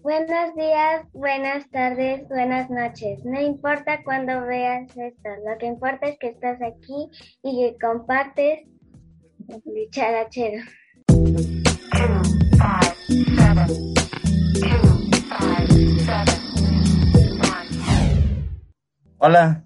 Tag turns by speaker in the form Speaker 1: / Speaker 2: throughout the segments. Speaker 1: Buenos días, buenas tardes, buenas noches. No importa cuándo veas esto, lo que importa es que estás aquí y que compartes el charachero.
Speaker 2: Hola,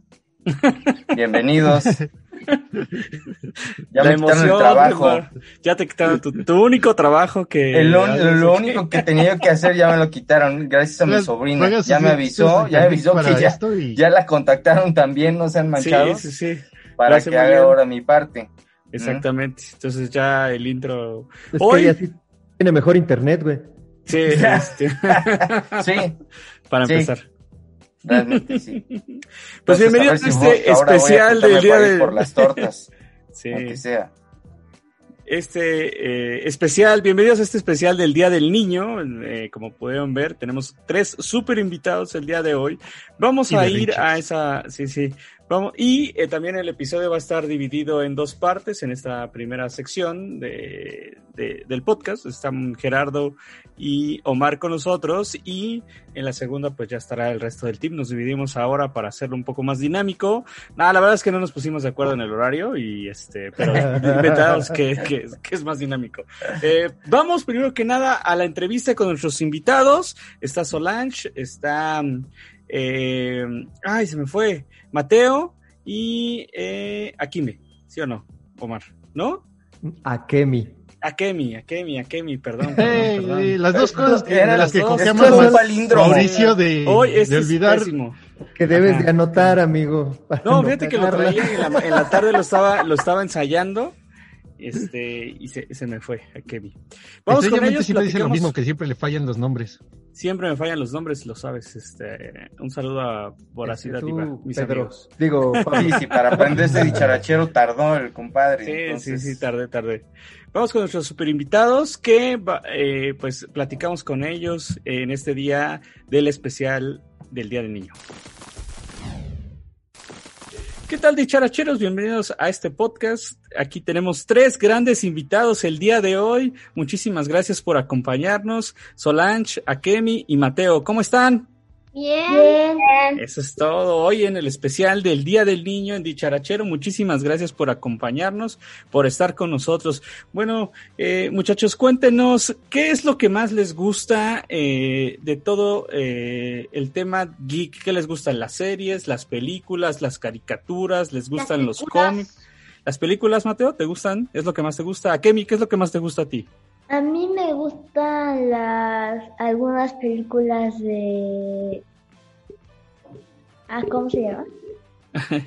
Speaker 2: bienvenidos. Ya
Speaker 3: la
Speaker 2: me quitaron
Speaker 3: emoción,
Speaker 2: el trabajo.
Speaker 3: mejor. Ya te quitaron tu, tu único trabajo
Speaker 4: Eh,
Speaker 3: que.
Speaker 2: El un- lo, único que tenía que hacer ya me lo quitaron, gracias a mi
Speaker 4: Oigan,
Speaker 2: sobrina.
Speaker 4: oigan,
Speaker 2: Ya
Speaker 4: sus
Speaker 2: me
Speaker 4: listos
Speaker 2: avisó,
Speaker 4: de
Speaker 2: ya me avisó
Speaker 4: para
Speaker 2: que ya,
Speaker 4: esto y-
Speaker 2: ya la contactaron también, no se han
Speaker 3: Sí,
Speaker 2: manchado,
Speaker 3: sí, sí. lo
Speaker 2: para
Speaker 3: hace
Speaker 2: que
Speaker 3: muy
Speaker 2: haga
Speaker 3: bien.
Speaker 2: ahora mi parte.
Speaker 3: Exactamente. Entonces ya el intro.
Speaker 4: Es
Speaker 3: Hoy-
Speaker 4: que ella sí tiene mejor internet, güey.
Speaker 3: Sí, este,
Speaker 2: Sí,
Speaker 3: para
Speaker 2: Sí.
Speaker 3: empezar.
Speaker 2: realmente sí.
Speaker 3: Pues
Speaker 2: Entonces, a
Speaker 3: bienvenidos
Speaker 2: ver si
Speaker 3: a
Speaker 2: voy-
Speaker 3: este
Speaker 2: ahora voy a
Speaker 3: especial
Speaker 2: juntarme
Speaker 3: del día
Speaker 2: para ir
Speaker 3: de.
Speaker 2: Por las tortas,
Speaker 3: Sí.
Speaker 2: lo que sea.
Speaker 4: Ah,
Speaker 3: Este eh, especial, bienvenidos a este especial del Día del Niño. Eh, como pudieron ver, tenemos tres super invitados el día de hoy. Vamos
Speaker 4: Y
Speaker 3: a ir
Speaker 4: berrinches.
Speaker 3: a esa, sí, sí, vamos. Y eh, también el episodio va a estar dividido en dos partes. En esta primera sección de, de- del podcast están Gerardo y Omar con nosotros y en la segunda pues ya estará el resto del team. Nos dividimos ahora para hacerlo un poco más dinámico. Nada, la verdad es que no nos pusimos de acuerdo en el horario y este, pero inventados que, que- que es más dinámico. Eh, vamos primero que nada a la entrevista con nuestros invitados. Está Solange, está, eh, ay, se me fue, Mateo y eh, Akime, ¿sí o no, Omar? ¿No?
Speaker 4: A Kemi.
Speaker 3: Akemi, Akemi, Akemi, perdón.
Speaker 4: Ey,
Speaker 3: perdón, perdón.
Speaker 4: y las dos cosas que,
Speaker 2: Eran las
Speaker 4: de eh, las que
Speaker 3: dos.
Speaker 4: confiamos
Speaker 2: Esto es un
Speaker 4: más,
Speaker 2: palíndromo.
Speaker 4: Mauricio, de,
Speaker 3: Hoy
Speaker 4: de
Speaker 3: este es
Speaker 4: olvidar
Speaker 3: pésimo.
Speaker 4: que debes
Speaker 3: Ajá.
Speaker 4: de anotar, amigo. para
Speaker 3: No, fíjate que lo
Speaker 4: cagarla.
Speaker 3: traía en la, en la tarde, lo estaba, lo estaba ensayando. Este, y se, se me fue a Kevin. Vamos con ellos.
Speaker 4: Extrañamente siempre dice lo
Speaker 3: platicamos.
Speaker 4: mismo, que siempre le fallan los nombres.
Speaker 3: Siempre me fallan los nombres, lo sabes. Este, un saludo a Voracidad
Speaker 4: Es que Este, tú,
Speaker 3: Diva, mis
Speaker 4: Pedro,
Speaker 3: amigos.
Speaker 4: Digo,
Speaker 2: Sí,
Speaker 4: Pablo.
Speaker 2: sí, para aprenderse dicharachero tardó el compadre.
Speaker 3: Sí,
Speaker 2: entonces-
Speaker 3: sí, sí, tarde, tarde. Vamos con nuestros super invitados que va- eh, pues platicamos con ellos en este día del especial del Día del Niño. ¿Qué tal, dicharacheros? Bienvenidos a este podcast. Aquí tenemos tres grandes invitados el día de hoy. Muchísimas gracias por acompañarnos. Solange, Akemi y Mateo, ¿cómo están?
Speaker 1: Bien.
Speaker 3: Eso es todo hoy en el especial del Día del Niño en Dicharachero. Muchísimas gracias por acompañarnos, por estar con nosotros. Bueno, eh, muchachos, cuéntenos qué es lo que más les gusta eh, de todo eh, el tema geek. ¿Qué les gustan las series, las películas, las caricaturas? ¿Les gustan los cómics? ¿Las películas, Mateo, te gustan? ¿Es lo que más te gusta? ¿A Kemi, qué es lo que más te gusta a ti?
Speaker 1: A mí me gustan las algunas películas de ah, ¿cómo se llama?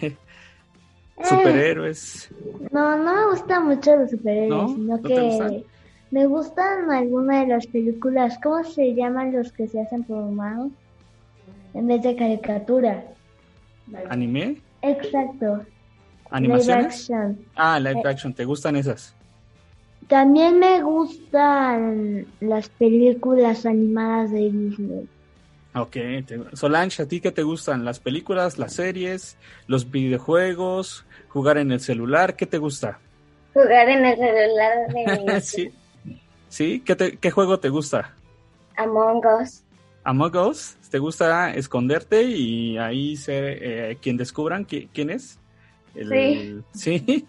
Speaker 1: Eh,
Speaker 3: Superhéroes.
Speaker 1: no, no me gustan mucho los superhéroes,
Speaker 3: ¿No?
Speaker 1: sino
Speaker 3: ¿No te gustan?
Speaker 1: que me gustan algunas de las películas, ¿cómo se llaman los que se hacen por humanos? En vez de caricatura.
Speaker 3: ¿Anime?
Speaker 1: Exacto. Live
Speaker 3: ¿Animaciones?
Speaker 1: action.
Speaker 3: Ah, live action. ¿Te gustan esas?
Speaker 1: También me gustan las películas animadas de Disney.
Speaker 3: Ok, te- Solange, ¿a ti qué te gustan? ¿Las películas, las series, los videojuegos, jugar en el celular? ¿Qué te gusta?
Speaker 1: Jugar en el celular de
Speaker 3: ¿Sí? ¿Sí? ¿Qué, te- qué juego te gusta?
Speaker 1: Among Us.
Speaker 3: ¿Among Us? ¿Te gusta esconderte y ahí ser eh, quien descubran qui- quién es? El- Sí,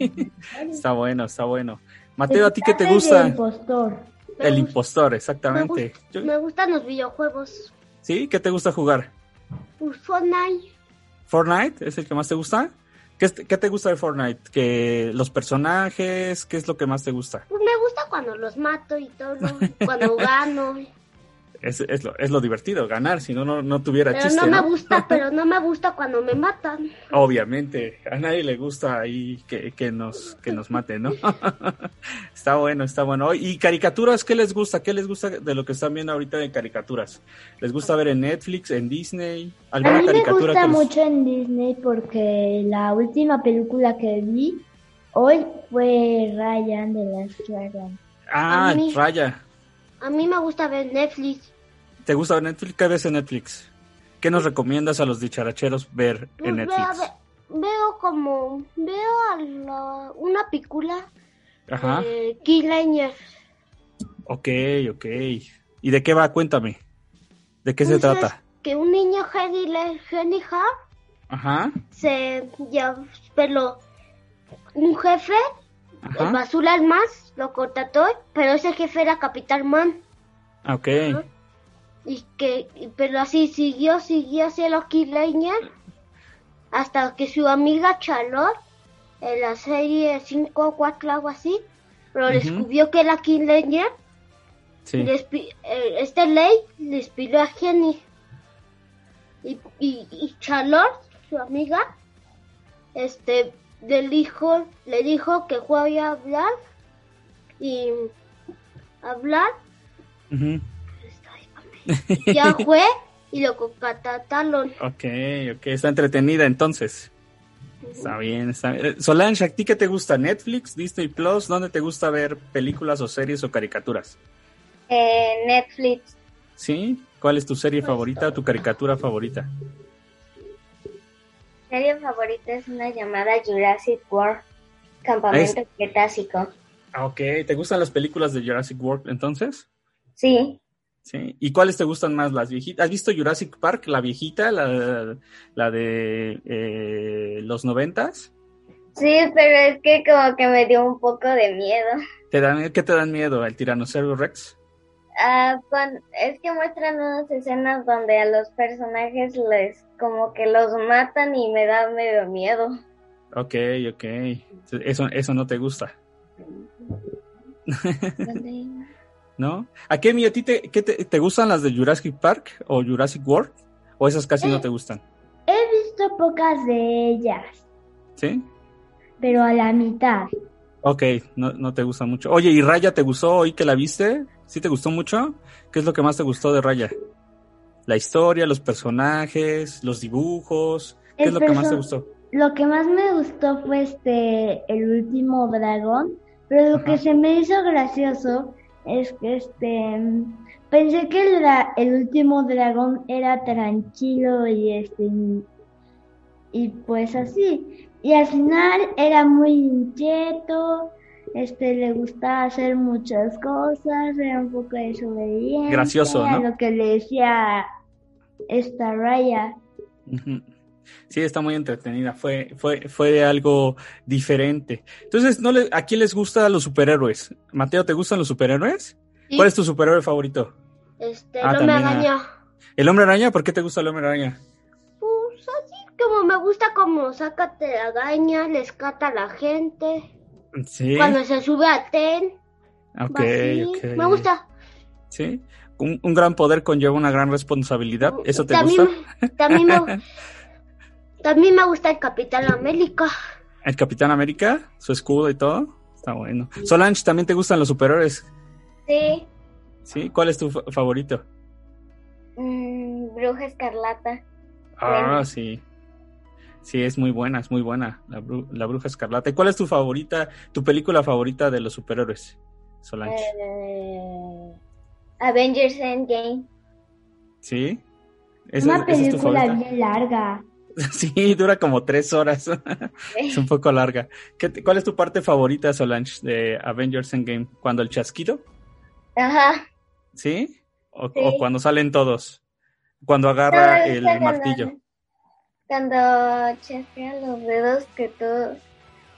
Speaker 3: está bueno, está bueno. Mateo, ¿a ti qué te gusta? El impostor, exactamente. Yo-
Speaker 1: gustan los videojuegos. Pues,
Speaker 3: ¿Sí? ¿Qué te gusta jugar?
Speaker 1: Fortnite.
Speaker 3: ¿Fortnite es el que más te gusta? ¿Qué, es- qué te gusta de Fortnite? ¿Que los personajes?
Speaker 1: Pues
Speaker 3: ¿Qué es lo que más te gusta?
Speaker 1: me gusta cuando los mato y todo, cuando gano.
Speaker 3: Es, es lo, es lo divertido, ganar, si no, no, no tuviera
Speaker 1: Pero
Speaker 3: chiste.
Speaker 1: no me
Speaker 3: ¿no?
Speaker 1: gusta, pero no me gusta cuando me matan.
Speaker 3: Obviamente, a nadie le gusta ahí que, que nos, que nos maten, ¿no? está bueno, está bueno. ¿Y caricaturas qué les gusta? ¿Qué les gusta de lo que están viendo ahorita de caricaturas? ¿Les gusta ver en Netflix, en Disney? ¿Alguna
Speaker 5: A mí me
Speaker 3: caricatura
Speaker 5: gusta
Speaker 3: que les-
Speaker 5: mucho en Disney porque la última película que vi hoy fue Ryan de las Claras.
Speaker 3: Ah,
Speaker 1: A mí-
Speaker 3: Raya.
Speaker 1: A mí me gusta ver Netflix.
Speaker 3: ¿Te gusta ver Netflix? ¿Qué ves en Netflix? ¿Qué nos recomiendas a los dicharacheros ver
Speaker 1: Pues
Speaker 3: en
Speaker 1: veo,
Speaker 3: Netflix?
Speaker 1: ve- veo como, veo a la- una película
Speaker 3: Ajá.
Speaker 1: de Killanger.
Speaker 3: Ok, ok. ¿Y de qué va? Cuéntame. ¿De qué se
Speaker 1: Pues es
Speaker 3: trata?
Speaker 1: Que un niño Hedy- Hediha
Speaker 3: Ajá.
Speaker 1: se ya, pero un jefe, el
Speaker 3: Ajá.
Speaker 1: Basula el más, lo contrató, pero ese jefe era Capital Man.
Speaker 3: Ah, Ok.
Speaker 1: Y que, y- pero así siguió, siguió siendo Killanger hasta que su amiga Charlotte, en la serie 5 o 4, algo así, lo
Speaker 3: Ujú.
Speaker 1: descubrió que era Killanger.
Speaker 3: Sí.
Speaker 1: Le espi- eh, esta ley le inspiró a Jenny. Y, y, y Charlotte, su amiga, este, le dijo, le dijo que fue a hablar y hablar.
Speaker 3: Ujú.
Speaker 1: Ya fue y lo contrataron.
Speaker 3: Ok, ok, está entretenida entonces. Está bien, está bien. Eh, Solange, ¿a ti qué te gusta? ¿Netflix, Disney Plus? ¿Dónde te gusta ver películas o series o caricaturas?
Speaker 6: Eh, Netflix. Pues,
Speaker 3: ¿Sí? ¿Cuál es tu serie favorita o tu caricatura favorita?
Speaker 6: Serie favorita es una llamada Jurassic World. Campamento Cretácico.
Speaker 3: Ah, Ok, ¿te gustan las películas de Jurassic World entonces?
Speaker 6: Sí.
Speaker 3: ¿Sí? ¿Y cuáles te gustan más? ¿Las viejitas? ¿Has visto Jurassic Park, la viejita, la, la de eh, los noventas?
Speaker 6: Sí, pero es que como que me dio un poco de miedo.
Speaker 3: ¿Te dan, ¿Qué te dan miedo? ¿El Tiranosaurio Rex?
Speaker 6: Ah, cuan- es que muestran unas escenas donde a los personajes les como que los matan y me da medio miedo.
Speaker 3: Ok, ok. Eso, eso no te gusta. ¿No? ¿A qué, mi, a ti te, qué te, te gustan las de Jurassic Park o Jurassic World? ¿O esas casi no te gustan?
Speaker 5: Eh, He visto pocas de ellas,
Speaker 3: ¿Sí?
Speaker 5: pero a la mitad.
Speaker 3: Ok, no, no te gustan mucho. Oye, ¿y Raya te gustó hoy que la viste? ¿Sí te gustó mucho? ¿Qué es lo que más te gustó de Raya? La historia, los personajes, los dibujos. ¿Qué
Speaker 5: El
Speaker 3: es lo que más te
Speaker 5: perso-
Speaker 3: gustó?
Speaker 5: Lo que más me gustó fue este el último dragón, pero lo
Speaker 3: Ajá.
Speaker 5: que se me hizo gracioso es que este pensé que el, dra- el último dragón era tranquilo y este y, y pues así. Y al final era muy inquieto, este le gustaba hacer muchas cosas, era un poco desobediente
Speaker 3: Gracioso,
Speaker 5: a
Speaker 3: ¿no?
Speaker 5: lo que le decía esta Raya.
Speaker 3: Ujú. Sí, está muy entretenida. Fue, fue, fue algo diferente. Entonces, ¿no le, ¿a quién les gustan los superhéroes? Mateo, ¿te gustan los superhéroes?
Speaker 1: Sí.
Speaker 3: ¿Cuál es tu superhéroe favorito?
Speaker 1: Este,
Speaker 3: Ah,
Speaker 1: no me
Speaker 3: también a-
Speaker 1: engañó.
Speaker 3: ¿El hombre araña? ¿Por qué te gusta el hombre araña?
Speaker 1: Pues así como me gusta como saca telaraña, les cata a la gente.
Speaker 3: Sí.
Speaker 1: Cuando se sube a Ten,
Speaker 3: Ok,
Speaker 1: va así.
Speaker 3: ok.
Speaker 1: Me gusta.
Speaker 3: Sí. Un, un gran poder conlleva una gran responsabilidad. ¿Eso te
Speaker 1: también,
Speaker 3: gusta?
Speaker 1: También me, también me gusta el Capitán América.
Speaker 3: El Capitán América, su escudo y todo. Está bueno. Solange, ¿también te gustan los superhéroes?
Speaker 6: Sí.
Speaker 3: ¿Sí? ¿Cuál es tu fa- favorito?
Speaker 6: Mm, Bruja Escarlata.
Speaker 3: Ah,
Speaker 6: Buena.
Speaker 3: sí. Sí, es muy buena, es muy buena. La, Bru- La Bruja Escarlata. ¿Y cuál es tu favorita, tu película favorita de los superhéroes? Solange.
Speaker 6: Eh, Avengers Endgame.
Speaker 3: ¿Sí?
Speaker 5: Es
Speaker 3: ¿Esa,
Speaker 5: Una
Speaker 3: esa es tu
Speaker 5: película
Speaker 3: favorita?
Speaker 5: bien larga.
Speaker 3: Sí, dura como tres horas. es un poco larga. ¿Qué te- ¿Cuál es tu parte favorita, Solange, de Avengers Endgame? ¿Cuando el chasquido?
Speaker 6: Ajá.
Speaker 3: ¿Sí? ¿O, o
Speaker 6: Sí.
Speaker 3: cuando salen todos? Cuando agarra
Speaker 6: Todo
Speaker 3: el
Speaker 6: está
Speaker 3: martillo.
Speaker 6: Cuando, cuando chasquean los dedos que todos...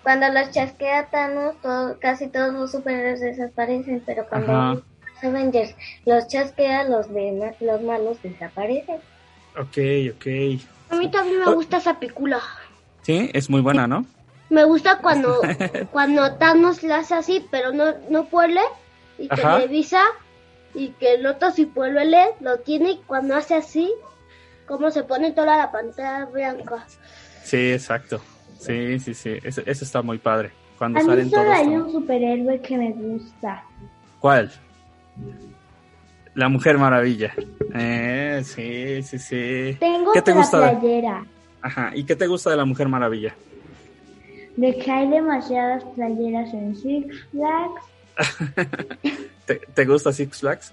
Speaker 6: Cuando los chasquea Thanos, todo- casi todos los superhéroes desaparecen, pero cuando
Speaker 3: Ajá.
Speaker 6: los Avengers los chasquea, los, de, los malos desaparecen. Oh.
Speaker 3: Ok, ok.
Speaker 1: A mí también me gusta esa película.
Speaker 3: Sí, es muy buena, ¿no?
Speaker 1: Me gusta cuando, cuando Thanos la hace así, pero no, no puede. Y
Speaker 3: Ajá.
Speaker 1: Televisa y que el otro si vuelve a leer lo tiene y cuando hace así, como se pone toda la pantalla blanca.
Speaker 3: Sí, exacto. Sí, sí, sí. Eso, eso está muy padre. Cuando
Speaker 7: A mí
Speaker 3: salen todos.
Speaker 7: solo hay
Speaker 3: ¿no?
Speaker 7: un superhéroe que me gusta.
Speaker 3: ¿Cuál? La Mujer Maravilla. Eh, sí, sí, sí.
Speaker 7: Tengo
Speaker 3: ¿Qué te
Speaker 7: otra
Speaker 3: gusta de-
Speaker 7: playera.
Speaker 3: Ajá. ¿Y qué te gusta de la Mujer Maravilla?
Speaker 7: De que hay demasiadas playeras en Six Flags.
Speaker 3: ¿Te, te gusta Six Flags?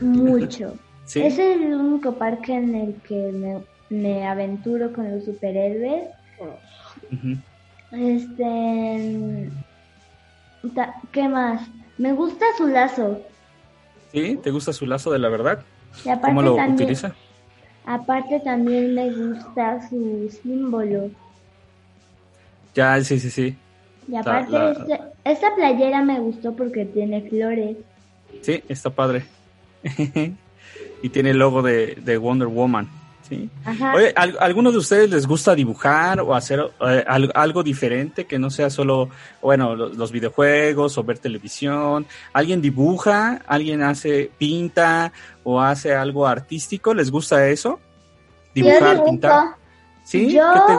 Speaker 7: Mucho.
Speaker 3: Sí.
Speaker 7: Ese es el único parque en el que me, me aventuro con los superhéroes.
Speaker 3: Ujú.
Speaker 7: Este. mm, ta- ¿Qué más? Me gusta su lazo.
Speaker 3: ¿Sí? ¿Te gusta su lazo de la verdad?
Speaker 7: Y aparte
Speaker 3: ¿Cómo lo
Speaker 7: también,
Speaker 3: utiliza?
Speaker 7: Aparte también me gusta su símbolo.
Speaker 3: Ya, sí, sí, sí.
Speaker 7: Y
Speaker 3: La-
Speaker 7: aparte
Speaker 3: la-
Speaker 7: este- esta playera me gustó porque tiene flores.
Speaker 3: Sí, está padre. y tiene el logo de, de Wonder Woman. ¿sí?
Speaker 7: Ajá.
Speaker 3: Oye, ¿al- ¿alguno de ustedes les gusta dibujar o hacer eh, al- algo diferente que no sea solo, bueno, lo- los, videojuegos o ver televisión? ¿Alguien dibuja? ¿Alguien hace pinta o hace algo artístico? ¿Les gusta eso? Dibujar,
Speaker 1: dibujo.
Speaker 3: pintar. ¿Sí?
Speaker 7: Yo-
Speaker 3: ¿Qué te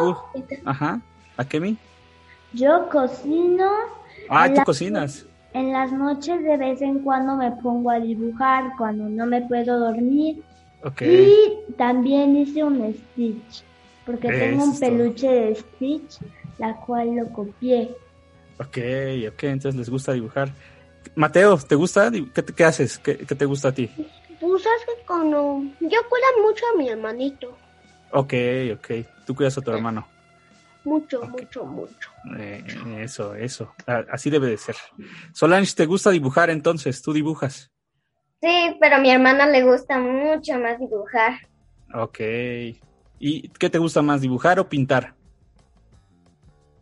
Speaker 3: gusta? Ajá. ¿A qué mi?
Speaker 7: Yo cocino.
Speaker 3: Ah, tú
Speaker 7: La-
Speaker 3: cocinas.
Speaker 7: En las noches de vez en cuando me pongo a dibujar cuando no me puedo dormir.
Speaker 3: Ok.
Speaker 7: Y también hice un Stitch, porque tengo un
Speaker 3: Esto.
Speaker 7: peluche de Stitch, la cual lo copié.
Speaker 3: Ok, ok, entonces les gusta dibujar. Mateo, ¿te gusta? di- ¿Qué, te- qué haces? ¿Qué, qué te gusta a ti?
Speaker 1: Pues es que cuando yo cuida mucho a mi hermanito,
Speaker 3: Ok, ok, tú cuidas a tu hermano.
Speaker 1: mucho, mucho, mucho.
Speaker 3: Eh, eso, eso, A- así debe de ser. Solange, ¿te gusta dibujar entonces? ¿Tú dibujas?
Speaker 8: Sí, pero a mi hermana le gusta mucho más dibujar.
Speaker 3: Ok. ¿Y qué te gusta más, dibujar o pintar?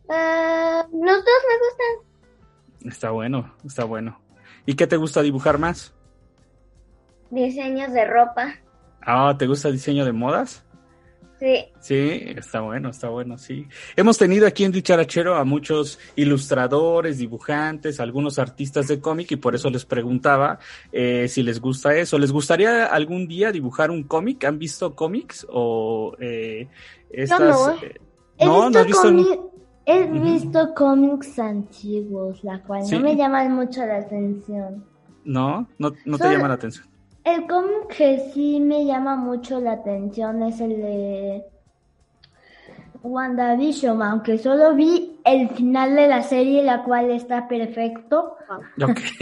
Speaker 8: Ah, los dos me gustan.
Speaker 3: Está bueno, está bueno. ¿Y qué te gusta dibujar más?
Speaker 8: Diseños de ropa.
Speaker 3: Ah, ¿te gusta el diseño de modas?
Speaker 8: Sí.
Speaker 3: Sí, está bueno, está bueno, sí. Hemos tenido aquí en Dicharachero a muchos ilustradores, dibujantes, algunos artistas de cómic y por eso les preguntaba eh, si les gusta eso. ¿Les gustaría algún día dibujar un cómic? ¿Han visto cómics o eh, estas?
Speaker 1: no,
Speaker 3: eh,
Speaker 7: He
Speaker 3: no, no has visto.
Speaker 7: visto, comi- he
Speaker 3: Ujú.
Speaker 7: visto cómics antiguos, la cual
Speaker 3: Sí.
Speaker 7: no me llaman mucho la atención.
Speaker 3: No, no, no te
Speaker 7: Solo-
Speaker 3: llama la atención.
Speaker 7: El cómic que sí me llama mucho la atención es el de WandaVision, aunque solo vi el final de la serie, la cual está perfecto.
Speaker 3: Ok.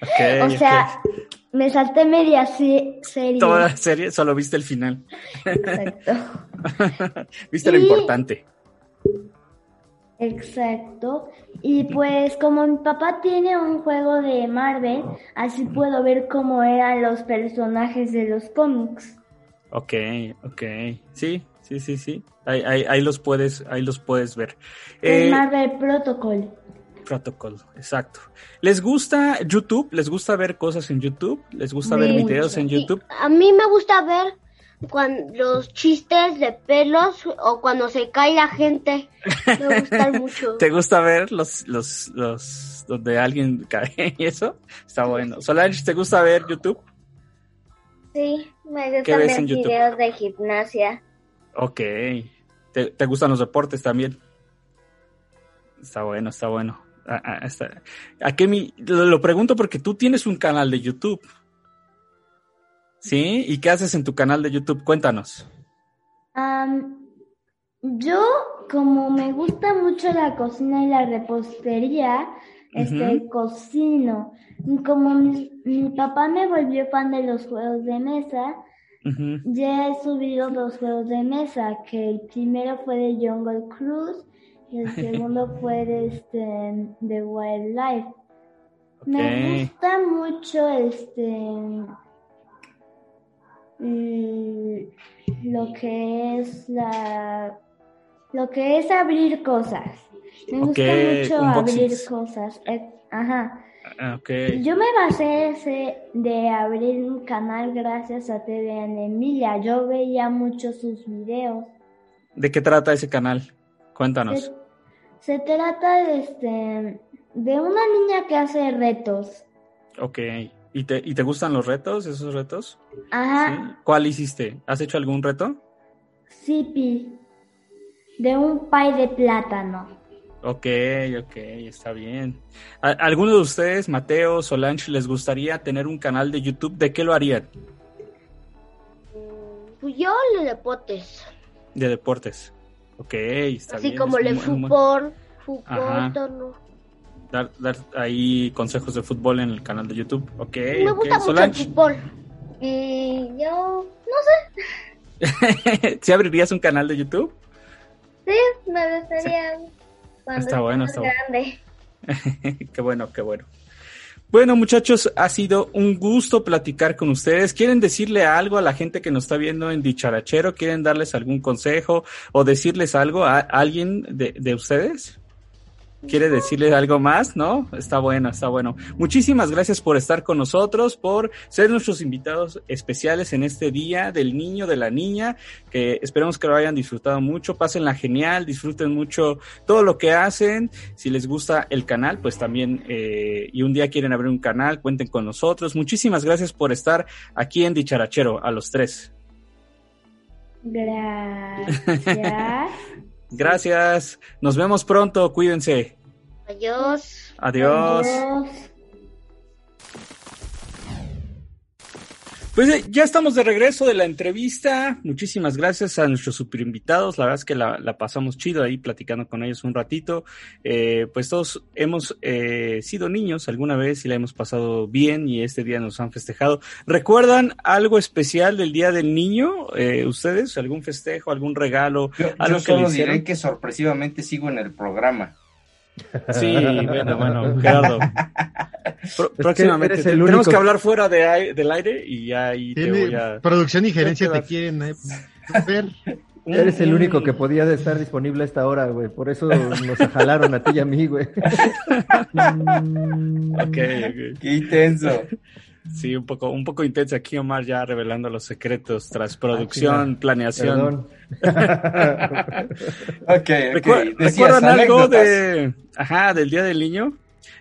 Speaker 3: Ok,
Speaker 7: o sea,
Speaker 3: ok.
Speaker 7: me salté media se- serie.
Speaker 3: Toda la serie, solo viste el final.
Speaker 7: Exacto.
Speaker 3: viste lo
Speaker 7: Y-
Speaker 3: importante.
Speaker 7: Exacto. Y pues como mi papá tiene un juego de Marvel, así puedo ver cómo eran los personajes de los cómics.
Speaker 3: Ok, ok. Sí, sí, sí, sí. Ahí, ahí, ahí los puedes, ahí los puedes ver.
Speaker 7: El
Speaker 3: Eh,
Speaker 7: Marvel Protocol.
Speaker 3: Protocol, exacto. ¿Les gusta YouTube? ¿Les gusta ver cosas en YouTube? ¿Les gusta ver
Speaker 7: Mucho.
Speaker 3: videos en YouTube?
Speaker 1: Y a mí me gusta ver cuan- los chistes de pelos o cuando se cae la gente. Me gustan mucho.
Speaker 3: ¿Te gusta ver los, los, los, donde alguien cae y eso? Está bueno. Solange, ¿te gusta ver YouTube?
Speaker 8: Sí, me
Speaker 3: ¿Qué
Speaker 8: gustan
Speaker 3: ves
Speaker 8: ver
Speaker 3: en YouTube?
Speaker 8: videos de gimnasia.
Speaker 3: Ok. ¿Te, te gustan los deportes también? Está bueno, está bueno. Ah, ah, está. ¿A qué mi- lo, lo pregunto porque tú tienes un canal de YouTube. ¿Sí? ¿Y qué haces en tu canal de YouTube? Cuéntanos.
Speaker 7: Am, yo, como me gusta mucho la cocina y la repostería, este,
Speaker 3: Ujú.
Speaker 7: cocino. Y Como mi, mi papá me volvió fan de los juegos de mesa,
Speaker 3: Ujú.
Speaker 7: ya he subido dos juegos de mesa, que el primero fue de Jungle Cruise y el segundo fue de, este, de Wildlife.
Speaker 3: Ok.
Speaker 7: Me gusta mucho este mm, lo que es la lo que es abrir cosas. Me gusta
Speaker 3: Ok,
Speaker 7: mucho abrir
Speaker 3: unboxings.
Speaker 7: cosas. eh, Ajá.
Speaker 3: Ah, Ok.
Speaker 7: Yo me basé ese de abrir un canal gracias a TV Emilia. Yo veía mucho sus videos.
Speaker 3: ¿De qué trata ese canal?
Speaker 7: Se,
Speaker 3: Cuéntanos.
Speaker 7: se trata de este de una niña que hace retos.
Speaker 3: Ok. ¿Y te, ¿Y te gustan los retos, esos retos?
Speaker 5: Ajá,
Speaker 3: ¿Sí? ¿Cuál hiciste? ¿Has hecho algún reto?
Speaker 5: sipi. De un pay de plátano.
Speaker 3: Ok, ok, está bien. ¿A- ¿Alguno de ustedes, Mateo, Solange, les gustaría tener un canal de YouTube? ¿De qué lo harían?
Speaker 1: Pues yo le deportes.
Speaker 3: De deportes. Ok, está
Speaker 1: Así
Speaker 3: bien.
Speaker 1: como
Speaker 3: es
Speaker 1: le
Speaker 3: un buen- un buen-
Speaker 1: fútbol, fútbol,
Speaker 3: Ajá.
Speaker 1: torno.
Speaker 3: Dar, dar ahí consejos de fútbol en el canal de YouTube. Ok,
Speaker 1: Me
Speaker 3: Eh, ok.
Speaker 1: gusta mucho el
Speaker 3: Solange,
Speaker 1: fútbol.
Speaker 6: Y yo, no
Speaker 3: ¿sí abrirías un canal de YouTube?
Speaker 6: sé, sí, me gustaría cuando
Speaker 3: Está bueno,
Speaker 6: esté
Speaker 3: está
Speaker 6: más
Speaker 3: bueno.
Speaker 6: grande.
Speaker 3: qué bueno, qué bueno. Bueno, muchachos, ha sido un gusto platicar con ustedes. ¿Quieren decirle algo a la gente que nos está viendo en Dicharachero? ¿Quieren darles algún consejo o decirles algo a alguien de, de ustedes? ¿Quiere decirles algo más? ¿No? Está bueno, está bueno. Muchísimas gracias por estar con nosotros, por ser nuestros invitados especiales en este día del niño, de la niña, que esperemos que lo hayan disfrutado mucho. Pásenla genial, disfruten mucho todo lo que hacen. Si les gusta el canal, pues también, eh, y un día quieren abrir un canal, cuenten con nosotros. Muchísimas gracias por estar aquí en Dicharachero, a los tres.
Speaker 5: Gracias.
Speaker 3: Gracias, nos vemos pronto, cuídense.
Speaker 1: Adiós.
Speaker 3: Adiós. Pues eh, ya estamos de regreso de la entrevista. Muchísimas gracias a nuestros super invitados. La verdad es que la, la pasamos chido ahí platicando con ellos un ratito. Eh, pues todos hemos eh, sido niños alguna vez y la hemos pasado bien y este día nos han festejado. ¿Recuerdan algo especial del Día del Niño? eh, ¿Ustedes? ¿Algún festejo, algún regalo?
Speaker 2: Yo, yo
Speaker 3: ¿Algo que le
Speaker 2: solo
Speaker 3: hicieron?
Speaker 2: diré que sorpresivamente sigo en el programa.
Speaker 3: Sí, bueno, bueno, Gerardo. Pro-
Speaker 9: que
Speaker 3: próximamente.
Speaker 9: eres
Speaker 3: te-
Speaker 9: el
Speaker 3: Tenemos
Speaker 9: único.
Speaker 3: que hablar fuera de ai- del aire y ya ahí te
Speaker 9: Tiene-
Speaker 3: voy a...
Speaker 9: producción y
Speaker 3: te
Speaker 9: gerencia
Speaker 3: voy
Speaker 9: te
Speaker 3: a-
Speaker 9: quieren eh, ver.
Speaker 4: Eres el
Speaker 3: Un-
Speaker 4: único que podía de estar disponible a esta hora, güey. Por eso nos jalaron a ti y a mí, güey.
Speaker 3: Ok, ok.
Speaker 2: Qué intenso.
Speaker 3: Sí, un poco, un poco intenso aquí, Omar, ya revelando los secretos tras producción, planeación.
Speaker 4: Perdón.
Speaker 2: Ok, ok.
Speaker 3: Recuer-
Speaker 2: Decías,
Speaker 3: ¿Recuerdan algo
Speaker 2: anécdotas.
Speaker 3: de, ajá, del Día del Niño?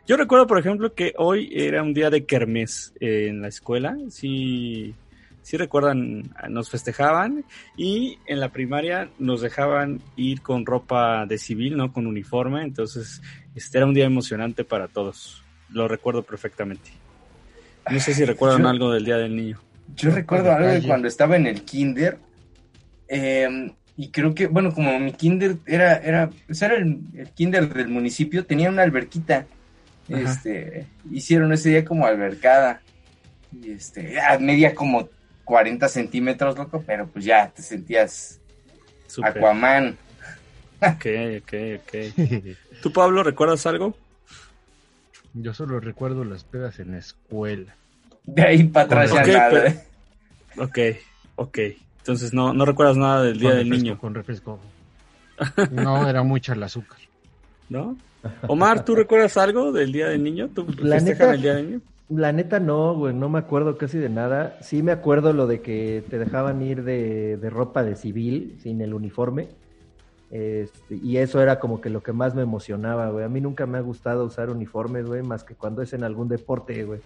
Speaker 3: Yo recuerdo, por ejemplo, que hoy era un día de kermés eh, en la escuela. Sí, sí recuerdan, nos festejaban y en la primaria nos dejaban ir con ropa de civil, no con uniforme. Entonces, este era un día emocionante para todos. Lo recuerdo perfectamente. No sé si recuerdan
Speaker 2: Yo-
Speaker 3: algo del Día del Niño.
Speaker 2: Yo recuerdo
Speaker 9: Por la
Speaker 2: algo de
Speaker 9: calle.
Speaker 2: cuando estaba en el kinder. eh, y creo que, bueno, como mi kinder era, era, pues era el, el kinder del municipio, tenía una alberquita.
Speaker 3: Ajá.
Speaker 2: Este, hicieron ese día como albercada. Y este, a media como 40 centímetros, loco, pero pues ya te sentías
Speaker 3: Súper.
Speaker 2: Aquaman.
Speaker 3: Ok, ok, ok. ¿Tú, Pablo, recuerdas algo?
Speaker 9: Yo solo recuerdo las pedas en la escuela.
Speaker 2: De ahí para atrás ya
Speaker 3: Ok,
Speaker 2: nada.
Speaker 3: pero- Ok, ok. Entonces no, no recuerdas nada del Día
Speaker 9: Con
Speaker 3: del
Speaker 9: refresco,
Speaker 3: Niño,
Speaker 9: Con refresco. No, era mucha el azúcar.
Speaker 3: ¿no? Omar, ¿tú recuerdas algo del Día del Niño? ¿Tú
Speaker 4: La
Speaker 3: festejan
Speaker 4: neta-
Speaker 3: el Día del Niño?
Speaker 4: La neta no, güey, no me acuerdo casi de nada. Sí me acuerdo lo de que te dejaban ir de, de ropa de civil, sin el uniforme. Este, y eso era como que lo que más me emocionaba, güey. A mí nunca me ha gustado usar uniformes, güey, más que cuando es en algún deporte, güey.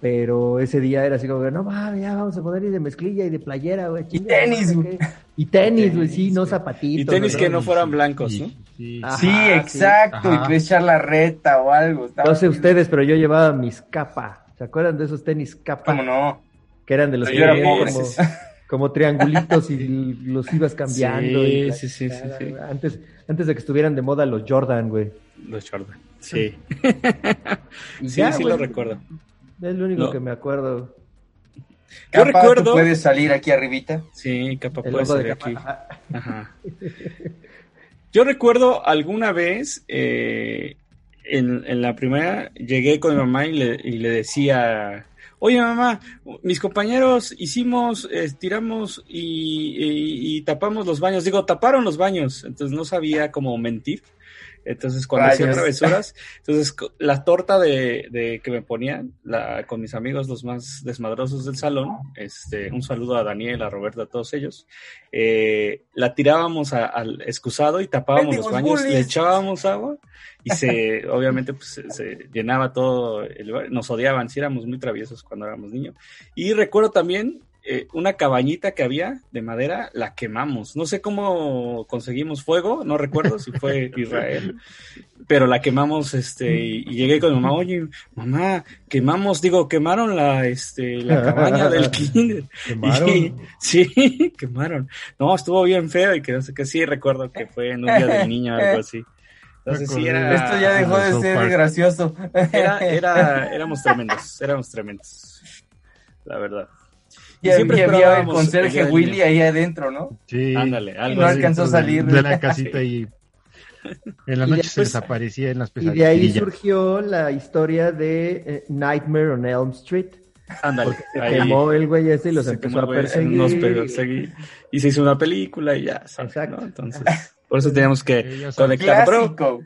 Speaker 4: Pero ese día era así como que, no mames, ya vamos a poder ir de mezclilla y de playera, güey.
Speaker 2: Y
Speaker 4: chinga,
Speaker 2: tenis,
Speaker 4: no sé
Speaker 2: güey.
Speaker 4: qué. Y tenis, güey, sí,
Speaker 9: Tenis,
Speaker 4: no
Speaker 9: güey.
Speaker 4: zapatitos.
Speaker 3: Y tenis
Speaker 4: ¿no?
Speaker 3: que no fueran blancos, ¿no?
Speaker 9: Sí.
Speaker 4: Ah.
Speaker 2: Sí,
Speaker 4: Ajá,
Speaker 2: exacto.
Speaker 9: sí,
Speaker 2: Y
Speaker 9: ajá.
Speaker 2: puedes echar la reta o algo. estaba
Speaker 4: No sé
Speaker 2: chido.
Speaker 4: ustedes, pero yo llevaba mis capa. ¿Se acuerdan de esos tenis capa?
Speaker 2: ¿Cómo no?
Speaker 4: que eran de los
Speaker 2: Yo
Speaker 4: que
Speaker 2: era
Speaker 4: tenían
Speaker 2: pobre.
Speaker 4: como, como triangulitos y los ibas cambiando.
Speaker 3: Sí,
Speaker 4: y la
Speaker 3: sí, sí, sí,
Speaker 4: chingada,
Speaker 3: sí.
Speaker 4: güey. Antes, antes de que estuvieran de moda los Jordan, güey.
Speaker 3: Los Jordan. Sí.
Speaker 4: Y
Speaker 3: sí,
Speaker 4: ya,
Speaker 3: sí
Speaker 4: güey,
Speaker 3: lo recuerdo.
Speaker 4: Es lo único
Speaker 3: No.
Speaker 4: que me acuerdo.
Speaker 2: Capaz tú
Speaker 3: recuerdo-
Speaker 2: puedes salir aquí arribita.
Speaker 3: Sí, capaz
Speaker 4: El
Speaker 3: puede
Speaker 4: logo
Speaker 3: ser
Speaker 4: de
Speaker 3: aquí.
Speaker 4: Capa.
Speaker 3: Ajá. Yo recuerdo alguna vez eh, en, en la primera llegué con mi mamá y le, y le decía, oye mamá, mis compañeros hicimos, eh, tiramos y, y- y tapamos los baños, digo, taparon los baños, entonces no sabía cómo mentir. Entonces, cuando hacía
Speaker 2: Rayos.
Speaker 3: travesuras, entonces co- la torta de, de que me ponían la, con mis amigos, los más desmadrosos del salón, este, un saludo a Daniel, a Roberto, a todos ellos, eh, la tirábamos a- al excusado y tapábamos los
Speaker 2: Mendigos
Speaker 3: baños, le
Speaker 2: bullies.
Speaker 3: echábamos agua y se, obviamente, pues, se, se llenaba todo el lugar. Nos odiaban, sí éramos muy traviesos cuando éramos niños. Y recuerdo también eh, una cabañita que había de madera, la quemamos. No sé cómo conseguimos fuego, no recuerdo si fue Israel, pero la quemamos, este, y, y llegué con mi mamá, oye, mamá, quemamos, digo, quemaron la, este, la cabaña del kinder.
Speaker 4: Quemaron.
Speaker 3: Y- sí, quemaron. No, estuvo bien feo y que no sé qué, sí recuerdo que fue en un día del niño o algo así. Entonces sí era...
Speaker 2: Esto ya dejó de
Speaker 9: South
Speaker 2: ser
Speaker 9: Park.
Speaker 2: gracioso.
Speaker 3: Era, era- éramos tremendos, éramos tremendos, la verdad.
Speaker 2: Y, siempre había el
Speaker 3: esperábamos el día
Speaker 2: conserje
Speaker 3: del
Speaker 2: Willy
Speaker 3: niño.
Speaker 2: ahí adentro, ¿no?
Speaker 9: Sí.
Speaker 3: Ándale, algo
Speaker 2: No
Speaker 3: así.
Speaker 2: alcanzó a
Speaker 9: de-
Speaker 2: salir.
Speaker 9: De la casita y en la
Speaker 4: Y
Speaker 9: noche se
Speaker 4: después-
Speaker 9: desaparecía en las
Speaker 4: Y de ahí
Speaker 9: pesadillas.
Speaker 4: surgió la historia de eh, Nightmare on Elm Street.
Speaker 3: Ándale,
Speaker 4: Se
Speaker 3: ahí
Speaker 4: quemó el güey ese y los
Speaker 3: se
Speaker 4: empezó
Speaker 3: quemó,
Speaker 4: a
Speaker 3: güey,
Speaker 4: perseguir.
Speaker 3: nos perseguí. Y se hizo una película y ya, ¿sabes,
Speaker 4: Exacto.
Speaker 3: no? Entonces, por eso teníamos que
Speaker 9: Ellos son-
Speaker 3: conectar. Pero
Speaker 2: Clásico.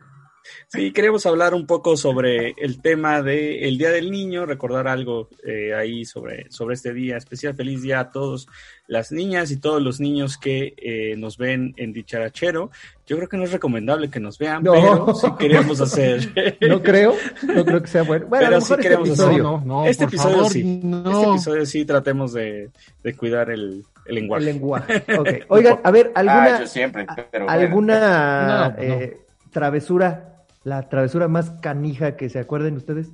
Speaker 3: sí, queremos hablar un poco sobre el tema del el Día del Niño, recordar algo eh, ahí sobre, sobre este día especial. Feliz día a todos las niñas y todos los niños que eh, nos ven en Dicharachero. Yo creo que no es recomendable que nos vean,
Speaker 4: No.
Speaker 3: pero sí queremos hacer...
Speaker 4: No creo, no creo que sea bueno. Bueno, a
Speaker 3: Pero
Speaker 4: lo
Speaker 3: sí
Speaker 4: mejor este
Speaker 3: queremos hacer-
Speaker 4: episodio,
Speaker 9: No, no, no,
Speaker 3: Este
Speaker 9: por
Speaker 3: episodio
Speaker 9: favor,
Speaker 3: sí.
Speaker 9: no.
Speaker 3: Este episodio sí tratemos de, de cuidar el, el lenguaje.
Speaker 4: el lenguaje. Ok. Oigan, a ver,
Speaker 2: Ah,
Speaker 4: alguna,
Speaker 2: yo siempre, pero bueno.
Speaker 4: alguna
Speaker 9: No, pues no.
Speaker 4: eh, travesura, la travesura más canija que se acuerden ustedes.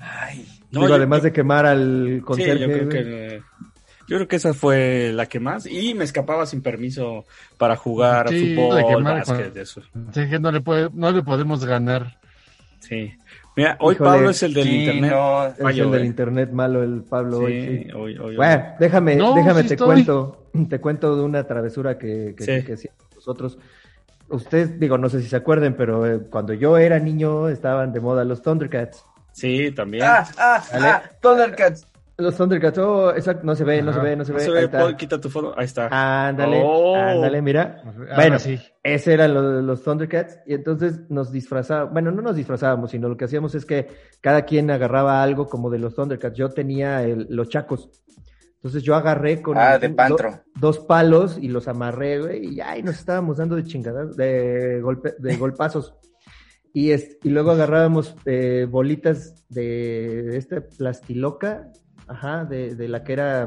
Speaker 2: Ay,
Speaker 3: No,
Speaker 4: Digo,
Speaker 3: yo-
Speaker 4: además de quemar al
Speaker 3: Sí,
Speaker 4: conserje.
Speaker 3: yo creo
Speaker 4: güey.
Speaker 3: que yo creo que esa fue la que más y me escapaba sin permiso para jugar
Speaker 9: Sí,
Speaker 3: fútbol,
Speaker 9: de quemar
Speaker 3: básquet,
Speaker 9: con-
Speaker 3: eso.
Speaker 9: Entonces, no, le puede- no le podemos ganar.
Speaker 3: Sí. Mira, hoy
Speaker 4: Híjole,
Speaker 3: Pablo es el del
Speaker 2: sí,
Speaker 3: internet.
Speaker 2: no.
Speaker 4: Es
Speaker 3: Fallo,
Speaker 4: el del
Speaker 3: eh.
Speaker 4: internet malo, el Pablo.
Speaker 3: Sí,
Speaker 4: hoy, sí.
Speaker 3: hoy- hoy-
Speaker 4: Bueno, déjame,
Speaker 9: No,
Speaker 4: déjame
Speaker 9: sí
Speaker 4: te
Speaker 9: estoy.
Speaker 4: cuento, te cuento de una travesura que, que,
Speaker 3: Sí.
Speaker 4: que hacíamos nosotros. Ustedes, digo, no sé si se acuerden, pero eh, cuando yo era niño estaban de moda los Thundercats.
Speaker 3: Sí, también.
Speaker 2: Ah, ah, ah, Thundercats.
Speaker 4: Los Thundercats, oh, exacto, no se ve, no se
Speaker 9: Ajá.
Speaker 4: ve, no se
Speaker 3: No
Speaker 4: ve.
Speaker 3: se
Speaker 4: ahí
Speaker 3: ve,
Speaker 4: está. Ah,
Speaker 3: Paul, quita tu foto. Ahí está.
Speaker 4: Ándale,
Speaker 3: Oh.
Speaker 4: ándale, mira.
Speaker 9: Ahora
Speaker 4: Bueno,
Speaker 9: sí.
Speaker 4: Ese eran lo- los, Thundercats. Y entonces nos disfrazábamos, bueno, no nos disfrazábamos, sino lo que hacíamos es que cada quien agarraba algo como de los Thundercats. Yo tenía el- los chacos. Entonces yo agarré con
Speaker 2: Ah,
Speaker 4: el-
Speaker 2: de
Speaker 4: do-
Speaker 2: Pantro.
Speaker 4: dos palos y los amarré, güey, y ay, nos estábamos dando de chingadas, de, golpe, de golpazos. Y, es, y luego agarrábamos eh, bolitas de este plastiloca, ajá, de, de la que era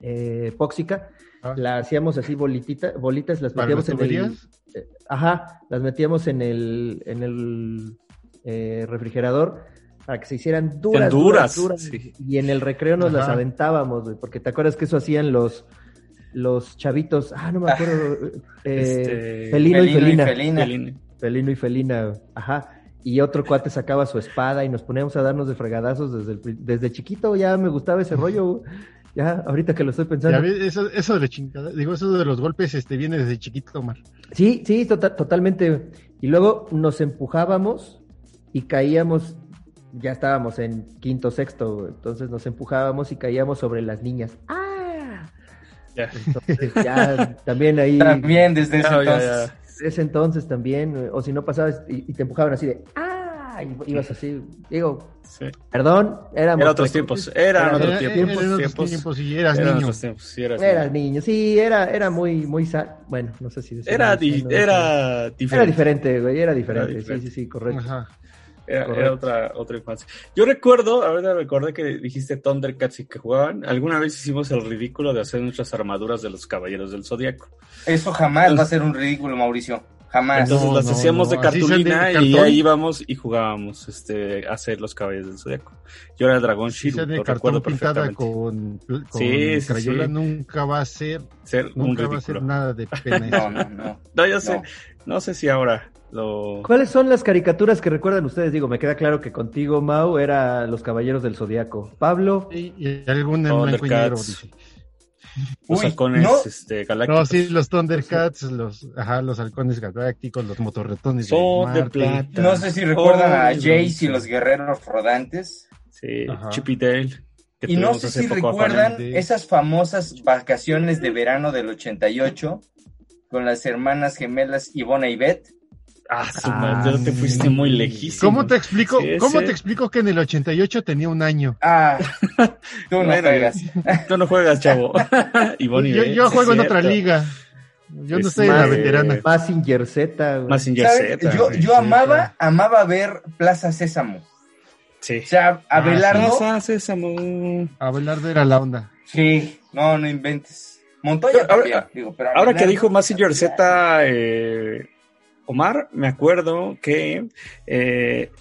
Speaker 4: eh, póxica,
Speaker 9: Ah.
Speaker 4: la hacíamos así bolitita, bolitas, las
Speaker 9: ¿Para las
Speaker 4: metíamos en el,
Speaker 9: tuberías?
Speaker 4: eh, ajá, las metíamos en el, en el eh, refrigerador para que se hicieran duras,
Speaker 3: duras,
Speaker 4: duras, duras.
Speaker 3: sí.
Speaker 4: Y en el recreo nos las
Speaker 9: Ajá.
Speaker 4: aventábamos, güey, porque te acuerdas que eso hacían los, los chavitos, ah, no me acuerdo,
Speaker 3: Este,
Speaker 4: eh, felino, y
Speaker 2: Felino
Speaker 4: felina,
Speaker 3: Violín.
Speaker 4: felino y felina, güey. ajá. Y otro cuate sacaba su espada y nos poníamos a darnos de fregadazos desde, el pri- desde chiquito, ya me gustaba ese rollo, güey. ya, ahorita que lo estoy pensando.
Speaker 9: Ya ves, eso, eso de la chingada, digo, eso de los golpes este, viene desde chiquito, Omar.
Speaker 4: Sí, sí, tota- totalmente. Y luego nos empujábamos y caíamos, ya estábamos en quinto, sexto, güey. entonces nos empujábamos y caíamos sobre las niñas. ¡Ah!
Speaker 3: Ya. Ah,
Speaker 4: Entonces, ya también ahí,
Speaker 2: También desde ese
Speaker 3: Ya, ya,
Speaker 2: entonces.
Speaker 3: ya.
Speaker 4: ese entonces también, güey. o si no pasabas y, y te empujaban así de ¡Ah! Y ibas así, digo,
Speaker 3: Sí.
Speaker 4: perdón, éramos...
Speaker 3: Eran otros
Speaker 4: precoces.
Speaker 3: tiempos. Eran
Speaker 4: Eran
Speaker 3: otros
Speaker 4: otros
Speaker 3: tiempos.
Speaker 9: eran otros
Speaker 3: tiempos.
Speaker 9: tiempos y eras
Speaker 3: Eran
Speaker 9: niño.
Speaker 3: otros tiempos, sí, eras
Speaker 4: Eras
Speaker 3: niño.
Speaker 4: niño, sí, era, era muy, muy sal... Bueno, no sé si... decir
Speaker 3: Era,
Speaker 4: muy
Speaker 3: di-
Speaker 4: sano,
Speaker 3: era diferente.
Speaker 4: Era diferente, güey, era diferente,
Speaker 3: diferente.
Speaker 4: sí, sí, sí, correcto.
Speaker 9: Ajá.
Speaker 3: Era, era
Speaker 4: Correcto.
Speaker 3: otra, otra infancia. Yo recuerdo, ahorita recordé que dijiste Thundercats y que jugaban. Alguna vez hicimos el ridículo de hacer nuestras armaduras de los caballeros del zodiaco.
Speaker 2: Eso jamás va a ser un ridículo, Mauricio. Jamás.
Speaker 3: Entonces
Speaker 9: Ah, no,
Speaker 3: las
Speaker 9: no,
Speaker 3: hacíamos
Speaker 9: no.
Speaker 3: de
Speaker 9: Así sean de
Speaker 3: cartulina y
Speaker 9: cartón.
Speaker 3: ahí íbamos y jugábamos este, a hacer los caballeros del zodiaco. Yo era el dragón
Speaker 9: Si
Speaker 3: Shiru,
Speaker 9: sea de
Speaker 3: lo
Speaker 9: cartón
Speaker 3: recuerdo
Speaker 9: pintada
Speaker 3: perfectamente.
Speaker 9: con, con
Speaker 3: Sí, sí,
Speaker 9: crayola,
Speaker 3: sí.
Speaker 9: nunca va a ser,
Speaker 3: Ser un
Speaker 9: nunca va a ser
Speaker 3: ridículo.
Speaker 9: nada de pena.
Speaker 2: No, no, no.
Speaker 3: No, yo sé,
Speaker 2: no.
Speaker 3: no sé si ahora lo.
Speaker 4: ¿Cuáles son las caricaturas que recuerdan ustedes? Digo, me queda claro que contigo, Mau, era Los Caballeros del Zodiaco. Pablo,
Speaker 9: Y, y algún en blanco y negro,
Speaker 3: Thundercats.
Speaker 9: dice.
Speaker 3: Los
Speaker 2: Uy,
Speaker 3: halcones
Speaker 2: no.
Speaker 3: este, galácticos.
Speaker 9: No, sí, los Thundercats, los, ajá, los halcones galácticos, los motorretones
Speaker 3: Son de
Speaker 9: Marte.
Speaker 3: plata.
Speaker 2: No sé si recuerdan a
Speaker 3: Oh,
Speaker 2: Jace y
Speaker 3: no.
Speaker 2: los guerreros rodantes.
Speaker 3: Sí,
Speaker 9: Ajá.
Speaker 3: Chip y Dale. que
Speaker 2: Y no
Speaker 3: tuvimos
Speaker 2: sé
Speaker 3: hace
Speaker 2: si
Speaker 3: poco a Juan.
Speaker 2: recuerdan
Speaker 9: Juan.
Speaker 2: esas famosas vacaciones de verano del 88, con las hermanas gemelas Ivona y Beth.
Speaker 3: Ah, su madre, te fuiste muy lejísimo.
Speaker 9: ¿Cómo te explico,
Speaker 3: Sí,
Speaker 9: ¿cómo
Speaker 3: sí.
Speaker 9: te explico que en el 88 tenía un año?
Speaker 2: Ah, tú no
Speaker 3: Bueno,
Speaker 2: juegas.
Speaker 3: Tú no juegas, chavo. Ivonne y
Speaker 9: yo
Speaker 3: Beth,
Speaker 9: yo
Speaker 3: sí,
Speaker 9: juego en
Speaker 3: cierto.
Speaker 9: otra liga. Yo no
Speaker 3: Es
Speaker 9: estoy en la
Speaker 3: más-
Speaker 9: veterana.
Speaker 4: Massinger Z, güey.
Speaker 3: Mazinger
Speaker 2: ¿Sabes?
Speaker 3: Z.
Speaker 2: Yo,
Speaker 3: güey.
Speaker 2: yo amaba, amaba ver Plaza Sésamo.
Speaker 3: Ah, Sí.
Speaker 2: O sea, Abelardo.
Speaker 3: Plaza Sésamo.
Speaker 9: Abelardo era la onda.
Speaker 2: Sí, no, no inventes. Montoya
Speaker 3: Pero ahora-
Speaker 2: también, digo, pero
Speaker 3: Ahora que
Speaker 2: Abelardo-
Speaker 3: dijo Massinger Z, eh, Omar, me acuerdo que eh,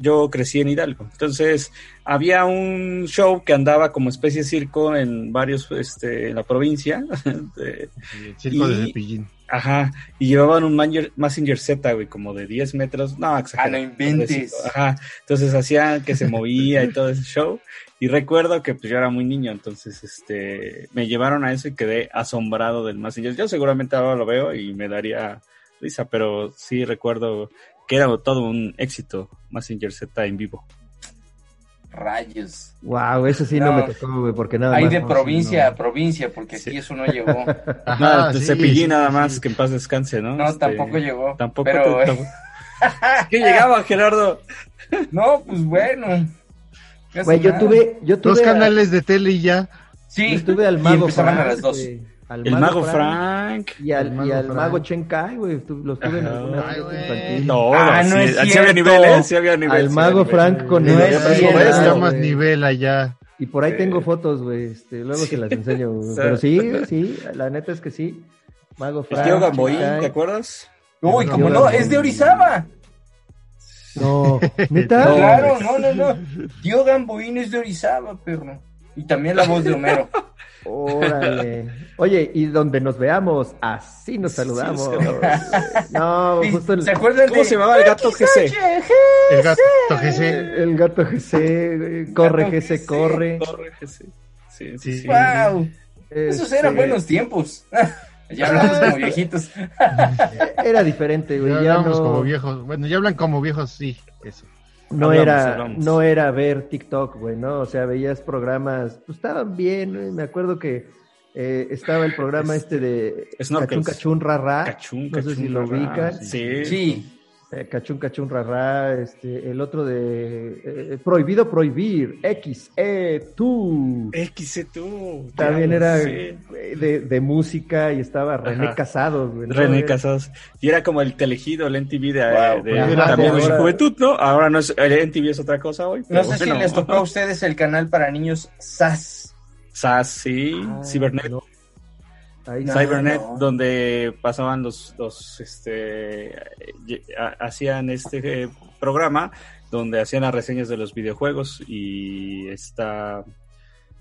Speaker 3: yo crecí en Hidalgo. Entonces, había un show que andaba como especie de circo en varios, este, en la provincia. de-
Speaker 9: El circo
Speaker 3: Y-
Speaker 9: de Cepillín.
Speaker 3: Ajá, y llevaban un Manger- Mazinger Z, güey, como de 10 metros. No, exagerado.
Speaker 2: Ah, no inventes.
Speaker 3: pobrecito. Ajá, entonces hacían que se movía y todo ese show. Y recuerdo que pues yo era muy niño, entonces este me llevaron a eso y quedé asombrado del Mazinger. Yo seguramente ahora lo veo y me daría risa, pero sí recuerdo que era todo un éxito Mazinger Z en vivo.
Speaker 2: Rayos.
Speaker 4: Wow, eso sí no,
Speaker 2: No.
Speaker 4: me tocó, güey, porque
Speaker 3: Ah,
Speaker 4: nada
Speaker 2: Ahí
Speaker 4: más
Speaker 2: de
Speaker 4: no,
Speaker 2: provincia a
Speaker 4: sí,
Speaker 2: provincia, porque
Speaker 3: Sí.
Speaker 2: aquí eso no llegó.
Speaker 3: Nada,
Speaker 9: sí,
Speaker 3: Cepillín
Speaker 9: sí,
Speaker 3: nada
Speaker 9: sí,
Speaker 3: más,
Speaker 9: sí.
Speaker 3: que en paz descanse, ¿no?
Speaker 2: No,
Speaker 3: Este,
Speaker 2: tampoco llegó.
Speaker 3: Tampoco
Speaker 2: pero,
Speaker 3: te- tampoco- Es que llegaba, Gerardo.
Speaker 2: No, pues bueno.
Speaker 4: no.
Speaker 2: Ya
Speaker 4: Güey, yo
Speaker 2: sonaron.
Speaker 4: tuve, yo tuve,
Speaker 9: Dos
Speaker 4: a-
Speaker 9: canales de tele y ya.
Speaker 2: Sí,
Speaker 4: yo tuve al
Speaker 2: y
Speaker 4: mago
Speaker 2: empezaban
Speaker 4: Frank,
Speaker 2: a las dos.
Speaker 4: güey, al
Speaker 3: El mago Frank.
Speaker 4: y al,
Speaker 9: El
Speaker 4: y
Speaker 9: mago
Speaker 4: al
Speaker 9: Frank.
Speaker 4: mago Chen Kai, güey, tu- los tuve en
Speaker 3: Ajá.
Speaker 4: alguna
Speaker 9: Ay,
Speaker 4: fiesta
Speaker 9: güey.
Speaker 4: infantil.
Speaker 3: No,
Speaker 2: Ah,
Speaker 3: sí,
Speaker 2: no es
Speaker 3: sí
Speaker 2: cierto.
Speaker 3: había niveles, sí había niveles.
Speaker 4: al
Speaker 3: sí
Speaker 4: mago
Speaker 3: había niveles.
Speaker 4: Frank con
Speaker 2: No
Speaker 4: el
Speaker 2: es
Speaker 4: otro
Speaker 2: cierto.
Speaker 4: mago,
Speaker 9: Ves,
Speaker 2: Claro,
Speaker 9: llamas
Speaker 4: güey.
Speaker 9: nivel allá.
Speaker 4: Y por ahí
Speaker 3: Eh.
Speaker 4: tengo fotos, güey, este, luego se las enseño, güey. Pero sí, sí, la neta es que sí. Mago
Speaker 3: El
Speaker 4: Frank.
Speaker 3: tío Gamboín,
Speaker 4: Chinkai.
Speaker 3: ¿te acuerdas?
Speaker 2: Uy,
Speaker 9: No,
Speaker 2: como
Speaker 4: yo
Speaker 2: Ah, no,
Speaker 4: la-
Speaker 2: es de Orizaba.
Speaker 4: No, ¿neta?
Speaker 3: No.
Speaker 2: Claro, no, no, no. Tío Gamboín es de Orizaba, perro. Y también la voz de Homero.
Speaker 4: Órale. Oye, y donde nos veamos, así nos
Speaker 3: Sí,
Speaker 4: saludamos.
Speaker 3: nos
Speaker 4: No,
Speaker 2: Sí,
Speaker 4: justo el,
Speaker 2: ¿Se acuerdan
Speaker 3: ¿Cómo
Speaker 2: de
Speaker 3: se llamaba el gato GC?
Speaker 9: El gato GC.
Speaker 4: el gato GC, güey, corre
Speaker 2: Gato
Speaker 4: GC,
Speaker 2: GC,
Speaker 4: corre.
Speaker 3: Torre GC. Sí, sí,
Speaker 9: Sí.
Speaker 3: sí.
Speaker 2: Wow, esos
Speaker 4: Este,
Speaker 2: eran buenos tiempos. ya
Speaker 4: Ah.
Speaker 2: hablamos como viejitos.
Speaker 4: Era diferente, güey.
Speaker 9: Ya
Speaker 4: Ya
Speaker 9: hablamos como
Speaker 4: no,
Speaker 9: viejos. Bueno, ya hablan como viejos, sí. Eso.
Speaker 4: no
Speaker 3: Hablamos,
Speaker 4: era,
Speaker 3: hablamos.
Speaker 4: no era ver TikTok, güey, ¿no? O sea, veías programas, pues estaban bien, güey. Me acuerdo que eh, estaba el programa este de Cachun
Speaker 3: Snorkels.
Speaker 4: Cachun Rarra.
Speaker 3: Ah, Cachún,
Speaker 4: no sé si
Speaker 3: cachún,
Speaker 4: lo
Speaker 3: rarra,
Speaker 4: ubican.
Speaker 3: Sí.
Speaker 2: Sí,
Speaker 4: Eh, Cachún Cachún Rarra, este, el otro de eh, Prohibido Prohibir, XE, tú.
Speaker 3: XC tú.
Speaker 4: También
Speaker 3: diablo,
Speaker 4: era
Speaker 3: sí.
Speaker 4: güey, de, de música y estaba René
Speaker 3: Ajá.
Speaker 4: Casado, güey. ¿no?
Speaker 3: René
Speaker 4: Era-
Speaker 3: Casados. Y era como el telegido, el NTV de,
Speaker 2: Wow,
Speaker 3: de-
Speaker 9: pues,
Speaker 4: ajá,
Speaker 3: también de su
Speaker 4: ahora-
Speaker 3: juventud, ¿no? Ahora no es, el NTV es otra cosa hoy.
Speaker 2: no
Speaker 3: pero
Speaker 2: sé si
Speaker 3: bueno.
Speaker 2: les tocó a ustedes el canal para niños SAS.
Speaker 3: SAS, sí,
Speaker 4: Ah,
Speaker 3: Cybernet.
Speaker 4: no. Ahí
Speaker 2: No,
Speaker 4: sí.
Speaker 3: Cybernet,
Speaker 2: no.
Speaker 3: donde pasaban los, los este, y- ha- hacían este eh, programa donde hacían las reseñas de los videojuegos y está...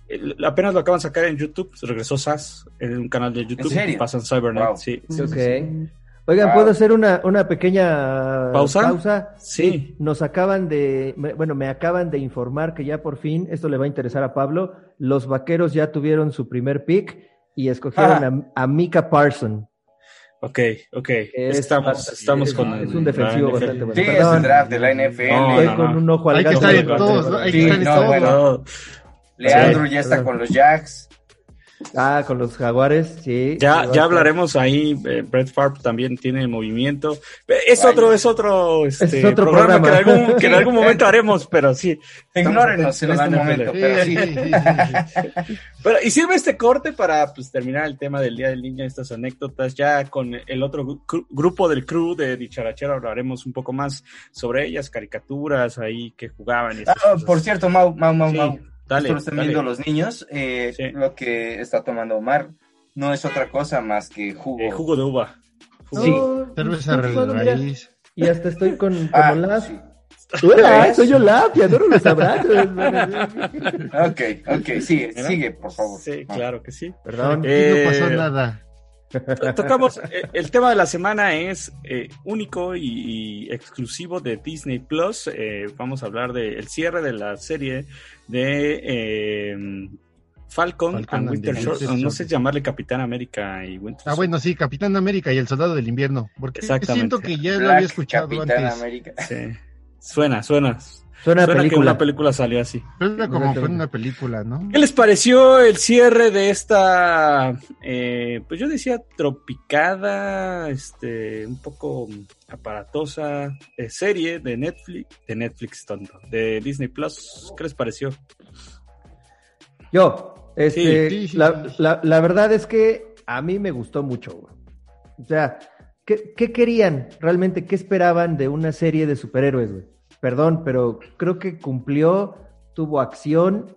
Speaker 3: el- Apenas lo acaban de sacar en YouTube, regresó SAS en un canal de YouTube.
Speaker 2: serio?
Speaker 3: Pasan Cybernet,
Speaker 2: Wow.
Speaker 3: sí. sí,
Speaker 4: Ok.
Speaker 3: sí, sí.
Speaker 4: Oigan,
Speaker 2: Wow.
Speaker 4: ¿puedo hacer una, una pequeña
Speaker 3: ¿Pausa? Sí.
Speaker 4: Nos acaban de, me- bueno, me acaban de informar que ya por fin, esto le va a interesar a Pablo, los vaqueros ya tuvieron su primer pick y escogieron
Speaker 2: Ah.
Speaker 4: a, a Mika Parson.
Speaker 3: Ok, ok.
Speaker 4: Es
Speaker 3: estamos
Speaker 4: bastante-
Speaker 3: estamos
Speaker 4: es-
Speaker 3: con...
Speaker 4: es un defensivo
Speaker 3: la NFL.
Speaker 4: bastante bueno.
Speaker 2: Sí, es
Speaker 4: Perdón.
Speaker 2: el draft de la NFL.
Speaker 3: No,
Speaker 4: Estoy
Speaker 3: no,
Speaker 4: con
Speaker 3: no.
Speaker 4: un ojo al
Speaker 9: Hay que
Speaker 4: gato.
Speaker 9: estar
Speaker 4: y
Speaker 9: en
Speaker 4: otro al
Speaker 9: todos,
Speaker 4: perro.
Speaker 9: ¿no? Hay que
Speaker 2: Sí,
Speaker 9: estar en
Speaker 2: no,
Speaker 9: todos.
Speaker 2: bueno. Leandro ya está
Speaker 4: perdón.
Speaker 2: con los Jacks.
Speaker 4: Ah, con los jaguares, sí.
Speaker 3: Ya,
Speaker 4: Sí,
Speaker 3: ya
Speaker 4: va a
Speaker 3: hablaremos ahí. eh, Brett Favre también tiene movimiento. Eh, Es
Speaker 2: Vaya.
Speaker 3: otro, es otro, este,
Speaker 4: Es otro
Speaker 3: programa,
Speaker 4: programa.
Speaker 3: Que, en algún, que en
Speaker 2: Sí.
Speaker 3: algún momento haremos, pero sí.
Speaker 2: Ignórenos en este
Speaker 3: Estamos
Speaker 2: momento,
Speaker 9: Sí,
Speaker 2: pero sí.
Speaker 9: sí, sí, sí,
Speaker 3: Pero, y sirve este corte para pues, terminar el tema del Día del Niño, estas anécdotas. Ya con el otro gru- cru- grupo del crew de Dicharachero hablaremos un poco más sobre ellas, caricaturas ahí que jugaban. Y estas
Speaker 2: Ah,
Speaker 3: cosas.
Speaker 2: por cierto, Mau, Mau, Mau,
Speaker 3: Sí,
Speaker 2: Mau.
Speaker 3: dale,
Speaker 2: Esto lo están
Speaker 3: dale.
Speaker 2: viendo los niños. eh,
Speaker 3: Sí.
Speaker 2: Lo que está tomando Omar no es otra cosa más que jugo.
Speaker 3: Eh, jugo de uva.
Speaker 4: No,
Speaker 2: Sí.
Speaker 4: pues,
Speaker 9: Cerveza
Speaker 4: estoy jugando, mira,
Speaker 9: raíz.
Speaker 4: Y hasta estoy con, con
Speaker 2: Ah,
Speaker 4: Olaf.
Speaker 2: sí.
Speaker 4: Hola,
Speaker 2: ¿Ves?
Speaker 4: soy Olaf y adoro los abrazos.
Speaker 2: Ok, ok, sigue,
Speaker 3: ¿Verdad?
Speaker 2: sigue, por favor.
Speaker 3: Sí,
Speaker 2: Mau.
Speaker 3: claro que sí.
Speaker 4: Perdón.
Speaker 9: Y no pasó
Speaker 3: Eh,
Speaker 9: nada.
Speaker 3: Tocamos eh, el tema de la semana es eh, único y, y exclusivo de Disney Plus. Eh, vamos a hablar del cierre de la serie de eh, Falcon,
Speaker 9: Falcon
Speaker 3: and
Speaker 9: and
Speaker 3: Winter
Speaker 9: the
Speaker 3: Soldier.
Speaker 9: Winter
Speaker 3: No sé
Speaker 9: Soldier.
Speaker 3: llamarle Capitán América y Winter
Speaker 9: Ah, bueno, sí, Capitán América y el Soldado del Invierno. Porque
Speaker 3: Exactamente.
Speaker 9: siento que ya lo
Speaker 2: Black
Speaker 9: había escuchado
Speaker 2: Capitán
Speaker 9: antes.
Speaker 2: América.
Speaker 3: Soldier. Sí. Suena, suena.
Speaker 4: Suena a
Speaker 3: Suena que
Speaker 4: película.
Speaker 3: una película salió así.
Speaker 9: Suena como fue
Speaker 4: Exactamente.
Speaker 9: una película, ¿no?
Speaker 3: ¿Qué les pareció el cierre de esta, eh, pues yo decía tropicada, este, un poco aparatosa eh, serie de Netflix, de Netflix tonto, de Disney Plus? ¿Qué les pareció?
Speaker 4: Yo, este,
Speaker 9: Sí, sí, sí,
Speaker 4: la,
Speaker 9: sí.
Speaker 4: la- la verdad es que a mí me gustó mucho. güey. O sea, ¿qué, qué querían realmente? ¿Qué esperaban de una serie de superhéroes, güey? Perdón, pero creo que cumplió, tuvo acción,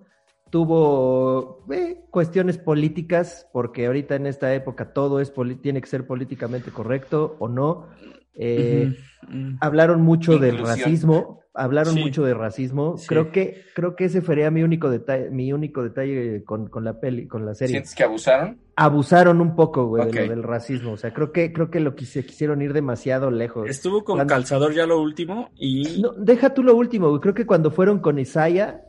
Speaker 4: tuvo eh, cuestiones políticas, porque ahorita en esta época todo es poli- tiene que ser políticamente correcto o no. Eh,
Speaker 3: Ujú, mm.
Speaker 4: Hablaron mucho del
Speaker 2: Inclusión.
Speaker 4: racismo, hablaron
Speaker 3: Sí.
Speaker 4: mucho de racismo.
Speaker 3: Sí.
Speaker 4: Creo que creo que ese sería mi único detalle, mi único detalle con, con la peli, con la serie.
Speaker 2: ¿Sientes que abusaron?
Speaker 4: Abusaron un poco, güey, de
Speaker 2: Ok.
Speaker 4: lo del racismo. O sea, creo que creo que lo que se quisieron ir demasiado lejos.
Speaker 3: Estuvo con
Speaker 4: Cuando-
Speaker 3: calzador ya lo último y
Speaker 4: No, deja tú lo último, güey. Creo que cuando fueron con Isaiah,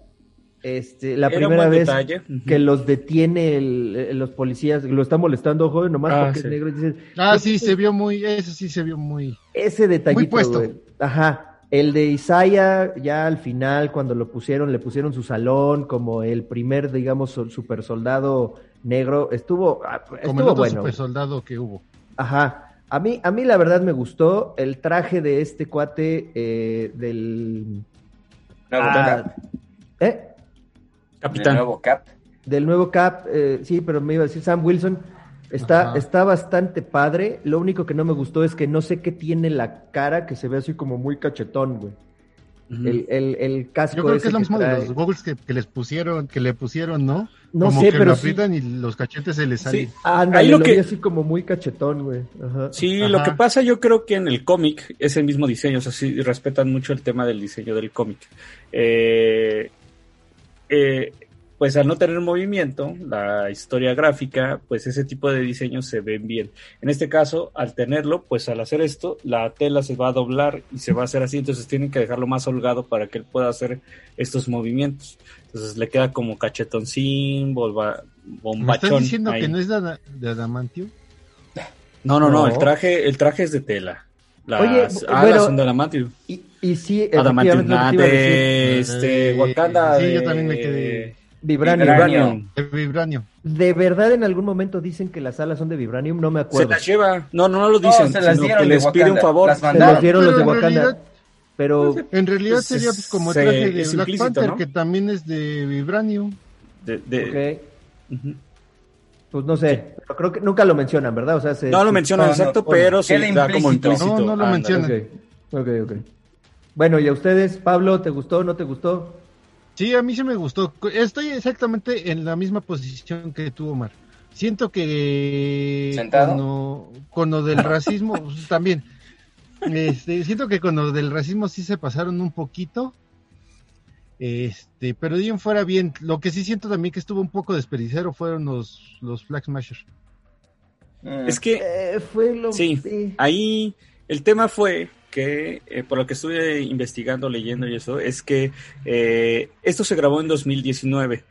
Speaker 4: este, la
Speaker 3: era un
Speaker 4: primera
Speaker 3: buen
Speaker 4: vez
Speaker 3: detalle. Ujú.
Speaker 4: que los detiene el- eh, los policías, lo está molestando, joven, nomás
Speaker 3: Ah,
Speaker 4: porque
Speaker 3: sí.
Speaker 4: es negro. y dices,
Speaker 9: Ah, sí, se vio muy, eso sí se vio muy.
Speaker 4: Ese detallito,
Speaker 9: Muy puesto.
Speaker 4: güey. Ajá. El de Isaiah, ya al final, cuando lo pusieron, le pusieron su salón como el primer, digamos, sol- super soldado negro. Estuvo, ah,
Speaker 9: Como el
Speaker 4: estuvo
Speaker 9: otro
Speaker 4: bueno.
Speaker 9: super soldado que hubo.
Speaker 4: Ajá. A mí, a mí la verdad me gustó el traje de este cuate eh, del...
Speaker 2: Nuevo
Speaker 4: Ah,
Speaker 2: Cap.
Speaker 4: ¿eh?
Speaker 2: De
Speaker 3: Capitán.
Speaker 2: nuevo Cap.
Speaker 4: Del nuevo Cap, eh, sí, pero me iba a decir Sam Wilson. Está,
Speaker 9: Ajá.
Speaker 4: está bastante padre. Lo único que no me gustó es que no sé qué tiene la cara que se ve así como muy cachetón, güey.
Speaker 3: Ujú.
Speaker 4: El, el, el casco.
Speaker 9: Yo creo
Speaker 4: ese
Speaker 9: que es lo mismo de
Speaker 4: trae.
Speaker 9: los goggles que, que les pusieron, que le pusieron, ¿no?
Speaker 4: No
Speaker 9: como
Speaker 4: sé,
Speaker 9: que
Speaker 4: pero
Speaker 9: lo
Speaker 4: sí. Ah,
Speaker 9: aprietan y los cachetes se les salen.
Speaker 3: Sí,
Speaker 4: Ándale,
Speaker 3: Ahí lo
Speaker 4: lo,
Speaker 3: que-
Speaker 4: vi así como muy cachetón, güey. Ajá.
Speaker 3: Sí,
Speaker 9: Ajá.
Speaker 3: lo que pasa yo creo que en el cómic es el mismo diseño, o sea, sí respetan mucho el tema del diseño del cómic. Eh, eh, pues al no tener movimiento, la historia gráfica, pues ese tipo de diseños se ven bien. En este caso, al tenerlo, pues al hacer esto, la tela se va a doblar y se va a hacer así, entonces tienen que dejarlo más holgado para que él pueda hacer estos movimientos. Entonces le queda como cachetoncín, bolva-
Speaker 9: ¿Me
Speaker 3: bombachón.
Speaker 9: estás diciendo
Speaker 3: ahí.
Speaker 9: que no es de, ana- de adamantio?
Speaker 3: No, no, no,
Speaker 4: No.
Speaker 3: el traje, el traje es de tela. Las
Speaker 4: Oye,
Speaker 3: alas
Speaker 4: bueno,
Speaker 3: son de Ah, adamantium.
Speaker 4: Y, y sí,
Speaker 3: Adamantium,
Speaker 4: efectivamente, lo
Speaker 3: ah,
Speaker 4: que te iba a decir,
Speaker 3: de este,
Speaker 9: Eh,
Speaker 3: Wakanda.
Speaker 9: sí, yo
Speaker 3: de-
Speaker 9: también me quedé-
Speaker 4: Vibranium.
Speaker 2: Vibranium.
Speaker 9: De vibranio.
Speaker 4: De verdad, en algún momento dicen que las alas son de Vibranium, no me
Speaker 3: Se
Speaker 4: acuerdo.
Speaker 3: las lleva. No, no, no lo
Speaker 2: No,
Speaker 3: dicen.
Speaker 2: se las
Speaker 3: sino
Speaker 2: dieron
Speaker 3: que
Speaker 2: de
Speaker 3: les pide un
Speaker 2: Wakanda,
Speaker 3: favor.
Speaker 2: las
Speaker 4: Se
Speaker 2: mandaron.
Speaker 4: las dieron los de
Speaker 9: Pero en
Speaker 4: Wakanda.
Speaker 9: realidad-
Speaker 4: Pero
Speaker 9: En realidad
Speaker 3: Pues
Speaker 9: sería
Speaker 3: es-
Speaker 9: pues, como el
Speaker 3: se-
Speaker 9: traje de
Speaker 3: es
Speaker 9: Black
Speaker 3: implícito,
Speaker 9: Panther,
Speaker 3: ¿no?
Speaker 9: que también es de vibranio.
Speaker 3: De- de-
Speaker 4: ok,
Speaker 3: Eh, ujú.
Speaker 4: pues no sé. Pero creo que nunca lo mencionan, ¿verdad? O sea, se-
Speaker 3: No lo
Speaker 4: se-
Speaker 3: mencionan
Speaker 2: no,
Speaker 3: exacto,
Speaker 2: no,
Speaker 3: pero sí
Speaker 2: queda
Speaker 3: da como
Speaker 2: implícito.
Speaker 3: implícito.
Speaker 9: No, no lo
Speaker 3: Ándale.
Speaker 9: mencionan.
Speaker 4: Ok, ok, ok. Bueno, ¿y a ustedes, Pablo, te gustó, no te gustó?
Speaker 9: Sí, a mí se me gustó. Estoy exactamente en la misma posición que tú, Omar. Siento que
Speaker 2: ¿Sentado?
Speaker 9: Con, lo, con lo del racismo pues, también. Este, siento que con lo del racismo sí se pasaron un poquito. Este, pero de ahí en fuera bien. Lo que sí siento también que estuvo un poco desperdiciero fueron los los Flag Smashers.
Speaker 2: Mm.
Speaker 3: Es que
Speaker 4: Eh, fue lo
Speaker 3: Sí. Ahí el tema fue que, eh, por lo que estuve investigando, leyendo y eso, es que eh, esto se grabó en 2019,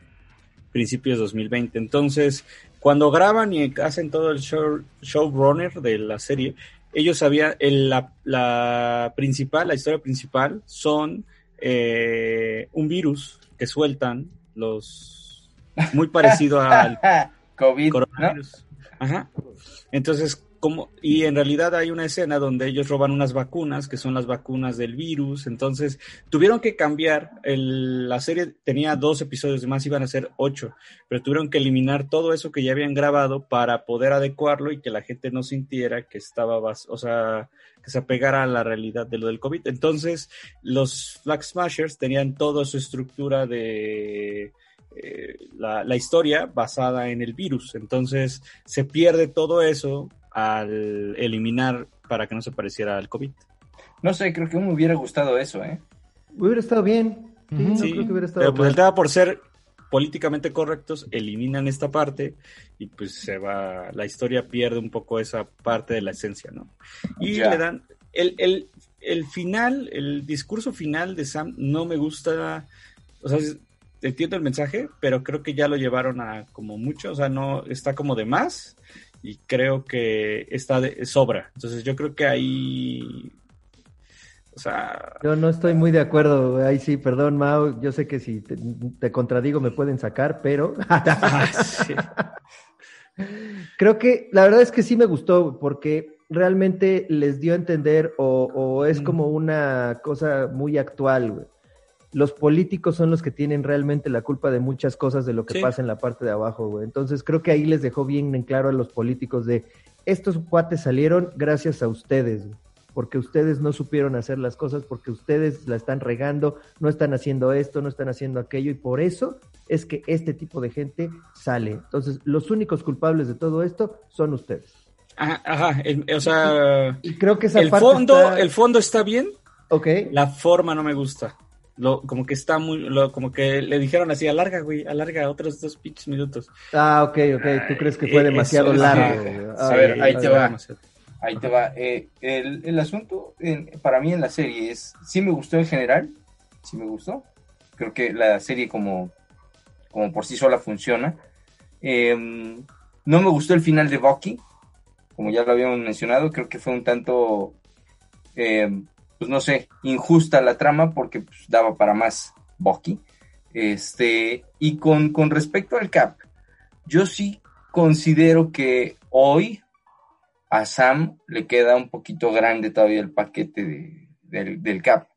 Speaker 3: principios 2020. Entonces, cuando graban y hacen todo el show, showrunner de la serie, ellos sabían, el- la, la principal, la historia principal, son eh, un virus que sueltan los... Muy parecido al
Speaker 2: COVID, ¿no?
Speaker 3: coronavirus. Ajá. Entonces, como y en realidad hay una escena donde ellos roban unas vacunas, que son las vacunas del virus, entonces tuvieron que cambiar, el- la serie tenía dos episodios más, iban a ser ocho, pero tuvieron que eliminar todo eso que ya habían grabado para poder adecuarlo y que la gente no sintiera que estaba, bas- o sea, que se apegara a la realidad de lo del COVID. Entonces, los Flag Smashers tenían toda su estructura de eh, la, la historia basada en el virus. Entonces se pierde todo eso al eliminar para que no se pareciera al COVID.
Speaker 2: No sé, creo que me hubiera gustado eso, ¿eh?
Speaker 4: Hubiera estado bien. Sí,
Speaker 9: Ujú.
Speaker 4: no
Speaker 3: Sí,
Speaker 4: creo que hubiera estado
Speaker 3: Pero pues el
Speaker 4: mal.
Speaker 3: tema por ser políticamente correctos, eliminan esta parte y pues se va, la historia pierde un poco esa parte de la esencia, ¿no? Y
Speaker 2: Ya.
Speaker 3: le dan, el, el, el final, el discurso final de Sam no me gusta, o sea, es- entiendo el mensaje, pero creo que ya lo llevaron a como mucho, o sea, no, está como de más y creo que está de sobra. Entonces yo creo que ahí O sea,
Speaker 4: Yo no estoy muy de acuerdo. Ahí sí, perdón, Mao. Yo sé que si te, te contradigo me pueden sacar, pero. Creo que la verdad es que sí me gustó porque realmente les dio a entender o, o es como una cosa muy actual. güey. Los políticos son los que tienen realmente la culpa de muchas cosas de lo que
Speaker 3: Sí.
Speaker 4: pasa en la parte de abajo. güey. Entonces creo que ahí les dejó bien en claro a los políticos de estos cuates salieron gracias a ustedes. güey porque ustedes no supieron hacer las cosas, porque ustedes la están regando, no están haciendo esto, no están haciendo aquello, y por eso es que este tipo de gente sale. Entonces, los únicos culpables de todo esto son ustedes.
Speaker 3: ajá, ajá, el- o sea,
Speaker 4: Y creo que esa
Speaker 3: el
Speaker 4: parte
Speaker 3: fondo,
Speaker 4: está-
Speaker 3: el fondo está bien,
Speaker 4: Ok,
Speaker 3: la forma no me gusta. Lo, como que está muy, lo- como que le dijeron así, alarga, güey, alarga otros dos pinches minutos.
Speaker 4: ah, ok, ok, tú crees que fue
Speaker 3: Eh,
Speaker 4: demasiado
Speaker 3: eso,
Speaker 4: largo.
Speaker 3: ajá.
Speaker 4: güey.
Speaker 2: A
Speaker 4: Ah,
Speaker 2: ver,
Speaker 4: ok,
Speaker 2: ahí
Speaker 4: ok.
Speaker 2: te va.
Speaker 3: demasiado.
Speaker 2: Ahí te va. Eh, el, el asunto en- para mí en la serie es, sí me gustó en general, sí me gustó. Creo que la serie como, como por sí sola funciona. Eh, no me gustó el final de Bucky, como ya lo habíamos mencionado, creo que fue un tanto, eh, pues no sé, injusta la trama porque pues, daba para más Bucky. Este, y con, con respecto al Cap, yo sí considero que hoy, a Sam le queda un poquito grande todavía el paquete de- del, del cap.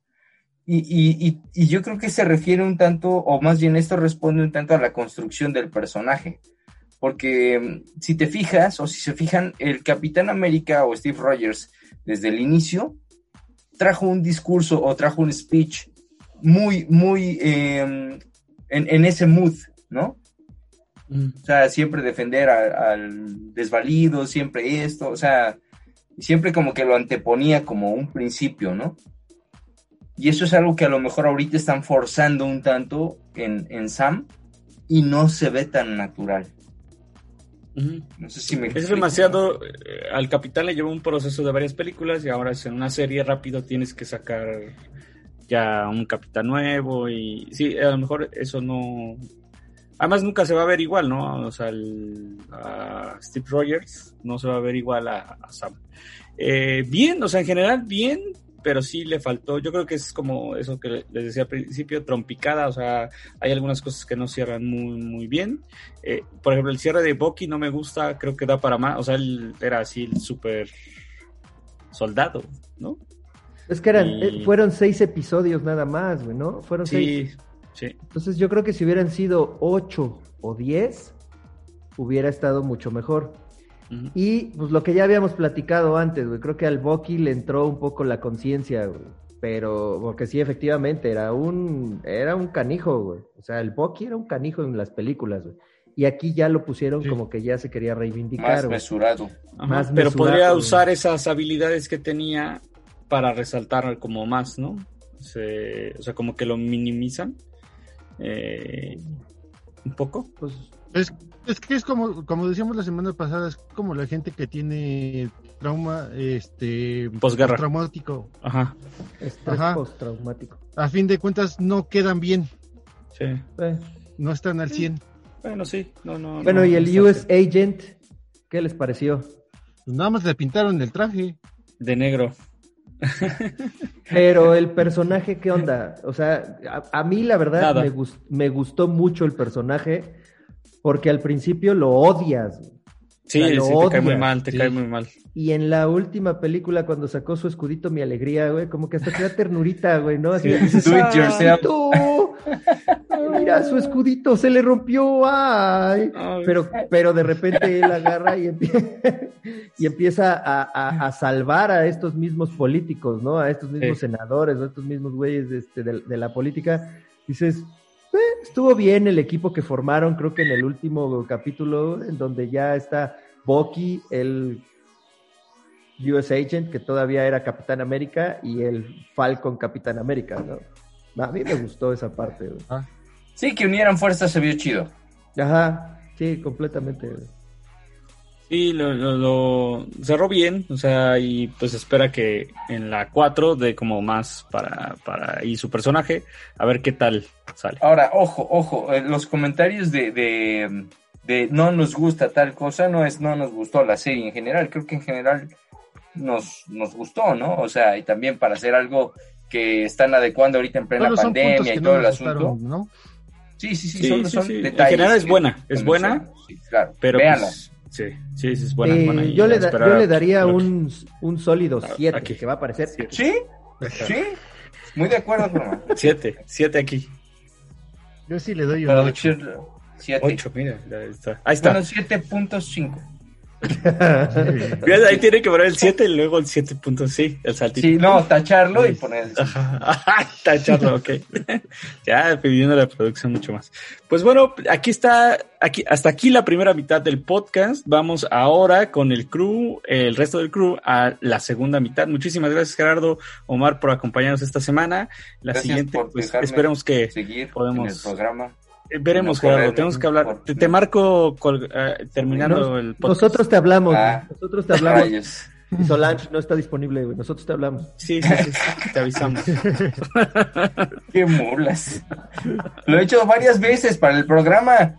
Speaker 2: Y, y- y- y yo creo que se refiere un tanto, o más bien esto responde un tanto a la construcción del personaje. Porque mm, si te fijas, o si se fijan, el Capitán América o Steve Rogers, desde el inicio, trajo un discurso o trajo un speech muy, muy eh, en, en ese mood, ¿no? O sea, siempre defender a- al desvalido, siempre esto, o sea, siempre como que lo anteponía como un principio, ¿no? Y eso es algo que a lo mejor ahorita están forzando un tanto en, en Sam y no se ve tan natural.
Speaker 3: Ujú.
Speaker 2: No sé si me
Speaker 3: Es
Speaker 2: explico.
Speaker 3: demasiado. eh, al Capitán le llevó un proceso de varias películas y ahora es en una serie rápido tienes que sacar ya un Capitán nuevo y sí, a lo mejor eso no. Además nunca se va a ver igual, ¿no? O sea, el- a Steve Rogers no se va a ver igual a, a Sam. Eh, bien, o sea, en general bien, pero sí le faltó. Yo creo que es como eso que les decía al principio, trompicada. O sea, hay algunas cosas que no cierran muy, muy bien. Eh, por ejemplo, el cierre de Bucky no me gusta, creo que da para más. O sea, él era así el super soldado, ¿no?
Speaker 4: Es que eran,
Speaker 3: Y-
Speaker 4: eh, fueron seis episodios nada más, güey, ¿no? Fueron seis.
Speaker 3: Sí, sí.
Speaker 4: Entonces yo creo que si hubieran sido ocho o diez, hubiera estado mucho mejor.
Speaker 3: Ujú.
Speaker 4: Y pues lo que ya habíamos platicado antes, güey, creo que al Bucky le entró un poco la conciencia, güey. Pero, porque sí, efectivamente, era un, era un canijo, güey. O sea, el Bucky era un canijo en las películas, güey. Y aquí ya lo pusieron
Speaker 9: Sí.
Speaker 4: como que ya se quería reivindicar,
Speaker 2: Más
Speaker 4: güey.
Speaker 2: mesurado.
Speaker 3: Ajá,
Speaker 4: Más
Speaker 3: Pero
Speaker 4: mesurado,
Speaker 3: podría
Speaker 4: güey.
Speaker 3: usar esas habilidades que tenía para resaltar como más, ¿no? Se- o sea, como que lo minimizan eh, un poco.
Speaker 4: Pues,
Speaker 9: Es, es que es como, como decíamos la semana pasada, es como la gente que tiene trauma, este,
Speaker 3: Posguerra.
Speaker 9: traumático.
Speaker 3: Ajá.
Speaker 4: estrés
Speaker 9: Ajá.
Speaker 4: postraumático.
Speaker 9: A fin de cuentas no quedan bien,
Speaker 3: Sí.
Speaker 4: Eh.
Speaker 9: no están al 100.
Speaker 3: Bueno, sí. No, no,
Speaker 4: Bueno,
Speaker 3: no,
Speaker 4: y
Speaker 3: no
Speaker 4: el
Speaker 3: está
Speaker 4: US
Speaker 3: así.
Speaker 4: Agent, ¿qué les pareció?
Speaker 9: Pues Nada más le pintaron el traje.
Speaker 3: De negro.
Speaker 4: Pero el personaje, ¿qué onda? O sea, a, a mí la verdad
Speaker 3: Nada.
Speaker 4: me, gus- me gustó mucho el personaje porque al principio lo odias. güey.
Speaker 3: Sí,
Speaker 4: O sea,
Speaker 3: sí,
Speaker 4: lo
Speaker 3: te cae muy
Speaker 4: odias.
Speaker 3: mal, te
Speaker 9: Sí.
Speaker 3: cae muy mal.
Speaker 4: Y en la última película, cuando sacó su escudito Mi Alegría, güey, como que hasta te da ternurita, güey, ¿no? Así,
Speaker 3: Sí,
Speaker 4: dices,
Speaker 2: do it
Speaker 3: Ah.
Speaker 4: "Ay,
Speaker 2: yourself".
Speaker 4: tú, mira, su escudito se le rompió, ay.
Speaker 3: Ay.
Speaker 4: Pero, pero de repente él agarra y empie- y empieza, a, a- a salvar a estos mismos políticos, ¿no? A estos mismos
Speaker 3: Sí.
Speaker 4: senadores, a estos mismos güeyes de, este, de- de la política. Dices, "Eh, estuvo bien el equipo que formaron, creo que en el último capítulo, en donde ya está Bucky, el US Agent, que todavía era Capitán América, y el Falcon Capitán América, ¿no? A mí me gustó esa parte, güey.
Speaker 2: Sí, que unieran fuerzas se vio chido.
Speaker 4: Ajá, sí, completamente. güey.
Speaker 3: Sí, lo, lo- lo cerró bien, o sea, y pues espera que en la 4 dé como más para, para y su personaje, a ver qué tal sale.
Speaker 2: Ahora, ojo, ojo, eh, los comentarios de, de, de no nos gusta tal cosa no es no nos gustó la serie en general, creo que en general nos, nos gustó, ¿no? O sea, y también para hacer algo que están adecuando ahorita en plena
Speaker 9: Solo son puntos
Speaker 2: pandemia
Speaker 9: que
Speaker 2: y
Speaker 9: no
Speaker 2: todo
Speaker 9: me
Speaker 2: el
Speaker 9: gustaron,
Speaker 2: asunto.
Speaker 9: ¿no?
Speaker 2: Sí, sí, sí,
Speaker 3: Sí,
Speaker 2: son,
Speaker 3: sí,
Speaker 2: son
Speaker 3: sí. En
Speaker 2: detalles.
Speaker 3: general es
Speaker 2: que-
Speaker 3: buena, es
Speaker 2: que
Speaker 3: buena,
Speaker 2: mencionan. Sí, claro.
Speaker 3: Pero
Speaker 2: Véanla.
Speaker 3: pues, sí, sí, sí, es buena. es
Speaker 4: Eh,
Speaker 3: buena y
Speaker 4: yo, le da-
Speaker 3: esperar
Speaker 4: yo
Speaker 3: a-
Speaker 4: le daría
Speaker 3: lo que-
Speaker 4: un, un sólido
Speaker 3: Ah,
Speaker 4: 7,
Speaker 3: aquí.
Speaker 4: que va a aparecer.
Speaker 3: Siete.
Speaker 2: Sí, sí. Muy de acuerdo, Roma.
Speaker 3: Siete, siete aquí.
Speaker 9: Yo sí le doy un
Speaker 2: Para
Speaker 9: 8.
Speaker 2: decir 7.
Speaker 3: Ocho, mira, ya está. Ahí está.
Speaker 2: Bueno, 7.5.
Speaker 3: Mira, ahí tiene que poner el 7 y luego el 7 punto, sí, el saltito.
Speaker 2: Sí, no, tacharlo y poner el cinco.
Speaker 3: Ajá, tacharlo, ok. ya pidiendo la producción mucho más. Pues bueno, aquí está, aquí, hasta aquí la primera mitad del podcast. Vamos ahora con el crew, el resto del crew, a la segunda mitad. Muchísimas gracias, Gerardo, Omar, por acompañarnos esta semana. La
Speaker 2: Gracias
Speaker 3: siguiente,
Speaker 2: por
Speaker 3: pues
Speaker 2: dejarme
Speaker 3: esperemos que
Speaker 2: seguir
Speaker 3: podemos-
Speaker 2: en el programa.
Speaker 3: eh, veremos,
Speaker 2: No,
Speaker 3: Gerardo.
Speaker 2: correr,
Speaker 3: Tenemos que
Speaker 2: no,
Speaker 3: hablar.
Speaker 2: por-
Speaker 3: Te, te marco col- eh, terminando
Speaker 4: Nos-
Speaker 3: el podcast.
Speaker 4: Nosotros te hablamos,
Speaker 2: Ah.
Speaker 4: güey. nosotros te hablamos.
Speaker 2: Rayos.
Speaker 4: Y Solange no está disponible, güey. Nosotros te hablamos.
Speaker 3: Sí, sí, sí, sí, te avisamos.
Speaker 2: Qué mulas. Lo he hecho varias veces para el programa.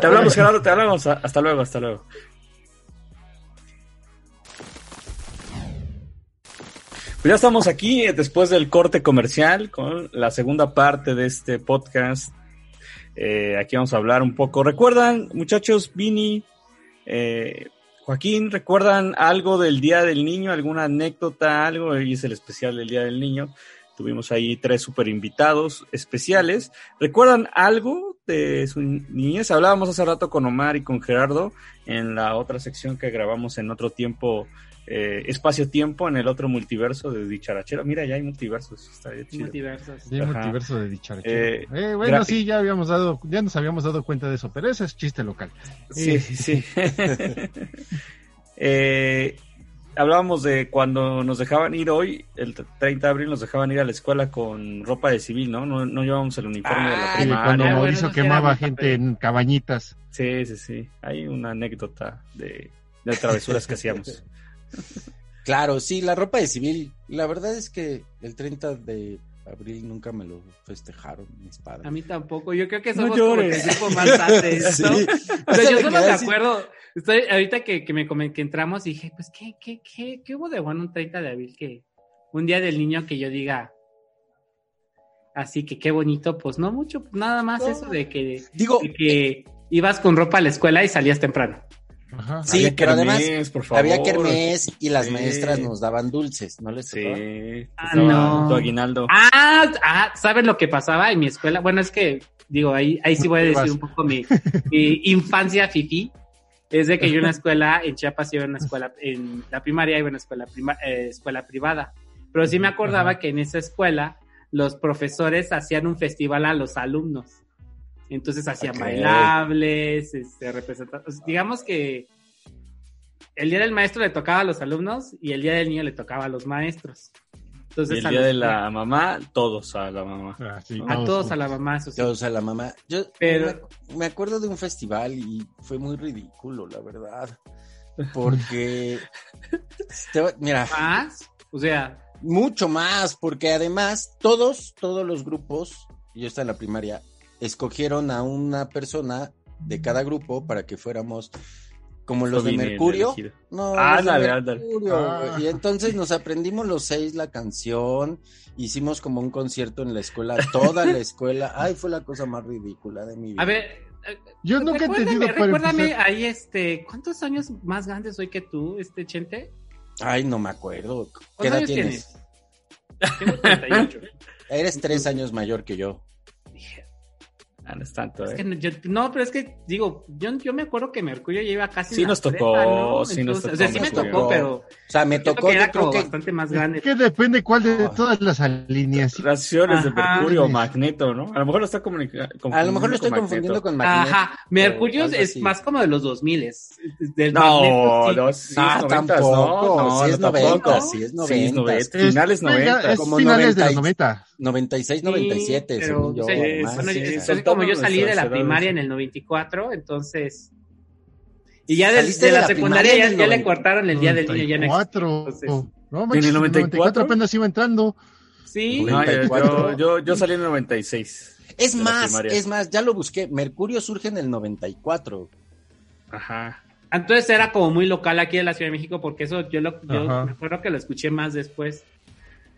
Speaker 3: Te hablamos, Gerardo, te hablamos. Hasta luego, hasta luego. Pues ya estamos aquí eh, después del corte comercial con la segunda parte de este podcast. Eh, aquí vamos a hablar un poco. ¿Recuerdan, muchachos, Vini, eh, Joaquín, recuerdan algo del Día del Niño, alguna anécdota, algo? Hoy es el especial del Día del Niño. Tuvimos ahí tres super invitados especiales. ¿Recuerdan algo de su niñez? Hablábamos hace rato con Omar y con Gerardo en la otra sección que grabamos en otro tiempo, eh, espacio-tiempo, en el otro multiverso de Dicharachera. Mira, ya hay multiversos, está bien chido.
Speaker 9: Sí, el
Speaker 3: Ajá.
Speaker 9: multiverso de dicha
Speaker 3: Eh,
Speaker 9: bueno,
Speaker 3: gra-
Speaker 9: sí, ya habíamos dado, ya nos habíamos dado cuenta de eso, pero ese es chiste local.
Speaker 3: Sí,
Speaker 9: Eh.
Speaker 3: sí. Eh, hablábamos de cuando nos dejaban ir hoy, el 30 de abril, nos dejaban ir a la escuela con ropa de civil, ¿no? No, no llevábamos el uniforme de la
Speaker 9: Ah,
Speaker 10: Ay,
Speaker 9: Sí,
Speaker 3: primaria.
Speaker 9: cuando
Speaker 10: bueno,
Speaker 9: Mauricio
Speaker 10: eso sí era
Speaker 9: quemaba
Speaker 10: más
Speaker 9: gente
Speaker 10: papel.
Speaker 9: en cabañitas.
Speaker 3: Sí, sí, sí. Hay una anécdota de, de travesuras que hacíamos.
Speaker 10: Claro, sí, la ropa de civil. La verdad es que el 30 de abril nunca me lo festejaron mis padres.
Speaker 7: A mí tampoco. Yo creo que
Speaker 3: No
Speaker 7: somos como que
Speaker 3: llores.
Speaker 7: el grupo más antes, ¿no?
Speaker 10: Sí.
Speaker 7: O sea, yo
Speaker 10: Me
Speaker 7: solo
Speaker 10: quedé
Speaker 7: me
Speaker 10: así.
Speaker 7: acuerdo. Estoy, ahorita que, que me comen- que entramos y dije, pues, ¿qué, qué, qué, qué hubo de bueno un 30 de abril? Que un día del niño que yo diga. Así que qué bonito, pues no mucho, pues, nada más
Speaker 10: No.
Speaker 7: eso de que,
Speaker 10: Digo,
Speaker 7: de que ibas con ropa a la escuela y salías temprano.
Speaker 9: Ajá.
Speaker 10: Sí,
Speaker 3: Había
Speaker 10: pero
Speaker 3: kermés,
Speaker 10: además,
Speaker 3: por favor.
Speaker 10: había kermés y las
Speaker 3: Sí.
Speaker 10: maestras nos daban dulces, ¿no les
Speaker 3: Sí.
Speaker 10: tocaba?
Speaker 3: te
Speaker 7: Ah,
Speaker 3: daban
Speaker 7: no.
Speaker 3: Tu aguinaldo.
Speaker 7: Ah, ah, ¿sabes lo que pasaba en mi escuela? Bueno, es que, digo, ahí, ahí sí voy a decir un poco mi, mi infancia fifí. Es de que yo en la escuela, en Chiapas iba a una escuela, en la primaria iba a una escuela, prima- eh, escuela privada. Pero sí me acordaba que en esa escuela los profesores hacían un festival a los alumnos. Entonces hacían
Speaker 3: Ok.
Speaker 7: bailables, este, representa- o sea, digamos que el día del maestro le tocaba a los alumnos y el día del niño le tocaba a los maestros. Entonces,
Speaker 3: Y el
Speaker 7: a
Speaker 3: día
Speaker 7: los-
Speaker 3: de la mamá, todos a la mamá.
Speaker 9: Ah, sí,
Speaker 7: a todos a la mamá, eso sí.
Speaker 10: Yo, o sea, la mamá. Yo
Speaker 7: Pero-
Speaker 10: me, me acuerdo de un festival y fue muy ridículo, la verdad. Porque. te va- mira,
Speaker 7: Más, o sea,
Speaker 10: mucho más, porque además todos, todos los grupos, yo estaba en la primaria, escogieron a una persona de cada grupo para que fuéramos como los de
Speaker 3: Vine el
Speaker 10: Mercurio.
Speaker 3: elegido.
Speaker 10: No,
Speaker 3: Ándale,
Speaker 10: los de
Speaker 3: ándale.
Speaker 10: Mercurio,
Speaker 9: Ah.
Speaker 10: güey. Y entonces nos aprendimos los seis la canción, hicimos como un concierto en la escuela, toda la escuela. Ay, fue la cosa más ridícula de mi vida.
Speaker 7: a ver. eh,
Speaker 9: Yo nunca he
Speaker 7: recuérdame,
Speaker 9: entendido para
Speaker 7: Recuérdame
Speaker 9: empezar.
Speaker 7: ahí, este, ¿cuántos años más grande soy que tú, este Chente?
Speaker 10: Ay, no me acuerdo. ¿Qué
Speaker 7: ¿Cuántos
Speaker 10: edad
Speaker 7: años
Speaker 10: tienes?
Speaker 7: tienes? Tengo 38.
Speaker 10: Eres tres años mayor que yo.
Speaker 7: Dije,
Speaker 3: Ah, no es tanto,
Speaker 7: es
Speaker 3: eh.
Speaker 7: que no, yo- no, pero es que, digo, yo, yo me acuerdo que Mercurio lleva casi.
Speaker 3: Sí
Speaker 7: en la
Speaker 3: nos tocó,
Speaker 7: prepa, ¿no?
Speaker 3: sí nos
Speaker 7: Entonces, O sea, sí
Speaker 10: tocó
Speaker 7: me
Speaker 10: Mercurio.
Speaker 7: tocó, pero.
Speaker 10: O sea, me
Speaker 7: yo creo
Speaker 10: tocó,
Speaker 7: que era
Speaker 10: yo creo
Speaker 7: como
Speaker 10: que
Speaker 7: bastante más
Speaker 9: Es
Speaker 7: grande.
Speaker 9: que depende cuál
Speaker 3: Ah.
Speaker 9: de todas las alineaciones.
Speaker 3: Raciones de
Speaker 7: Ajá.
Speaker 3: Mercurio o Magneto, ¿no? A lo mejor lo está comunica- confundiendo.
Speaker 10: a lo mejor lo estoy
Speaker 3: con
Speaker 10: confundiendo
Speaker 3: Magneto.
Speaker 10: con Magneto.
Speaker 7: Ajá, Mercurio
Speaker 10: algo
Speaker 7: es
Speaker 10: así.
Speaker 7: más como de los 2000 es del
Speaker 3: No,
Speaker 7: Magneto, sí.
Speaker 3: no, sí,
Speaker 10: No,
Speaker 3: es noventas,
Speaker 10: Ah, tampoco,
Speaker 3: no, no,
Speaker 10: sí es
Speaker 3: tampoco.
Speaker 10: 90, sí es
Speaker 3: Sí, es
Speaker 10: 90.
Speaker 3: noventas, finales
Speaker 9: Es- venga,
Speaker 3: 90.
Speaker 9: Pues, Es
Speaker 10: como
Speaker 9: finales de los
Speaker 10: 90.
Speaker 9: 90.
Speaker 10: 96,
Speaker 7: Sí,
Speaker 10: 97,
Speaker 7: pero,
Speaker 10: según yo.
Speaker 7: o sea,
Speaker 3: sí,
Speaker 10: más,
Speaker 7: bueno,
Speaker 3: sí,
Speaker 7: yo-
Speaker 3: sí,
Speaker 7: entonces,
Speaker 3: son
Speaker 7: como yo
Speaker 3: todas
Speaker 7: salí de la
Speaker 3: nuestras
Speaker 7: primaria
Speaker 3: edades.
Speaker 7: en el 94, entonces. Y ya de,
Speaker 10: Saliste
Speaker 7: de
Speaker 10: de
Speaker 7: la,
Speaker 10: la primaria
Speaker 7: secundaria ya,
Speaker 10: en el
Speaker 7: ya le
Speaker 10: 90.
Speaker 7: cortaron el día del niño. Ya no existe.
Speaker 9: 94.
Speaker 7: Entonces-
Speaker 9: No, manches,
Speaker 3: ¿En el
Speaker 9: en el
Speaker 3: 94?
Speaker 9: 94 apenas iba entrando.
Speaker 7: Sí,
Speaker 3: No, yo-
Speaker 10: 94.
Speaker 3: yo, yo, yo salí en el 96.
Speaker 10: Es
Speaker 3: de la
Speaker 10: más,
Speaker 3: primaria.
Speaker 10: es más, ya lo busqué. Mercurio surge en el 94.
Speaker 3: Ajá.
Speaker 7: entonces era como muy local aquí en la Ciudad de México, porque eso yo, lo, yo
Speaker 9: Ajá.
Speaker 7: me acuerdo que lo escuché más después.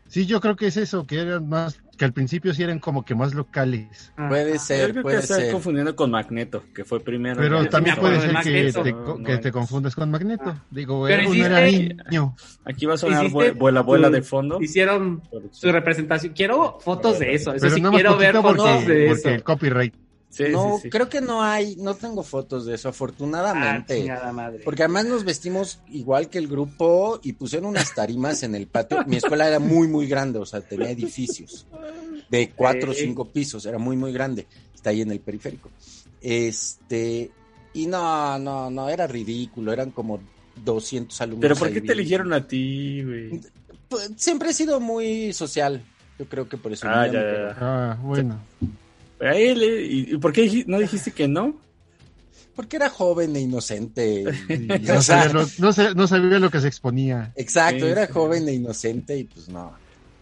Speaker 9: Sí, yo creo que es eso, que eran más, que al principio sí eran como que más locales.
Speaker 10: Puede
Speaker 3: Ah, Yo
Speaker 10: ser,
Speaker 3: creo
Speaker 10: puede
Speaker 3: que se está
Speaker 10: ser.
Speaker 3: confundiendo con Magneto, que fue primero.
Speaker 9: Pero
Speaker 3: Ya
Speaker 9: también
Speaker 3: me
Speaker 9: puede
Speaker 3: acuerdo
Speaker 9: ser
Speaker 3: de
Speaker 9: que,
Speaker 3: Magneto.
Speaker 9: te,
Speaker 3: No,
Speaker 9: co-
Speaker 3: no,
Speaker 9: que te
Speaker 3: no.
Speaker 9: confundas con Magneto. Digo,
Speaker 7: Ah. Pero
Speaker 9: eh, uno era
Speaker 7: hiciste-
Speaker 9: niño.
Speaker 3: Aquí va a sonar
Speaker 7: Hiciste
Speaker 3: bue- vuela, vuela
Speaker 7: tu-
Speaker 3: de fondo.
Speaker 7: Hicieron su representación. Quiero fotos de eso.
Speaker 9: Pero
Speaker 7: Eso Pues sí,
Speaker 9: nada más
Speaker 7: quiero ver
Speaker 9: poquito
Speaker 7: fotos
Speaker 9: porque,
Speaker 7: de
Speaker 9: porque
Speaker 7: eso.
Speaker 9: el copyright.
Speaker 10: no, creo que no hay, no tengo fotos de eso,
Speaker 3: Ah,
Speaker 10: afortunadamente. Porque además nos vestimos igual que el grupo y pusieron unas tarimas en el patio. Mi escuela era muy, muy grande, o sea, tenía edificios de cuatro o
Speaker 3: Sí.
Speaker 10: cinco pisos, era muy, muy grande. Está ahí en el periférico. Este, y no, no, no, era ridículo, eran como 200 alumnos.
Speaker 3: Pero ¿por
Speaker 10: ahí
Speaker 3: qué te
Speaker 10: bien.
Speaker 3: eligieron a ti, güey?
Speaker 10: Pues, Siempre he sido muy social, yo creo que por eso.
Speaker 3: Ah,
Speaker 10: ya me
Speaker 3: ya, ya,
Speaker 10: pegó.
Speaker 3: ya.
Speaker 9: Ah, bueno.
Speaker 3: A él, eh, ¿y y por qué dij- no dijiste que no?
Speaker 10: Porque era joven e inocente. y-
Speaker 9: No
Speaker 10: o sea,
Speaker 9: sabía, lo, no sa- no sabía lo que se exponía.
Speaker 10: Exacto,
Speaker 3: Sí,
Speaker 10: era
Speaker 3: sí.
Speaker 10: joven e inocente y pues no.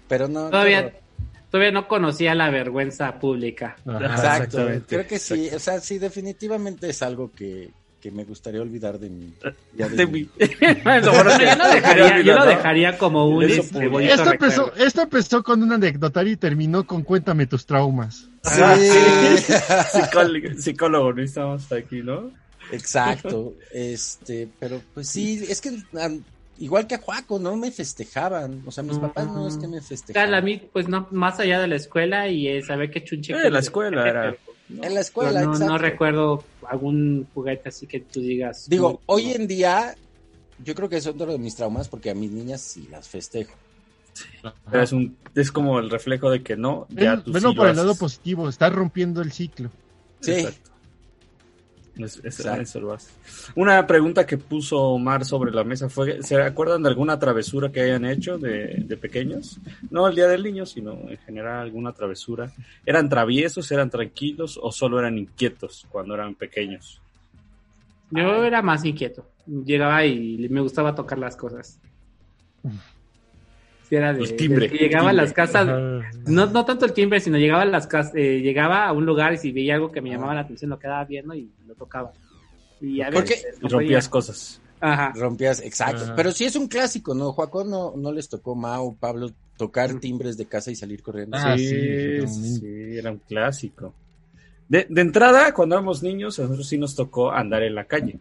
Speaker 10: Pero no.
Speaker 7: Todavía,
Speaker 10: pero-
Speaker 7: todavía no conocía la vergüenza pública.
Speaker 10: Ah,
Speaker 9: Ajá,
Speaker 10: exacto.
Speaker 9: exactamente.
Speaker 10: Creo que sí. O sea, sí, definitivamente es algo que, que me gustaría olvidar de mí. Ya de
Speaker 3: De
Speaker 10: mí.
Speaker 3: mí.
Speaker 7: Bueno, yo lo dejaría, yo lo dejaría como un
Speaker 3: Eso
Speaker 7: este,
Speaker 3: público.
Speaker 7: bonito
Speaker 9: Esto empezó,
Speaker 7: recuerdo.
Speaker 9: esto empezó con un anecdotario y terminó con Cuéntame tus traumas.
Speaker 10: Sí.
Speaker 3: Psicólogo, psicólogo, no estamos aquí, ¿no?
Speaker 10: Exacto. Este, pero pues sí, es que am, igual que a Juaco, no me festejaban. O sea, mis papás no es que me
Speaker 7: Tal, a
Speaker 10: festejaban.
Speaker 7: mí, pues no, más allá de la escuela y eh, saber qué chunche.
Speaker 3: Eh, la escuela era.
Speaker 10: En la
Speaker 7: Pero
Speaker 10: escuela,
Speaker 7: no,
Speaker 10: exacto.
Speaker 7: no recuerdo algún juguete así que tú digas.
Speaker 10: Digo,
Speaker 7: "Uy,
Speaker 10: hoy en día, yo creo que es otro de mis traumas porque a mis niñas sí las festejo.
Speaker 3: Pero es, un, es como el reflejo de que no. Ya
Speaker 9: Ven-
Speaker 3: tú
Speaker 9: Venlo
Speaker 3: sí lo
Speaker 9: Mm. por el lado
Speaker 3: haces.
Speaker 9: positivo, está rompiendo el ciclo.
Speaker 10: Sí.
Speaker 3: Exacto. Es- es-
Speaker 10: Exacto.
Speaker 3: eso lo hace. Una pregunta que puso Omar sobre la mesa fue, ¿se acuerdan de alguna travesura que hayan hecho de, de pequeños? No el Día del Niño, sino en general alguna travesura. ¿Eran traviesos, eran tranquilos o solo eran inquietos cuando eran pequeños?
Speaker 7: Yo era más inquieto. Llegaba y me gustaba tocar las cosas. Sí, era de-
Speaker 3: El timbre,
Speaker 7: de que llegaba
Speaker 3: el timbre.
Speaker 7: a las casas, no, no tanto el timbre, sino llegaba a las casas, eh, llegaba a un lugar y si veía algo que me llamaba la atención lo quedaba viendo y lo tocaba. Y a
Speaker 10: ¿Por
Speaker 7: veces
Speaker 10: qué?
Speaker 7: no
Speaker 3: Y
Speaker 7: podía.
Speaker 3: rompías cosas.
Speaker 7: Ajá.
Speaker 10: Rompías, exacto.
Speaker 9: Ah.
Speaker 10: Pero sí es un clásico, ¿no? Juaco no, no les tocó Mao, Pablo, tocar timbres de casa y salir corriendo.
Speaker 9: Ah,
Speaker 3: sí,
Speaker 9: sí,
Speaker 3: sí, era un clásico. De, de entrada, cuando éramos niños, a nosotros sí nos tocó andar en la calle.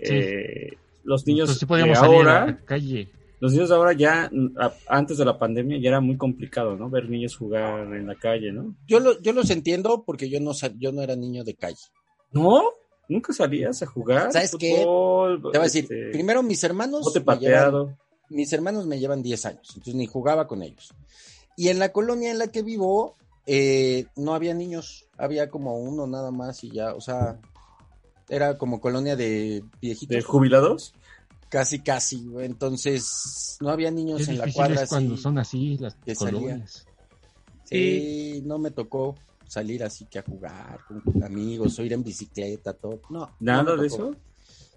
Speaker 9: Sí.
Speaker 3: Eh, los niños
Speaker 9: Nosotros sí podíamos
Speaker 3: de
Speaker 9: salir
Speaker 3: ahora,
Speaker 9: a la calle.
Speaker 3: los niños de ahora ya, mm, a- antes de la pandemia, ya era muy complicado, ¿no? Ver niños jugar en la calle, ¿no?
Speaker 10: Yo, lo, yo los entiendo porque yo no, sa- yo no era niño de calle.
Speaker 3: ¿No? ¿Nunca salías a jugar?
Speaker 10: ¿Sabes qué?
Speaker 3: Fútbol,
Speaker 10: Te voy a decir,
Speaker 3: este,
Speaker 10: primero mis hermanos,
Speaker 3: bote
Speaker 10: me llevan,
Speaker 3: pateado.
Speaker 10: mis hermanos me llevan 10 años, entonces ni jugaba con ellos. Y en la colonia en la que vivo, eh, no había niños, había como uno nada más y ya, o sea, era como colonia de viejitos.
Speaker 3: ¿De jubilados?
Speaker 10: Casi, casi. güey. Entonces, no había niños
Speaker 9: Es
Speaker 10: en la
Speaker 9: difícil
Speaker 10: cuadra.
Speaker 9: es cuando
Speaker 10: así.
Speaker 9: son así las
Speaker 10: que salía.
Speaker 9: colonias.
Speaker 10: Sí, no me tocó salir así que a jugar con amigos o ir en bicicleta, todo. No.
Speaker 3: ¿Nada
Speaker 10: no me
Speaker 3: de
Speaker 10: tocó.
Speaker 3: eso?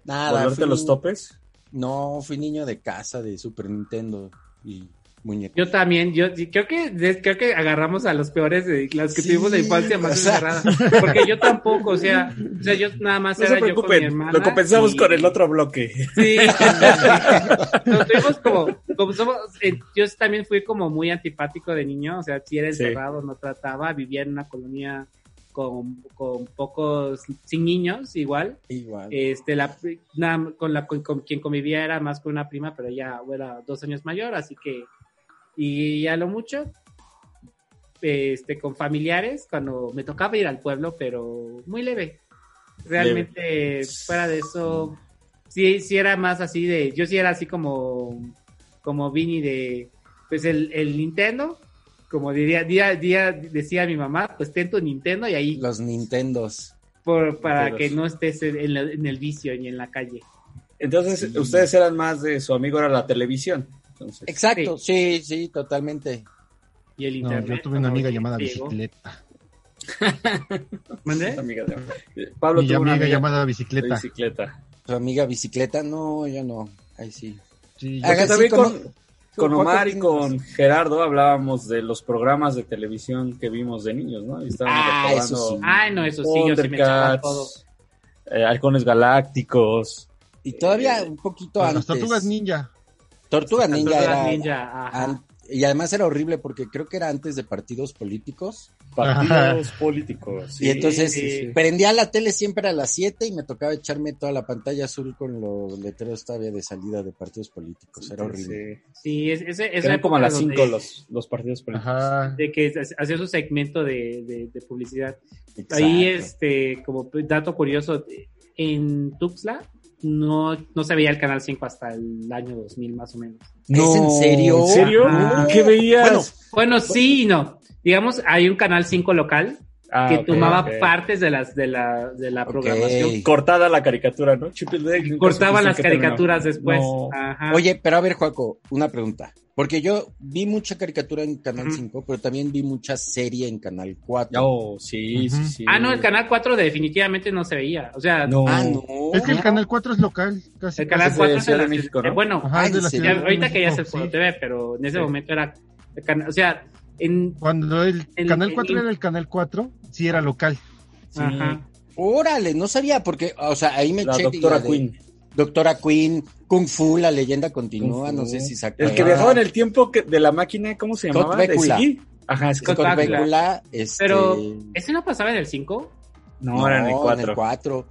Speaker 10: Nada.
Speaker 3: ¿Volverte
Speaker 10: fui-
Speaker 3: los topes?
Speaker 10: No, fui niño de casa de Super Nintendo y muñeco.
Speaker 7: Yo también, yo sí, creo que de- creo que agarramos a los peores, de, los que
Speaker 10: Sí,
Speaker 7: tuvimos la infancia
Speaker 10: o
Speaker 7: más
Speaker 10: sea.
Speaker 7: cerrada. Porque yo tampoco, o sea, o sea, yo nada más
Speaker 3: No
Speaker 7: era
Speaker 3: se
Speaker 7: yo con mi
Speaker 3: preocupen,
Speaker 7: hermana.
Speaker 3: lo compensamos
Speaker 7: y-
Speaker 3: con el otro bloque.
Speaker 7: Sí. Nos tuvimos como, como somos, eh, yo también fui como muy antipático de niño, o sea, si era
Speaker 3: Sí.
Speaker 7: encerrado, no trataba, vivía en una colonia con, con pocos, sin niños igual.
Speaker 10: Igual.
Speaker 7: Este, la, pri- na- con, la, con, con quien convivía era más con una prima, pero ella era dos años mayor, así que, y a lo mucho, este, con familiares, cuando me tocaba ir al pueblo, pero muy leve. Realmente, fuera de eso, sí, sí era más así de, yo sí era así como, como Vini de, pues el, el Nintendo, como diría, día, día, decía mi mamá, pues ten tu Nintendo y ahí
Speaker 10: Los Nintendos.
Speaker 7: por, para
Speaker 3: Pero-
Speaker 7: que no estés en, en la- en el vicio ni en la calle.
Speaker 3: Entonces,
Speaker 10: Sí.
Speaker 3: ustedes eran más de su amigo, era la televisión. Entonces,
Speaker 10: Exacto, sí, sí, totalmente.
Speaker 7: Y el
Speaker 9: No,
Speaker 7: internet.
Speaker 9: yo tuve una
Speaker 7: ¿no?
Speaker 9: amiga
Speaker 7: Oye,
Speaker 9: llamada
Speaker 7: Diego.
Speaker 9: Bicicleta.
Speaker 7: ¿Mande?
Speaker 3: amiga de- eh, Pablo
Speaker 9: Mi
Speaker 3: tuvo una
Speaker 9: amiga
Speaker 3: amiga
Speaker 9: llamada
Speaker 3: de
Speaker 9: Bicicleta.
Speaker 3: bicicleta.
Speaker 10: Tu amiga bicicleta, no, yo no. Ahí sí.
Speaker 9: Sí, yo-
Speaker 10: Haga-
Speaker 3: Porque
Speaker 10: sí,
Speaker 3: también
Speaker 10: como-
Speaker 3: con, con
Speaker 10: Juaco,
Speaker 3: Omar y
Speaker 10: ¿qué
Speaker 3: con Gerardo hablábamos de los programas de televisión que vimos de niños, ¿no? Y estábamos
Speaker 10: Ah,
Speaker 3: recordando
Speaker 10: eso sí.
Speaker 7: Ay, no, eso sí, yo sí me echaba todo.
Speaker 3: Thundercats, eh, Halcones Galácticos.
Speaker 10: Y todavía
Speaker 3: Eh,
Speaker 10: un poquito
Speaker 9: con
Speaker 10: antes.
Speaker 9: las tortugas ninja.
Speaker 10: Tortuga Ninja
Speaker 7: Tortugas
Speaker 10: era
Speaker 7: Ninja, ajá.
Speaker 10: an- Y además era horrible porque creo que era antes de partidos políticos.
Speaker 3: Partidos políticos.
Speaker 10: y entonces prendía la tele siempre a las 7 y me tocaba echarme toda la pantalla azul con los letreros todavía de salida de partidos políticos. Era horrible.
Speaker 7: Sí, es, ese- esa
Speaker 10: Eran
Speaker 7: época
Speaker 10: como a las
Speaker 7: donde-
Speaker 10: cinco
Speaker 3: los, los partidos políticos.
Speaker 7: De que hacía su segmento de, de- de publicidad.
Speaker 10: Exacto.
Speaker 7: Ahí, este, como dato curioso, en Tuxtla no, no se veía el Canal 5 hasta el año 2000 más o menos.
Speaker 10: ¿Es en serio? Ah.
Speaker 7: ¿En serio? ¿Qué veías? Bueno, bueno, sí y no. Digamos, hay un Canal 5 local
Speaker 3: Ah,
Speaker 7: que
Speaker 3: ok,
Speaker 7: tomaba
Speaker 3: ok.
Speaker 7: partes de, las, de la, de la programación.
Speaker 3: Cortada la caricatura, ¿no? Chip and Dale, nunca
Speaker 7: Cortaban
Speaker 3: supiste
Speaker 7: las
Speaker 3: que terminó.
Speaker 7: caricaturas después.
Speaker 3: No.
Speaker 7: Ajá.
Speaker 10: Oye, pero a ver, Juaco, una pregunta. Porque yo vi mucha caricatura en Canal 5, pero también vi mucha serie en Canal 4.
Speaker 3: Oh, sí, sí, sí.
Speaker 7: Ah, no, el Canal 4 definitivamente no se veía. O sea, eh,
Speaker 10: Ah,
Speaker 9: Es que el Canal 4 es local, casi.
Speaker 7: El canal
Speaker 9: casi.
Speaker 7: 4 es de la ciudad- eh, bueno,
Speaker 9: Ajá, es de la
Speaker 7: ya-
Speaker 9: Ciudad de
Speaker 7: ahorita
Speaker 9: México,
Speaker 7: que ya ¿eh? es el
Speaker 9: sí.
Speaker 7: Foro TV, pero en ese
Speaker 9: Sí.
Speaker 7: momento era. el cana- O sea, en.
Speaker 9: Cuando el
Speaker 7: en-
Speaker 9: Canal
Speaker 7: en-
Speaker 9: 4 era el Canal 4, sí era local.
Speaker 7: Ajá.
Speaker 10: Órale, no sabía, porque, o sea, ahí me
Speaker 9: La
Speaker 10: eché
Speaker 9: Doctora
Speaker 10: de-
Speaker 9: Quinn.
Speaker 10: Doctora Quinn, Kung Fu, la leyenda continúa,
Speaker 3: Kung Fu.
Speaker 10: no sé si sacó.
Speaker 3: El que viajaba en el tiempo que- de la máquina, ¿cómo se
Speaker 10: Scott
Speaker 3: llamaba? ¿De
Speaker 10: Bakula.
Speaker 3: CG? Ajá, Scott,
Speaker 10: Scott
Speaker 3: Bakula.
Speaker 10: Bakula, este-
Speaker 7: Pero, ¿ese no pasaba en el 5?
Speaker 3: No, era en el 4.
Speaker 10: cuatro.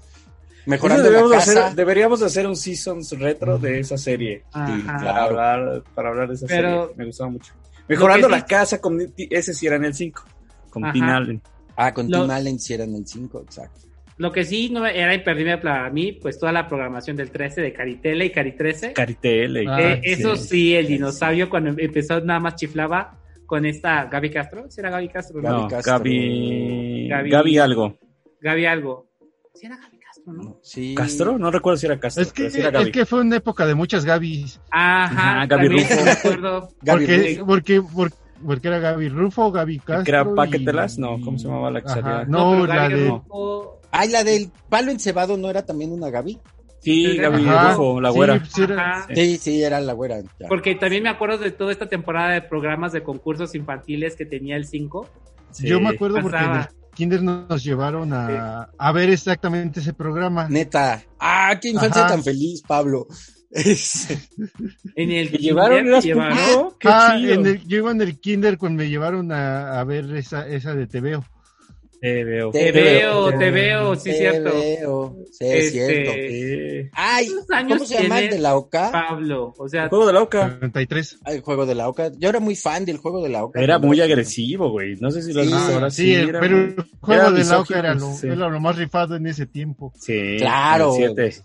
Speaker 10: Mejorando
Speaker 3: Mejorando
Speaker 10: la
Speaker 3: deberíamos,
Speaker 10: casa.
Speaker 3: hacer, deberíamos hacer un Seasons retro de esa serie.
Speaker 7: Ajá.
Speaker 3: para, hablar, para hablar de esa
Speaker 7: Pero-
Speaker 3: serie. Me gustaba mucho. Mejorando
Speaker 7: Ah, Lo que
Speaker 3: la casa, con, ese sí era en el 5. Con
Speaker 7: Ajá.
Speaker 3: Tim Allen.
Speaker 10: Ah, con
Speaker 7: Lo-
Speaker 10: Tim Allen sí era en el 5, exacto.
Speaker 7: Lo que sí no era imperdible para mí, pues toda la programación del 13 de Caritele y Cari 13.
Speaker 3: Caritele.
Speaker 7: Eh, eso sí, el dinosaurio cuando empezó nada más chiflaba con esta Gaby Castro. ¿Sí era Gaby Castro?
Speaker 3: No, Gaby,
Speaker 7: Gaby-
Speaker 3: Gaby... algo.
Speaker 7: Gaby algo. ¿Sí era Gaby Castro, no?
Speaker 10: Sí.
Speaker 3: ¿Castro? No recuerdo si era Castro.
Speaker 9: Es que,
Speaker 3: pero sí era Gaby.
Speaker 9: es que fue una época de muchas Gabis.
Speaker 7: Ajá,
Speaker 3: Ajá, Gaby
Speaker 7: también
Speaker 3: Rufo.
Speaker 7: me acuerdo.
Speaker 9: Porque, porque, porque, porque era Gaby Rufo, Gaby Castro.
Speaker 3: ¿Que era
Speaker 9: y-
Speaker 3: Paquetelas? No, ¿cómo se llamaba la que
Speaker 9: Ajá,
Speaker 3: salía?
Speaker 9: No,
Speaker 10: pero
Speaker 9: la
Speaker 10: Gaby
Speaker 9: de.
Speaker 10: Rufo. Ay, la del palo encebado no era también una Gaby.
Speaker 3: Sí, Gaby
Speaker 10: Ajá.
Speaker 3: Rufo, la
Speaker 10: Sí,
Speaker 3: güera. Ah,
Speaker 10: sí era-
Speaker 7: Ajá.
Speaker 3: Eh.
Speaker 10: Sí, sí, era la güera. ya.
Speaker 7: Porque también me acuerdo de toda esta temporada de programas de concursos infantiles que tenía el 5.
Speaker 9: Yo me acuerdo porque en
Speaker 7: Pasaba.
Speaker 9: el Kinder nos nos llevaron a, a ver exactamente ese programa.
Speaker 10: Neta. Ah, qué infancia
Speaker 9: Ajá.
Speaker 10: tan feliz, Pablo.
Speaker 7: En el
Speaker 10: ¿Te llevaron?
Speaker 7: kinder
Speaker 10: ¿Eras
Speaker 7: te llevaron.
Speaker 3: Oh,
Speaker 10: conmigo? Qué
Speaker 9: Ah,
Speaker 10: chido.
Speaker 9: en el, yo iba en el Kinder cuando me llevaron a, a ver esa, esa de Tebeo.
Speaker 3: Te veo.
Speaker 7: Te veo, te veo, sí,
Speaker 10: Te
Speaker 7: cierto. Este,
Speaker 10: veo. Sí, es cierto. Ay,
Speaker 7: ¿cuántos años Ah.
Speaker 10: ¿cómo se llama el
Speaker 7: tienes,
Speaker 10: de la OCA?
Speaker 7: Pablo, o sea,
Speaker 3: de la Oca.
Speaker 9: 33.
Speaker 10: Ah, El juego de la Oca. Yo era muy fan del juego de la Oca.
Speaker 3: Era muy agresivo, güey. No sé si lo has
Speaker 10: Sí,
Speaker 3: visto ahora.
Speaker 9: Ah, Sí, el-
Speaker 3: era
Speaker 9: pero
Speaker 3: muy-
Speaker 9: el juego
Speaker 3: era
Speaker 9: de la Oca
Speaker 3: misógino,
Speaker 9: era lo,
Speaker 3: sí.
Speaker 9: era lo más rifado en ese tiempo.
Speaker 3: Sí,
Speaker 10: Claro.
Speaker 3: el siete.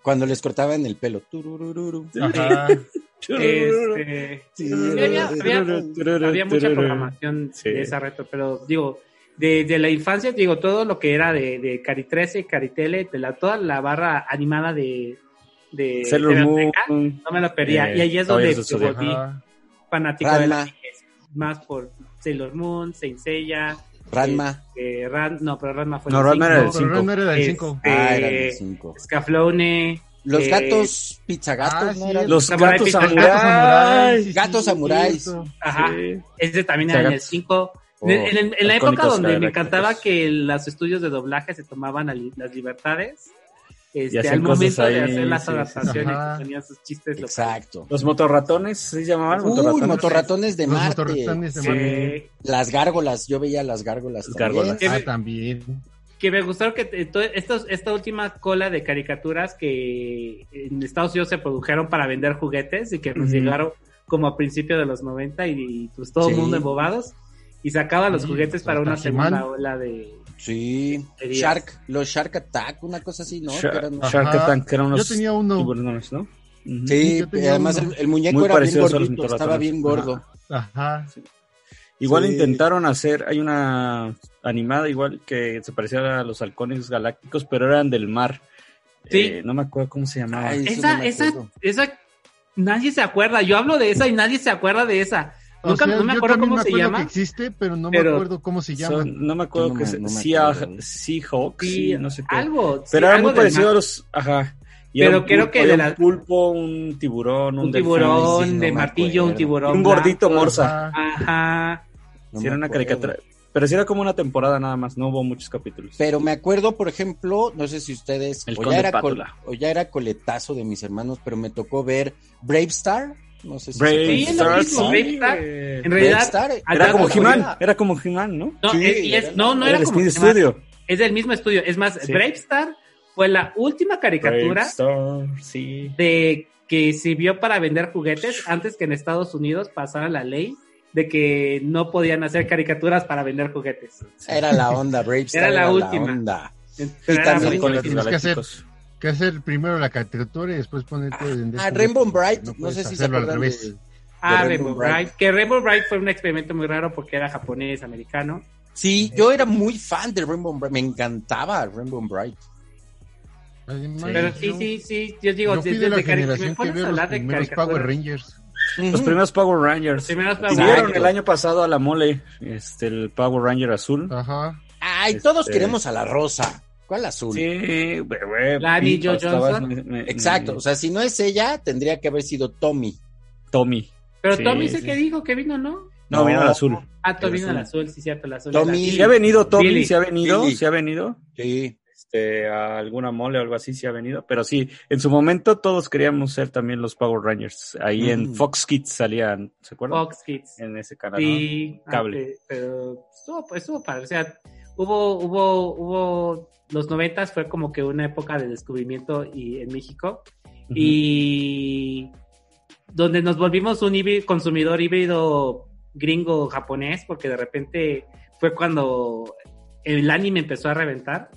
Speaker 10: Cuando les cortaban el pelo. Tururururu.
Speaker 9: Ajá.
Speaker 7: este,
Speaker 10: Sí.
Speaker 7: había, había- había mucha programación
Speaker 10: Sí.
Speaker 7: de esa retro, pero digo, de, de la infancia, digo, todo lo que era de, de Cari 13, Caritele, de la, toda la barra animada de, de
Speaker 3: Sailor
Speaker 7: TV
Speaker 3: Moon,
Speaker 7: Azteca, no me lo perdía.
Speaker 3: eh,
Speaker 7: y ahí es donde
Speaker 3: Caballeros
Speaker 7: me
Speaker 3: del Zodiaco.
Speaker 7: volví
Speaker 3: Ajá.
Speaker 7: fanático de
Speaker 10: Ranma.
Speaker 7: la niñez, más por Sailor Moon, Saint Seiya,
Speaker 10: Ranma.
Speaker 7: eh, Ran- no, pero Ranma fue
Speaker 3: No,
Speaker 7: del
Speaker 3: Ranma
Speaker 7: cinco.
Speaker 3: era del No, pero cinco. Ranma
Speaker 9: era del
Speaker 7: Este,
Speaker 9: cinco.
Speaker 10: Ah, era del cinco.
Speaker 7: Scaflowne,
Speaker 10: Los
Speaker 7: eh,
Speaker 10: gatos pizzagatos,
Speaker 9: Ah,
Speaker 10: ¿no?
Speaker 9: sí,
Speaker 10: Eran-
Speaker 3: Los
Speaker 7: Samurai
Speaker 3: gatos
Speaker 7: Pizza-
Speaker 3: samuráis.
Speaker 7: Gatos samuráis,
Speaker 9: sí,
Speaker 10: Gatos
Speaker 9: sí,
Speaker 10: samuráis.
Speaker 9: cierto.
Speaker 7: Ajá.
Speaker 3: Sí.
Speaker 7: Ese también era en el
Speaker 3: Gatos.
Speaker 7: 5.
Speaker 10: Oh,
Speaker 7: en, en- en la época
Speaker 3: icónicos pues.
Speaker 7: donde me
Speaker 3: galácticos.
Speaker 7: encantaba que los estudios de doblaje se tomaban a li- las libertades este,
Speaker 3: hacían
Speaker 7: al momento
Speaker 3: cosas
Speaker 7: de
Speaker 3: ahí,
Speaker 7: hacer las
Speaker 3: sí, sí, sí.
Speaker 7: adaptaciones,
Speaker 9: Ajá.
Speaker 7: ponían sus chistes locales.
Speaker 10: Exacto.
Speaker 3: Los motorratones, ¿sí se llamaban?
Speaker 10: Uy, motorratones de
Speaker 9: Los
Speaker 10: Marte.
Speaker 9: motorratones de
Speaker 7: Sí.
Speaker 9: Marte.
Speaker 10: Las gárgolas, yo veía las gárgolas.
Speaker 3: Las
Speaker 10: también.
Speaker 3: gárgolas.
Speaker 9: Ah, también.
Speaker 7: Que me gustaron que te- to- estos, esta última cola de caricaturas que en Estados Unidos se produjeron para vender juguetes y que nos
Speaker 3: Ujú.
Speaker 7: llegaron como a principios de los 90 y, y pues todo el
Speaker 10: Sí.
Speaker 7: mundo embobados y sacaban los
Speaker 9: Sí,
Speaker 7: juguetes
Speaker 9: pues,
Speaker 7: para una
Speaker 9: hasta He-Man.
Speaker 7: segunda ola de...
Speaker 10: Sí,
Speaker 7: Querías.
Speaker 10: Shark, los Shark Attack, una cosa así, ¿no? Que eran-
Speaker 3: Shark Shark
Speaker 9: Ajá.
Speaker 3: Tank, que eran unos
Speaker 9: Yo tenía uno.
Speaker 3: tiburones, ¿no? Ujú.
Speaker 10: Sí,
Speaker 9: yo tenía
Speaker 10: además
Speaker 9: uno.
Speaker 10: el, el muñeco
Speaker 3: Muy
Speaker 10: era bien
Speaker 3: parecidos a los
Speaker 10: gordito, estaba
Speaker 3: motorratones.
Speaker 10: bien gordo.
Speaker 9: Ajá.
Speaker 3: Igual
Speaker 10: Sí.
Speaker 3: intentaron hacer, hay una animada igual que se parecía a los halcones galácticos, pero eran del mar.
Speaker 7: Sí.
Speaker 3: Eh, no me acuerdo cómo se llamaba.
Speaker 10: Ay, eso
Speaker 7: Esa,
Speaker 10: no me
Speaker 7: esa,
Speaker 10: acuerdo.
Speaker 7: esa, nadie se acuerda. Yo hablo de esa y nadie se acuerda de esa.
Speaker 9: O
Speaker 7: Nunca,
Speaker 9: sea,
Speaker 7: no me
Speaker 9: yo
Speaker 7: acuerdo
Speaker 9: también
Speaker 7: cómo
Speaker 9: me
Speaker 7: se
Speaker 9: acuerdo
Speaker 7: llama.
Speaker 9: que existe, pero no
Speaker 7: pero
Speaker 9: me acuerdo cómo se llama.
Speaker 3: Son- no me acuerdo
Speaker 10: No
Speaker 3: que
Speaker 10: me-
Speaker 3: se-
Speaker 10: no me
Speaker 3: Sea,
Speaker 10: acuerdo.
Speaker 3: Seahawks,
Speaker 7: Sí,
Speaker 3: no sé qué.
Speaker 7: Algo. sí,
Speaker 3: pero era
Speaker 7: algo
Speaker 3: muy
Speaker 7: del
Speaker 3: parecido a
Speaker 7: mar.
Speaker 3: los, ajá.
Speaker 7: Pero
Speaker 3: era un
Speaker 7: creo
Speaker 3: pulpo,
Speaker 7: que
Speaker 3: era
Speaker 7: de
Speaker 3: un
Speaker 7: la-
Speaker 3: pulpo, un tiburón, un,
Speaker 7: Un
Speaker 3: delfín,
Speaker 7: tiburón
Speaker 10: sí, no
Speaker 7: de
Speaker 10: me
Speaker 7: martillo, un
Speaker 10: acuerdo.
Speaker 7: tiburón.
Speaker 3: un
Speaker 7: blanco.
Speaker 3: gordito morsa.
Speaker 9: Ajá.
Speaker 7: Ajá.
Speaker 10: No
Speaker 3: Sí,
Speaker 10: me
Speaker 3: era una
Speaker 10: acuerdo.
Speaker 3: caricatura. Pero sí era como una temporada nada más, no hubo muchos capítulos.
Speaker 10: Pero me acuerdo, por ejemplo, no sé si ustedes,
Speaker 3: El
Speaker 10: o
Speaker 3: Conde
Speaker 10: ya, era
Speaker 3: Pátula.
Speaker 10: col- o ya era coletazo de mis hermanos, pero me tocó ver Brave Star, No sé si
Speaker 3: Brave
Speaker 10: se
Speaker 3: Star,
Speaker 10: puede.
Speaker 3: sí, güey.
Speaker 7: En realidad,
Speaker 3: era
Speaker 7: acá
Speaker 3: como
Speaker 7: como
Speaker 3: He-Man,
Speaker 7: era.
Speaker 3: era como He-Man, ¿no?
Speaker 7: No,
Speaker 3: Sí,
Speaker 7: es- y es- no, no
Speaker 3: era
Speaker 7: era
Speaker 3: el
Speaker 7: como
Speaker 3: Speed
Speaker 7: He-Man.
Speaker 3: Studio.
Speaker 7: Es del mismo estudio. Es más,
Speaker 3: Sí.
Speaker 7: Brave Star fue la última caricatura
Speaker 3: Bravestar, sí.
Speaker 7: de que sirvió para vender juguetes antes que en Estados Unidos pasara la ley de que no podían hacer caricaturas para vender juguetes.
Speaker 10: Era la onda, Brave Star.
Speaker 7: Era la última.
Speaker 10: onda. Ah,
Speaker 7: Pero
Speaker 10: Y
Speaker 7: era
Speaker 10: también
Speaker 7: muy
Speaker 10: con
Speaker 7: difícil.
Speaker 10: los
Speaker 9: Tienes que hacer,
Speaker 10: galácticos.
Speaker 9: que hacer primero la caricatura y después ponerte en este
Speaker 10: Ah, Rainbow Bright, no, sé
Speaker 9: puedes
Speaker 10: si se
Speaker 9: hacerlo al
Speaker 10: acuerdan
Speaker 9: revés.
Speaker 10: de-
Speaker 7: Ah,
Speaker 10: de
Speaker 7: Rainbow Bright. Que Rainbow Bright fue un experimento muy raro porque era japonés, americano.
Speaker 10: Sí, yo era muy fan de Rainbow Bright, me encantaba Rainbow Bright.
Speaker 7: Pero sí, sí, sí. Yo digo,
Speaker 9: yo fui
Speaker 7: desde
Speaker 9: de la
Speaker 7: cari- si
Speaker 9: generación
Speaker 7: me
Speaker 9: que
Speaker 7: pones a
Speaker 9: vio los
Speaker 7: hablar de
Speaker 9: primeros Power
Speaker 7: caricaturas-
Speaker 9: Rangers.
Speaker 3: Los primeros Power Rangers.
Speaker 7: Primeros Power
Speaker 3: Tuvieron
Speaker 7: Rangers.
Speaker 3: el año pasado a la mole, este, el Power Ranger azul.
Speaker 7: Ah,
Speaker 9: Ajá.
Speaker 10: Ay, todos
Speaker 3: Este-
Speaker 10: queremos a la rosa. ¿Cuál azul?
Speaker 3: Sí, güey, güey.
Speaker 7: Lani
Speaker 3: pipa,
Speaker 7: Jo
Speaker 3: estabas-
Speaker 7: Johnson.
Speaker 3: me- me-
Speaker 10: Exacto,
Speaker 3: me-
Speaker 10: o sea, si no es ella, tendría que haber sido Tommy.
Speaker 3: Tommy.
Speaker 7: Pero
Speaker 3: Sí,
Speaker 7: Tommy
Speaker 3: sí.
Speaker 7: se que dijo que vino, ¿no?
Speaker 3: No, vino el azul.
Speaker 7: Ah, Tommy
Speaker 3: El
Speaker 7: vino el azul, sí, cierto, el azul.
Speaker 10: Tommy-
Speaker 7: era-
Speaker 3: ¿Se ha venido Tommy?
Speaker 7: Billy.
Speaker 3: ¿Se ha venido?
Speaker 10: Billy.
Speaker 3: ¿Se ha venido?
Speaker 10: Sí.
Speaker 3: Este, a alguna mole o algo así se ha venido. Pero sí, en su momento todos queríamos ser también los Power Rangers. Ahí en
Speaker 10: Mm.
Speaker 3: Fox Kids salían, ¿se acuerdan?
Speaker 7: Fox Kids.
Speaker 3: En ese canal.
Speaker 7: Sí,
Speaker 3: ¿no? Cable.
Speaker 7: antes, pero estuvo, pues, estuvo padre. O sea, hubo, hubo, hubo. Los noventas fue como que una época de descubrimiento y, en México. Y donde nos volvimos un híbrido- consumidor híbrido gringo japonés, porque de repente fue cuando el anime empezó a reventar.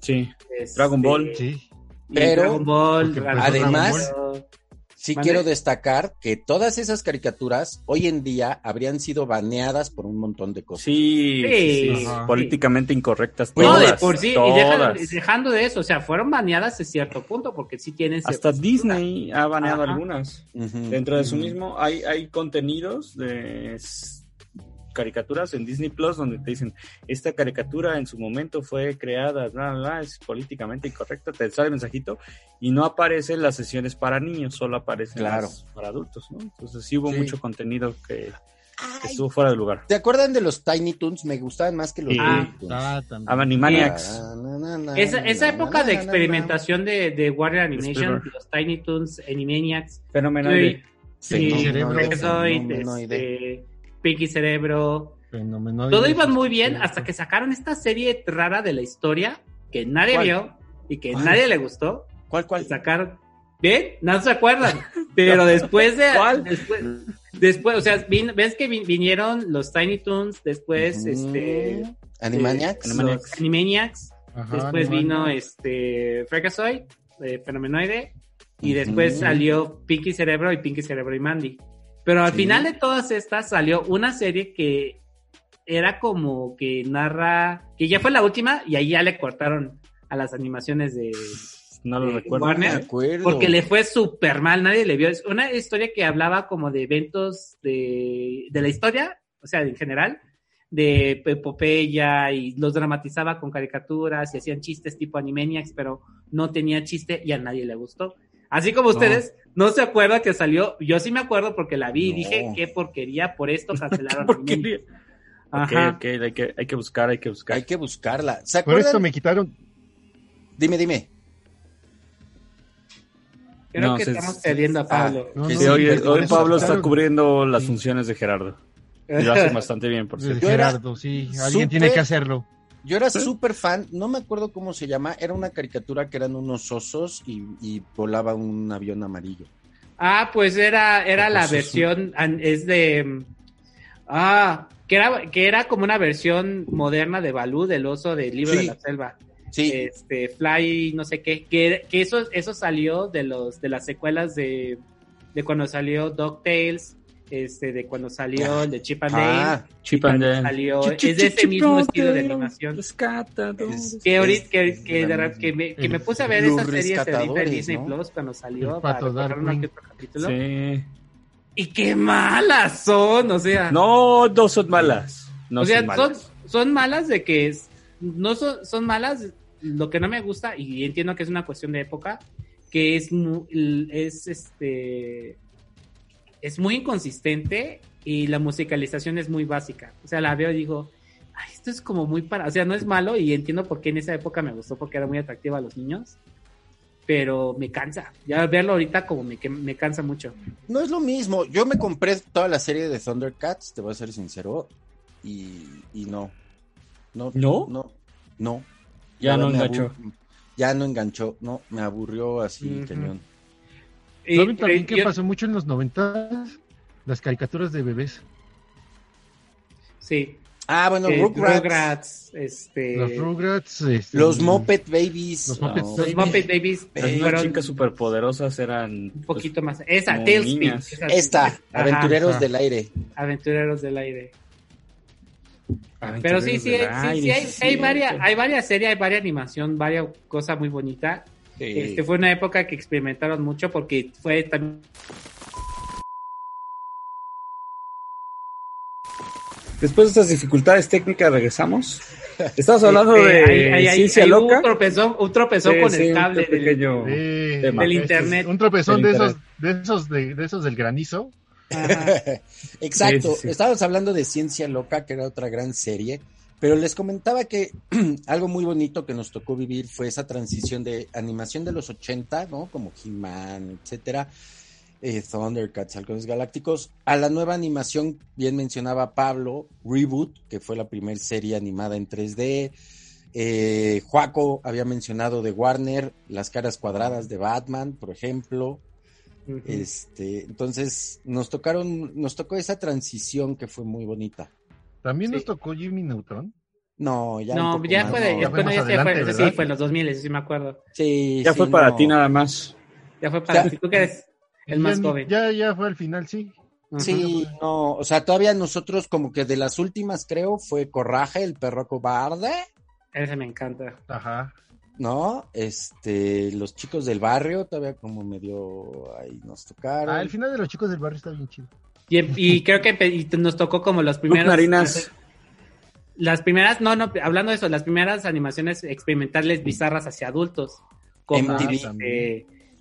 Speaker 3: Sí.
Speaker 7: Este,
Speaker 3: Dragon Ball.
Speaker 9: Sí.
Speaker 7: y
Speaker 10: Pero-
Speaker 7: Dragon Ball,
Speaker 9: Porque
Speaker 7: Dragon
Speaker 10: empezó Además-
Speaker 7: Ball.
Speaker 10: Sí
Speaker 7: ¿Mande?
Speaker 10: quiero destacar que todas esas caricaturas hoy en día habrían sido baneadas por un montón de cosas.
Speaker 3: Sí, sí,
Speaker 7: Sí.
Speaker 3: sí.
Speaker 9: Ajá.
Speaker 3: políticamente incorrectas.
Speaker 10: No,
Speaker 3: Todas,
Speaker 7: no, de por sí, y deja-
Speaker 3: todas.
Speaker 7: dejando de eso, o sea, fueron baneadas en cierto punto, porque sí tienen
Speaker 3: Hasta
Speaker 7: ciertas-
Speaker 3: Disney ha baneado
Speaker 7: Ajá.
Speaker 3: algunas.
Speaker 10: Ujú.
Speaker 3: Dentro de su mismo hay, hay contenidos de s- caricaturas en Disney Plus donde te dicen esta caricatura en su momento fue creada, bla, bla, bla, es políticamente incorrecta, te sale el mensajito y no aparecen las sesiones para niños, solo aparecen
Speaker 10: Claro.
Speaker 3: las para adultos, ¿no? Entonces sí hubo
Speaker 10: Sí.
Speaker 3: mucho contenido que, que
Speaker 10: Ay,
Speaker 3: estuvo fuera de lugar.
Speaker 10: ¿Te acuerdan de los Tiny Toons? Me gustaban más que los
Speaker 3: Sí.
Speaker 10: Tiny Toons.
Speaker 9: Ah, también.
Speaker 3: Animaniacs.
Speaker 10: Na, na, na,
Speaker 7: Esa,
Speaker 10: na,
Speaker 7: esa
Speaker 10: na,
Speaker 7: época
Speaker 10: na,
Speaker 7: de
Speaker 10: na, na,
Speaker 7: experimentación de, de Warrior Animation,
Speaker 3: Spielberg.
Speaker 7: los Tiny Toons, Animaniacs,
Speaker 3: Fenomenal.
Speaker 7: Zoid,
Speaker 9: Sí,
Speaker 7: Sí,
Speaker 9: Cerebro.
Speaker 7: Zoid,
Speaker 10: Fenomenoide.
Speaker 7: este, Pinky Cerebro.
Speaker 9: Fenomenal.
Speaker 7: Todo iba muy bien hasta que sacaron esta serie rara de la historia que nadie
Speaker 10: ¿Cuál?
Speaker 7: vio y que
Speaker 10: ¿Cuál?
Speaker 7: nadie le gustó.
Speaker 10: ¿Cuál, cuál?
Speaker 7: Sacaron. ¿Bien? No se acuerdan. Pero después de.
Speaker 3: ¿Cuál?
Speaker 7: Después, después, o sea, vin- ves que vin- vinieron los Tiny Toons, después
Speaker 10: Ujú.
Speaker 7: este,
Speaker 10: Animaniacs.
Speaker 7: los Animaniacs. Después vino este Freakazoid, eh, Fenomenoide, y
Speaker 10: Ujú.
Speaker 7: después salió Pinky Cerebro y Pinky Cerebro y Mandy. Pero al
Speaker 10: Sí.
Speaker 7: final de todas estas salió una serie que era como que narra, que ya fue la última y ahí ya le cortaron a las animaciones de
Speaker 3: No lo
Speaker 7: Eh,
Speaker 3: recuerdo.
Speaker 10: Me
Speaker 7: Warner.
Speaker 10: acuerdo.
Speaker 7: porque le fue súper mal, nadie le vio. Es una historia que hablaba como de eventos de, de la historia, o sea, en general, de Pe- Popeya y los dramatizaba con caricaturas y hacían chistes tipo Animaniacs, pero no tenía chiste y a nadie le gustó. Así como ustedes, no, se acuerdan que salió, yo sí me acuerdo porque la vi y
Speaker 10: No.
Speaker 7: dije, qué porquería, por esto cancelaron.
Speaker 3: Porquería. Ok,
Speaker 7: Animaniacs". Ajá.
Speaker 3: ok, hay Ah, que, hay que buscar, hay que buscar.
Speaker 10: Hay que buscarla. ¿Se
Speaker 9: Por
Speaker 10: acuerdan?
Speaker 9: esto me quitaron.
Speaker 10: Dime, dime.
Speaker 7: Creo
Speaker 3: No,
Speaker 7: que
Speaker 3: se-
Speaker 7: estamos perdiendo
Speaker 3: Ah,
Speaker 7: a Pablo.
Speaker 9: No,
Speaker 10: Que
Speaker 9: no,
Speaker 3: Sí, hoy,
Speaker 10: perdón,
Speaker 3: hoy
Speaker 10: eso
Speaker 3: Pablo está
Speaker 9: claro.
Speaker 3: cubriendo las
Speaker 9: Sí.
Speaker 3: funciones de Gerardo. Y lo hace bastante bien, por cierto.
Speaker 10: Yo era
Speaker 9: Gerardo, sí. Alguien tiene
Speaker 10: súper-
Speaker 9: que hacerlo.
Speaker 10: Yo era súper fan, no me acuerdo cómo se llama, era una caricatura que eran unos osos y, y volaba un avión amarillo.
Speaker 7: Ah, pues era, era
Speaker 10: Pues
Speaker 7: la
Speaker 10: eso.
Speaker 7: versión, an- es de... Ah, que era, que era como una versión moderna de Balú, del oso del libro
Speaker 10: Sí.
Speaker 7: de la selva.
Speaker 10: Sí,
Speaker 7: Este, Fly, no sé qué. Que, que eso, eso salió de los, de las secuelas de, de cuando salió DuckTales, este, de cuando salió el de Chip and Dale.
Speaker 10: ah,
Speaker 3: Chip
Speaker 7: cuando
Speaker 3: and Dale.
Speaker 7: salió, es de ese mismo estilo de animación.
Speaker 10: es-
Speaker 7: Que ahorita,
Speaker 10: es-
Speaker 7: que,
Speaker 10: es
Speaker 7: que,
Speaker 10: la
Speaker 7: de rap- que
Speaker 10: misma.
Speaker 7: me, que me
Speaker 9: El-
Speaker 7: puse a ver
Speaker 10: los
Speaker 7: esas series de ahorita en
Speaker 10: rescatadores,
Speaker 7: Disney
Speaker 10: ¿no?
Speaker 7: Plus cuando salió
Speaker 9: El
Speaker 7: para
Speaker 9: pato
Speaker 7: recordar uno
Speaker 9: Darwin.
Speaker 7: que otro capítulo.
Speaker 3: Sí.
Speaker 7: Y qué malas son, o sea.
Speaker 3: No, no son malas. No
Speaker 7: o sea,
Speaker 3: son
Speaker 7: son,
Speaker 3: malas.
Speaker 7: son malas de que es- no son, son malas. Lo que no me gusta, y entiendo que es una cuestión de época, que es, mu- l- es este. Es muy inconsistente y la musicalización es muy básica. O sea, la veo y digo, Ay, esto es como muy para. O sea, no es malo y entiendo por qué en esa época me gustó porque era muy atractiva a los niños. pero me cansa. Ya verlo ahorita como me, que me cansa mucho.
Speaker 10: No es lo mismo. Yo me compré toda la serie de Thundercats, te voy a ser sincero, y, y no. No.
Speaker 3: ¿No?
Speaker 10: No. no.
Speaker 3: Ya no
Speaker 10: me
Speaker 3: enganchó.
Speaker 10: abur- Ya no enganchó, no, me aburrió así, cañón.
Speaker 9: ¿Saben también
Speaker 10: eh,
Speaker 9: que
Speaker 10: yo-
Speaker 9: pasó mucho en los 90? Las caricaturas de bebés.
Speaker 7: Sí.
Speaker 10: Ah, bueno,
Speaker 7: Eh,
Speaker 10: Rugrats.
Speaker 7: Rugrats, este...
Speaker 9: Los Rugrats. este,
Speaker 10: Los Moped Babies.
Speaker 9: Los Muppet
Speaker 7: Los Muppet Babies
Speaker 3: Las niñas
Speaker 7: fueron
Speaker 3: chicas superpoderosas eran. pues, Un
Speaker 7: poquito más. Esa, Tailspin. Esa-
Speaker 10: Esta,
Speaker 7: Ajá.
Speaker 10: Aventureros del Aire.
Speaker 7: Aventureros del Aire. Pero sí, sí, sí, sí, hay,
Speaker 10: sí,
Speaker 7: hay
Speaker 10: cierto.
Speaker 7: varias, hay varias series, hay varias animación, varias cosas muy bonitas.
Speaker 10: Sí.
Speaker 7: Este fue una época que experimentaron mucho porque fue también
Speaker 3: Después de estas dificultades técnicas, regresamos. Estamos hablando
Speaker 7: Este,
Speaker 3: de
Speaker 7: hay- hay- hay-
Speaker 3: ciencia
Speaker 7: hay
Speaker 3: loca.
Speaker 7: Un tropezón, un tropezón
Speaker 3: Sí,
Speaker 7: con
Speaker 3: sí,
Speaker 7: el
Speaker 3: un
Speaker 7: cable del-
Speaker 3: pequeño
Speaker 9: Sí,
Speaker 3: tema.
Speaker 7: del internet.
Speaker 9: eh, Un tropezón de
Speaker 3: Del
Speaker 9: esos, de esos, de, de esos del granizo.
Speaker 10: Exacto.
Speaker 9: Sí, sí, sí.
Speaker 10: Estábamos hablando de Ciencia Loca, que era otra gran serie, pero les comentaba que algo muy bonito que nos tocó vivir fue esa transición de animación de los 80, ¿no? Como He-Man, etcétera, eh, Thundercats, Halcones Galácticos, a la nueva animación, bien mencionaba Pablo, Reboot, que fue la primera serie animada en 3D. Eh, Juaco había mencionado de Warner, las caras cuadradas de Batman, por ejemplo.
Speaker 7: Ujú.
Speaker 10: Este, entonces nos tocaron, nos tocó esa transición que fue muy bonita.
Speaker 9: También nos tocó Jimmy Neutron.
Speaker 10: No, ya un
Speaker 7: no,
Speaker 10: poco
Speaker 7: ya
Speaker 10: más,
Speaker 7: fue,
Speaker 10: no.
Speaker 7: de- ya fue- no, ya se fue,
Speaker 9: adelante,
Speaker 7: eso sí
Speaker 9: ¿verdad?
Speaker 7: fue en los 2000, eso sí me acuerdo.
Speaker 10: Sí,
Speaker 3: Ya
Speaker 10: sí,
Speaker 3: fue para
Speaker 10: no.
Speaker 3: ti nada más.
Speaker 7: Ya fue para
Speaker 10: Ya.
Speaker 7: ti, tú que eres el más
Speaker 9: ya,
Speaker 7: joven.
Speaker 9: Ya, ya fue al final, sí.
Speaker 10: Sí, no, o sea, todavía nosotros como que de las últimas creo fue Corraje, el perro cobarde,
Speaker 7: Ese me encanta.
Speaker 9: Ajá.
Speaker 10: ¿no? Este, los chicos del barrio todavía como medio ahí nos tocaron.
Speaker 9: Ah, el final de los chicos del barrio está bien chido.
Speaker 7: Y, y creo que empe- y nos tocó como los primeros.
Speaker 3: Narinas.
Speaker 7: Las primeras, no, no, hablando de eso, las primeras animaciones experimentales bizarras hacia adultos. Como
Speaker 10: MTV.
Speaker 7: este,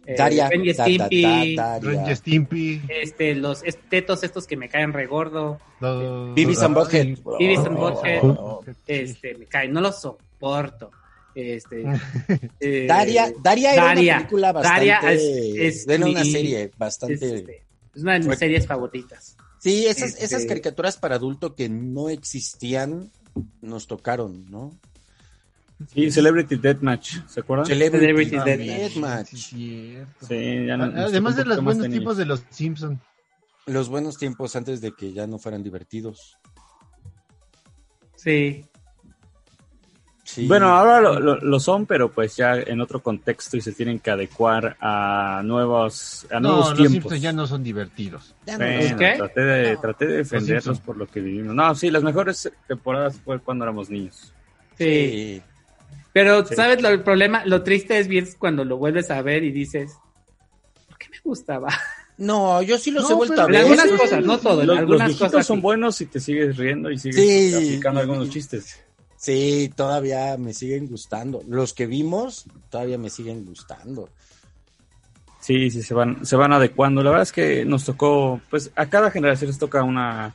Speaker 7: eh,
Speaker 10: Daria,
Speaker 7: Ben y
Speaker 10: da, da,
Speaker 7: Stimpy,
Speaker 10: da, Daria.
Speaker 9: Ren y Stimpy.
Speaker 7: este, los tetos estos que me caen regordo.
Speaker 9: los-
Speaker 10: Beavis and
Speaker 9: los-
Speaker 10: Butthead.
Speaker 7: Beavis and Butthead.
Speaker 10: Oh.
Speaker 7: Este, me caen, no los soporto. Este, eh,
Speaker 10: Daria, Daria era
Speaker 7: Daria.
Speaker 10: una película bastante.
Speaker 7: Daria es- es
Speaker 10: era una
Speaker 7: mi-
Speaker 10: serie bastante.
Speaker 7: es, este, es una de mis
Speaker 10: Fue-
Speaker 7: series favoritas.
Speaker 10: sí, esas, esas
Speaker 7: este-
Speaker 10: caricaturas para adulto que no existían nos tocaron, ¿no?
Speaker 3: Sí, Celebrity Deathmatch, ¿se acuerdan?
Speaker 10: Celebrity,
Speaker 7: Ah,
Speaker 9: Ah,
Speaker 7: Celebrity Deathmatch.
Speaker 10: Deathmatch.
Speaker 3: Sí, ya no- nos
Speaker 9: Además
Speaker 3: tocó
Speaker 9: de
Speaker 3: un
Speaker 9: los
Speaker 3: poquito más
Speaker 9: buenos
Speaker 3: de niños.
Speaker 9: tipos de los Simpson.
Speaker 10: Los buenos tiempos antes de que ya no fueran divertidos.
Speaker 7: Sí.
Speaker 10: Sí.
Speaker 3: Bueno, ahora lo, lo- lo son, pero pues ya en otro contexto y se tienen que adecuar a nuevos, a
Speaker 9: No,
Speaker 3: nuevos
Speaker 9: los
Speaker 3: tiempos.
Speaker 9: Simpsons ya no son divertidos.
Speaker 10: Ya no
Speaker 3: Bueno,
Speaker 10: los-
Speaker 7: ¿Qué?
Speaker 3: traté, de, traté de defenderlos
Speaker 9: Simpson.
Speaker 3: por lo que vivimos. No, sí, las mejores temporadas fue cuando éramos niños.
Speaker 7: Sí.
Speaker 10: Sí.
Speaker 7: Pero,
Speaker 3: Sí.
Speaker 7: ¿sabes? Lo, el problema, lo triste es bien cuando lo vuelves a ver y dices, ¿por qué me gustaba?
Speaker 10: No, yo sí los
Speaker 9: No,
Speaker 10: he vuelto a
Speaker 7: En
Speaker 10: ver.
Speaker 7: algunas
Speaker 10: Sí.
Speaker 7: cosas, no todo, en
Speaker 3: Los, los
Speaker 7: algunas
Speaker 3: viejitos
Speaker 7: cosas.
Speaker 3: son
Speaker 7: sí.
Speaker 3: buenos y te sigues riendo y sigues
Speaker 10: Sí.
Speaker 3: aplicando algunos chistes.
Speaker 10: Sí, todavía me siguen gustando. Los que vimos todavía me siguen gustando.
Speaker 3: Sí, sí, se van, se van adecuando. La verdad es que nos tocó, pues a cada generación les toca una,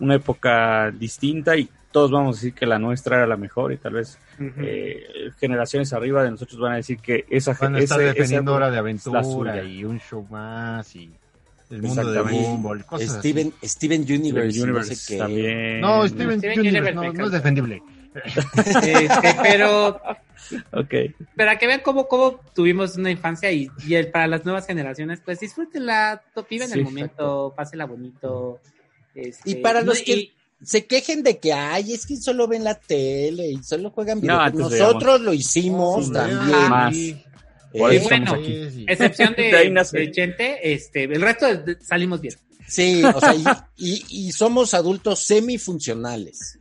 Speaker 3: una época distinta y todos vamos a decir que la nuestra era la mejor y tal vez
Speaker 7: Ujú.
Speaker 3: eh, generaciones arriba de nosotros van a decir que esa
Speaker 9: Van a estar
Speaker 3: ese-
Speaker 9: defendiendo
Speaker 3: esa-
Speaker 9: Hora de
Speaker 3: la suya.
Speaker 9: Aventura y un show más y el mundo de
Speaker 10: Exactamente.
Speaker 9: Gumball. Cosas así.
Speaker 10: Steven, Steven Universe,
Speaker 3: Universe,
Speaker 10: y no sé qué.
Speaker 3: también.
Speaker 9: No, Steven, Universe,
Speaker 7: Steven Universe
Speaker 9: no,
Speaker 7: me
Speaker 9: no es
Speaker 7: encanta.
Speaker 9: defendible.
Speaker 7: Este, pero
Speaker 3: Ok.
Speaker 10: Eh,
Speaker 7: para que vean cómo, cómo tuvimos una infancia y, y el, para las nuevas generaciones, pues disfrútenla, to- vivan
Speaker 3: Sí,
Speaker 7: el momento, pásenla bonito. este,
Speaker 10: Y para los
Speaker 7: no-
Speaker 10: que
Speaker 7: y-
Speaker 10: se quejen de que, ay, es que solo ven la tele y solo juegan
Speaker 3: No,
Speaker 10: videojuegos.
Speaker 3: antes veíamos.
Speaker 10: Nosotros lo hicimos
Speaker 9: Sí,
Speaker 10: también.
Speaker 3: Más.
Speaker 9: sí,
Speaker 3: Por
Speaker 10: Eh,
Speaker 3: eso estamos
Speaker 7: bueno.
Speaker 3: aquí.
Speaker 9: sí, sí.
Speaker 7: ah, Excepción de,
Speaker 3: De ahí nace.
Speaker 7: de Chente, este, el resto de- salimos bien.
Speaker 10: Sí, o sea, y, y- y somos adultos semifuncionales.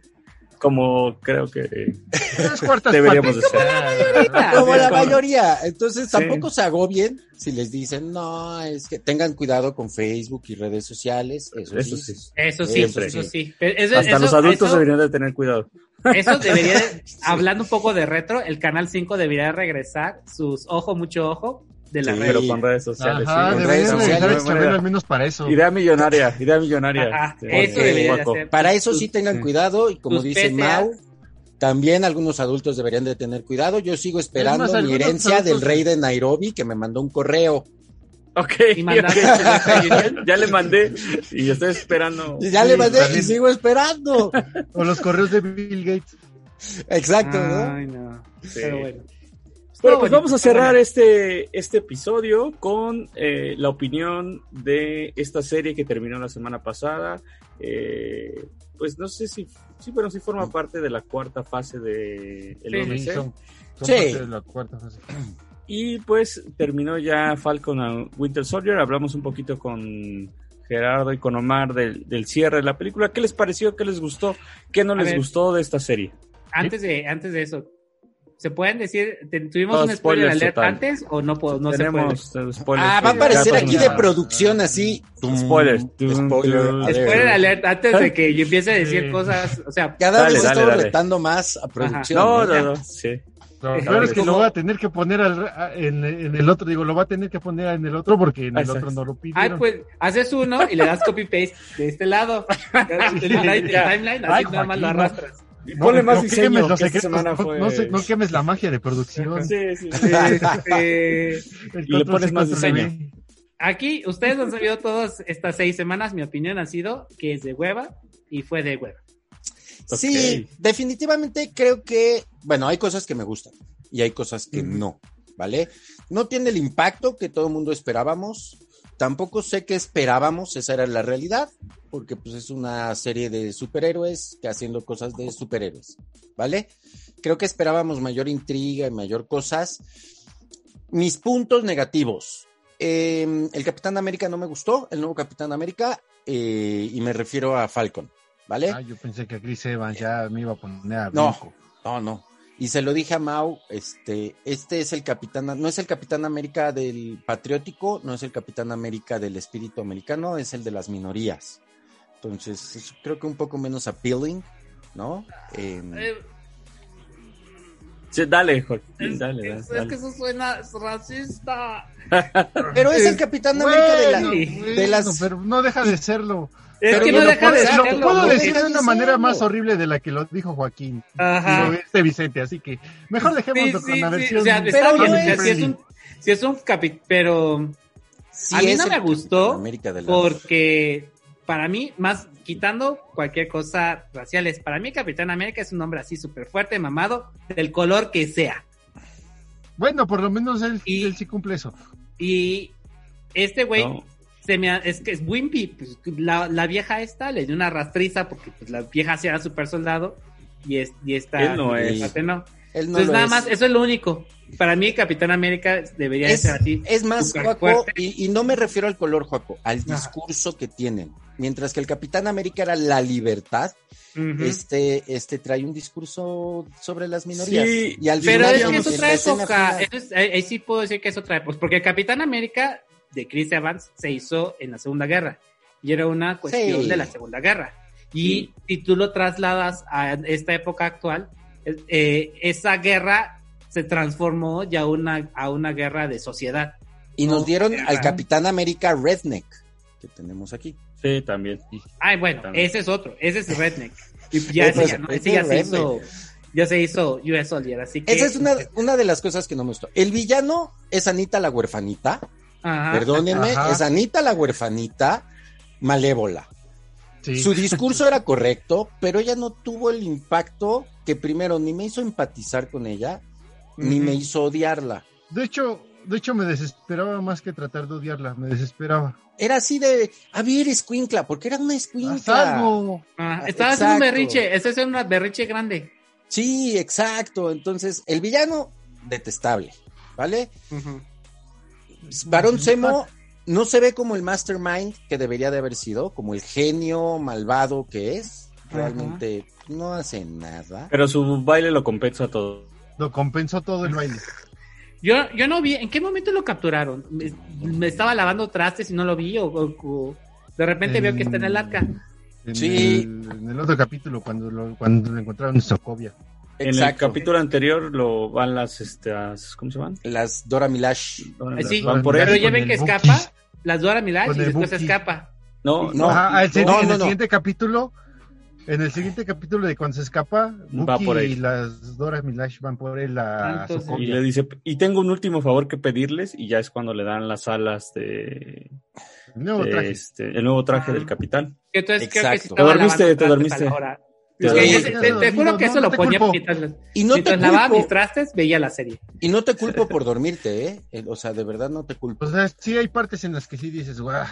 Speaker 3: Como creo que eh,
Speaker 9: Tres cuartas
Speaker 3: Deberíamos
Speaker 9: partes.
Speaker 3: de ser.
Speaker 7: Ah,
Speaker 10: Como
Speaker 7: sí,
Speaker 10: la
Speaker 7: como-
Speaker 10: mayoría. Entonces
Speaker 3: Sí.
Speaker 10: tampoco se agobien si les dicen, no, es que tengan cuidado con Facebook y redes sociales. Eso,
Speaker 3: Eso
Speaker 10: sí.
Speaker 3: sí.
Speaker 7: Eso sí,
Speaker 10: Eso
Speaker 7: eso
Speaker 10: sí.
Speaker 7: sí. Pero eso-
Speaker 3: hasta
Speaker 7: eso-
Speaker 3: los adultos
Speaker 7: eso-
Speaker 3: deberían de tener cuidado.
Speaker 7: Eso debería, de- hablando un poco de retro, el Canal 5 debería regresar sus ojo, mucho ojo de la
Speaker 10: Sí.
Speaker 7: red.
Speaker 3: Pero con redes sociales.
Speaker 9: Ajá,
Speaker 3: sí, con
Speaker 10: redes
Speaker 9: deberían
Speaker 3: sociales,
Speaker 9: regresar
Speaker 10: sociales,
Speaker 9: a Chabelo al menos para eso.
Speaker 3: Idea millonaria, idea millonaria.
Speaker 7: Ajá,
Speaker 3: Este,
Speaker 7: eso
Speaker 10: ok,
Speaker 7: debería de
Speaker 3: Paco.
Speaker 7: hacer.
Speaker 10: Para eso sí
Speaker 3: Pues
Speaker 7: Sus-
Speaker 10: tengan cuidado y como
Speaker 7: sus
Speaker 10: dice
Speaker 7: PCAs.
Speaker 10: Mau, También algunos adultos deberían de tener cuidado. Yo sigo esperando
Speaker 3: Es más,
Speaker 10: mi
Speaker 3: algunos
Speaker 10: herencia del
Speaker 3: adultos-
Speaker 10: rey de Nairobi que me mandó un correo.
Speaker 3: Ok,
Speaker 10: mandar-
Speaker 3: ok, ya, ya le mandé y estoy esperando.
Speaker 10: Ya le mandé y sigo esperando.
Speaker 9: O los correos de Bill Gates.
Speaker 10: Exacto, ¿no?
Speaker 3: Ay,
Speaker 10: Sí.
Speaker 3: Pero bueno. Bueno, pues
Speaker 10: bonito,
Speaker 3: vamos a
Speaker 10: está
Speaker 3: cerrar
Speaker 10: bonito.
Speaker 3: este, este episodio con eh, la opinión de esta serie que terminó la semana pasada. Eh, pues no sé si, sí, bueno, sí forma parte de la cuarta fase de el
Speaker 9: Sí,
Speaker 3: OMC.
Speaker 9: son- son
Speaker 3: Sí.
Speaker 9: parte de la cuarta fase.
Speaker 3: Y pues terminó ya Falcon and Winter Soldier. Hablamos un poquito con Gerardo y con Omar del, del cierre de la película. ¿Qué les pareció? ¿Qué les gustó? ¿Qué no
Speaker 7: A
Speaker 3: les
Speaker 7: ver.
Speaker 3: gustó de esta serie?
Speaker 7: Antes de, antes de eso, ¿se pueden decir? te- ¿Tuvimos
Speaker 3: No,
Speaker 7: un spoiler
Speaker 3: spoilers
Speaker 7: alert
Speaker 3: total.
Speaker 7: antes o no, po- Pues no se puede?
Speaker 3: Tenemos eh, spoilers.
Speaker 10: Ah, va a
Speaker 3: de-
Speaker 10: aparecer
Speaker 3: ya
Speaker 10: aquí de
Speaker 3: pasaron.
Speaker 10: producción así.
Speaker 3: Spoilers.
Speaker 10: Spoiler alert.
Speaker 7: Spoiler alert antes de que yo empiece a decir cosas. O sea,
Speaker 10: Cada
Speaker 3: Dale,
Speaker 10: vez
Speaker 3: dale,
Speaker 10: estamos
Speaker 3: dale.
Speaker 10: retando más a producción.
Speaker 3: No,
Speaker 10: ¿eh?
Speaker 3: no, no. Sí.
Speaker 9: No,
Speaker 3: Eh,
Speaker 9: claro
Speaker 3: es
Speaker 9: que
Speaker 3: que
Speaker 9: lo
Speaker 3: no-
Speaker 9: va a tener que poner al- a- en, en el otro, digo, lo va a tener que poner en el otro porque en el
Speaker 3: Exacto.
Speaker 9: otro no lo pidieron.
Speaker 7: Ay, pues haces uno y le das copy paste de este lado. El timeline, el timeline, así
Speaker 9: Ay,
Speaker 7: nada más
Speaker 9: Joaquín,
Speaker 7: lo arrastras.
Speaker 9: No, no quemes los secretos, no- no se- no quemes la magia de producción.
Speaker 3: Sí, sí,
Speaker 7: sí. Este,
Speaker 9: El control C, control V.
Speaker 7: Aquí ustedes han sabido todas estas seis semanas. Mi opinión ha sido que es de hueva y fue de hueva.
Speaker 10: Sí, definitivamente creo que, bueno, hay cosas que me gustan y hay cosas que no, ¿vale? No tiene el impacto que todo el mundo esperábamos. Tampoco sé qué esperábamos, esa era la realidad, porque pues es una serie de superhéroes que haciendo cosas de superhéroes, ¿vale? Creo que esperábamos mayor intriga y mayor cosas. Mis puntos negativos. Eh, el Capitán América no me gustó, el nuevo Capitán América, eh, y me refiero a Falcon, ¿vale?
Speaker 9: Ah, yo pensé que a Chris Evans ya me iba a poner a
Speaker 10: No,
Speaker 9: brinco.
Speaker 10: no, no. Y se lo dije a Mau, este, este es el capitán, no es el capitán América del patriótico, no es el capitán América del espíritu americano, es el de las minorías. Entonces, es- creo que un poco menos appealing, ¿no? Em,
Speaker 7: Eh,
Speaker 3: Sí, dale, Joaquín, dale, dale,
Speaker 7: es
Speaker 3: dale.
Speaker 7: que eso suena racista.
Speaker 10: pero es el capitán América de, la-
Speaker 9: Bueno,
Speaker 10: de
Speaker 9: bueno,
Speaker 10: las...
Speaker 9: pero no deja de serlo.
Speaker 7: Es
Speaker 10: Pero
Speaker 7: que
Speaker 10: yo
Speaker 7: no
Speaker 10: lo
Speaker 7: deja de
Speaker 10: puedo-
Speaker 9: Lo
Speaker 7: serlo,
Speaker 9: puedo
Speaker 7: no
Speaker 9: decir
Speaker 7: deja
Speaker 9: de
Speaker 7: de
Speaker 9: una manera
Speaker 7: serlo.
Speaker 9: más horrible de la que lo dijo Joaquín.
Speaker 7: Ajá.
Speaker 9: Digo, este Vicente, así que mejor dejémoslo
Speaker 7: Sí,
Speaker 9: con
Speaker 7: sí,
Speaker 9: la
Speaker 7: sí,
Speaker 9: versión.
Speaker 7: o sea,
Speaker 9: Pero
Speaker 7: está
Speaker 9: no
Speaker 7: bien, o sea,
Speaker 9: es-
Speaker 7: si es un, si es un capi- pero
Speaker 10: sí
Speaker 7: a mí
Speaker 10: es
Speaker 7: no
Speaker 10: el
Speaker 7: me gustó
Speaker 10: América de las-
Speaker 7: porque para mí, más quitando cualquier cosa racial, es para mí Capitán América es un hombre así súper fuerte, mamado, del color que sea.
Speaker 9: Bueno, por lo menos él, él sí cumple eso.
Speaker 7: Y este güey
Speaker 3: No.
Speaker 7: se me ha- es que es Wimpy, pues, la, la vieja esta le dio una rastriza porque pues, la vieja sí era super soldado y, es, y esta
Speaker 3: Él no es.
Speaker 7: parte no.
Speaker 10: Él no
Speaker 7: Entonces
Speaker 10: lo
Speaker 7: pues nada
Speaker 10: es.
Speaker 7: más, eso es lo único. Para mí Capitán América debería
Speaker 10: Es-
Speaker 7: ser así.
Speaker 10: Es más,
Speaker 7: súper
Speaker 10: Joaco,
Speaker 7: fuerte.
Speaker 10: y, y no me refiero al color, Joaco, al discurso que tienen. Mientras que el Capitán América era la libertad,
Speaker 7: Ujú.
Speaker 10: este, este trae un discurso sobre las minorías.
Speaker 3: Sí,
Speaker 10: y al final,
Speaker 7: Pero es que
Speaker 10: digamos,
Speaker 7: eso
Speaker 10: en
Speaker 7: trae
Speaker 10: la escena
Speaker 7: época.
Speaker 10: final-
Speaker 7: Eso es- ahí, ahí sí puedo decir que eso trae pues, Porque el Capitán América de Chris Evans se hizo en la Segunda Guerra. Y era una cuestión
Speaker 10: Sí.
Speaker 7: de la Segunda Guerra. Y si tú lo trasladas a esta época actual, es- eh, esa guerra se transformó ya una, a una guerra de sociedad.
Speaker 10: y nos dieron al
Speaker 7: Ajá.
Speaker 10: Capitán América Redneck, que tenemos aquí.
Speaker 3: Sí, también.
Speaker 7: Ay, bueno,
Speaker 3: También.
Speaker 7: ese es otro. Ese es Redneck. Y ya,
Speaker 10: Otro
Speaker 7: ese
Speaker 10: es-
Speaker 7: ya, no,
Speaker 10: ese
Speaker 7: ese ya
Speaker 10: es
Speaker 7: se
Speaker 10: Redneck.
Speaker 7: hizo. Ya se hizo US Soldier, así que.
Speaker 10: Esa es una, una de las cosas que no me gustó. El villano es Anita la huerfanita.
Speaker 7: Ajá.
Speaker 10: Perdónenme,
Speaker 9: Ajá.
Speaker 10: es Anita la huerfanita malévola.
Speaker 9: Sí.
Speaker 10: Su discurso era correcto, pero ella no tuvo el impacto que primero ni me hizo empatizar con ella, ni
Speaker 7: Ujú.
Speaker 10: me hizo odiarla.
Speaker 9: De hecho, de hecho me desesperaba más que tratar de odiarla, me desesperaba.
Speaker 10: Era así de, a ver, escuincla, porque era una
Speaker 9: Haz
Speaker 10: escuincla.
Speaker 9: algo.
Speaker 7: Ajá, Estaba haciendo Ah, un
Speaker 10: Exacto.
Speaker 7: berriche. Ese es un berriche grande.
Speaker 10: Sí, exacto. Entonces, el villano, detestable, ¿vale? Barón Semo no se ve como el mastermind que debería de haber sido, como el genio malvado que es. Realmente no hace nada.
Speaker 3: Pero su baile lo compensa todo.
Speaker 9: Lo compensó todo el baile.
Speaker 7: Yo, yo no vi, ¿en qué momento lo capturaron? Me, me estaba lavando trastes y no lo vi, o, o- o de repente veo que está en el arca.
Speaker 9: Mm, En
Speaker 10: Sí.
Speaker 9: El, en el otro capítulo, cuando lo, cuando lo encontraron en Socovia.
Speaker 3: En el
Speaker 10: Exacto.
Speaker 3: capítulo anterior lo van las, estas, ¿cómo se van?
Speaker 10: Las Dora Milash.
Speaker 7: Eh, sí,
Speaker 3: van por
Speaker 7: pero
Speaker 3: él.
Speaker 7: ya
Speaker 9: Con
Speaker 7: ven
Speaker 9: el
Speaker 7: que
Speaker 9: Buki.
Speaker 7: escapa, las Dora Milaje
Speaker 9: Con
Speaker 7: y
Speaker 9: el
Speaker 7: después
Speaker 9: Buki.
Speaker 7: escapa.
Speaker 3: No, no.
Speaker 10: No.
Speaker 9: Ajá, al siguiente-
Speaker 10: no,
Speaker 9: en el
Speaker 10: no.
Speaker 9: siguiente capítulo En el siguiente capítulo de cuando se escapa,
Speaker 3: Va
Speaker 9: Bucky
Speaker 3: por él.
Speaker 9: y las Dora Milash van por él a
Speaker 3: Entonces-
Speaker 9: Sokovia.
Speaker 3: y le dice, y tengo un último favor que pedirles, y ya es cuando le dan las alas de,
Speaker 9: nuevo
Speaker 3: de
Speaker 9: traje.
Speaker 3: este, el nuevo traje del capitán.
Speaker 7: Que Entonces creo que sí
Speaker 3: Exacto.
Speaker 7: estaba
Speaker 3: Te dormiste,
Speaker 7: lavando
Speaker 3: te
Speaker 7: trastes a la
Speaker 3: dormiste.
Speaker 7: hora.
Speaker 3: Te
Speaker 7: Es que
Speaker 3: dormiste.
Speaker 7: ese- te, te juro que
Speaker 10: No,
Speaker 7: eso
Speaker 10: no
Speaker 7: lo
Speaker 10: te
Speaker 7: ponía
Speaker 10: culpo.
Speaker 7: mientras, las-
Speaker 10: Y no te
Speaker 3: pues,
Speaker 7: mientras lavaba
Speaker 10: culpo.
Speaker 7: mis trastes, veía la serie.
Speaker 10: Y no te culpo por dormirte, ¿eh? El- O sea, de verdad no te culpo.
Speaker 9: O sea, sí hay partes en las que sí dices, guau.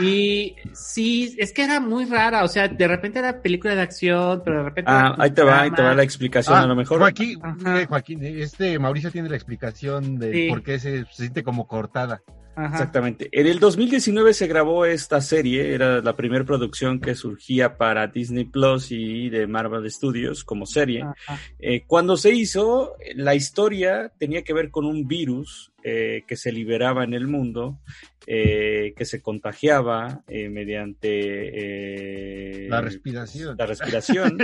Speaker 7: Y sí, es que era muy rara, o sea, de repente era película de acción, pero de repente...
Speaker 3: Ah,
Speaker 7: era
Speaker 3: ahí te va, ahí
Speaker 7: drama.
Speaker 3: te va la explicación
Speaker 9: Ah,
Speaker 3: a lo mejor.
Speaker 9: Joaquín, eh, Joaquín, eh, este Mauricio tiene la explicación de
Speaker 3: Sí.
Speaker 9: por qué se, se siente como cortada.
Speaker 3: Exactamente. En el 2019 se grabó esta serie, era la primera producción que surgía para Disney Plus y de Marvel Studios como serie.
Speaker 7: Ah.
Speaker 3: Eh, cuando se hizo, la historia tenía que ver con un virus eh, que se liberaba en el mundo, eh, que se contagiaba eh, mediante eh,
Speaker 9: La respiración.
Speaker 3: la respiración.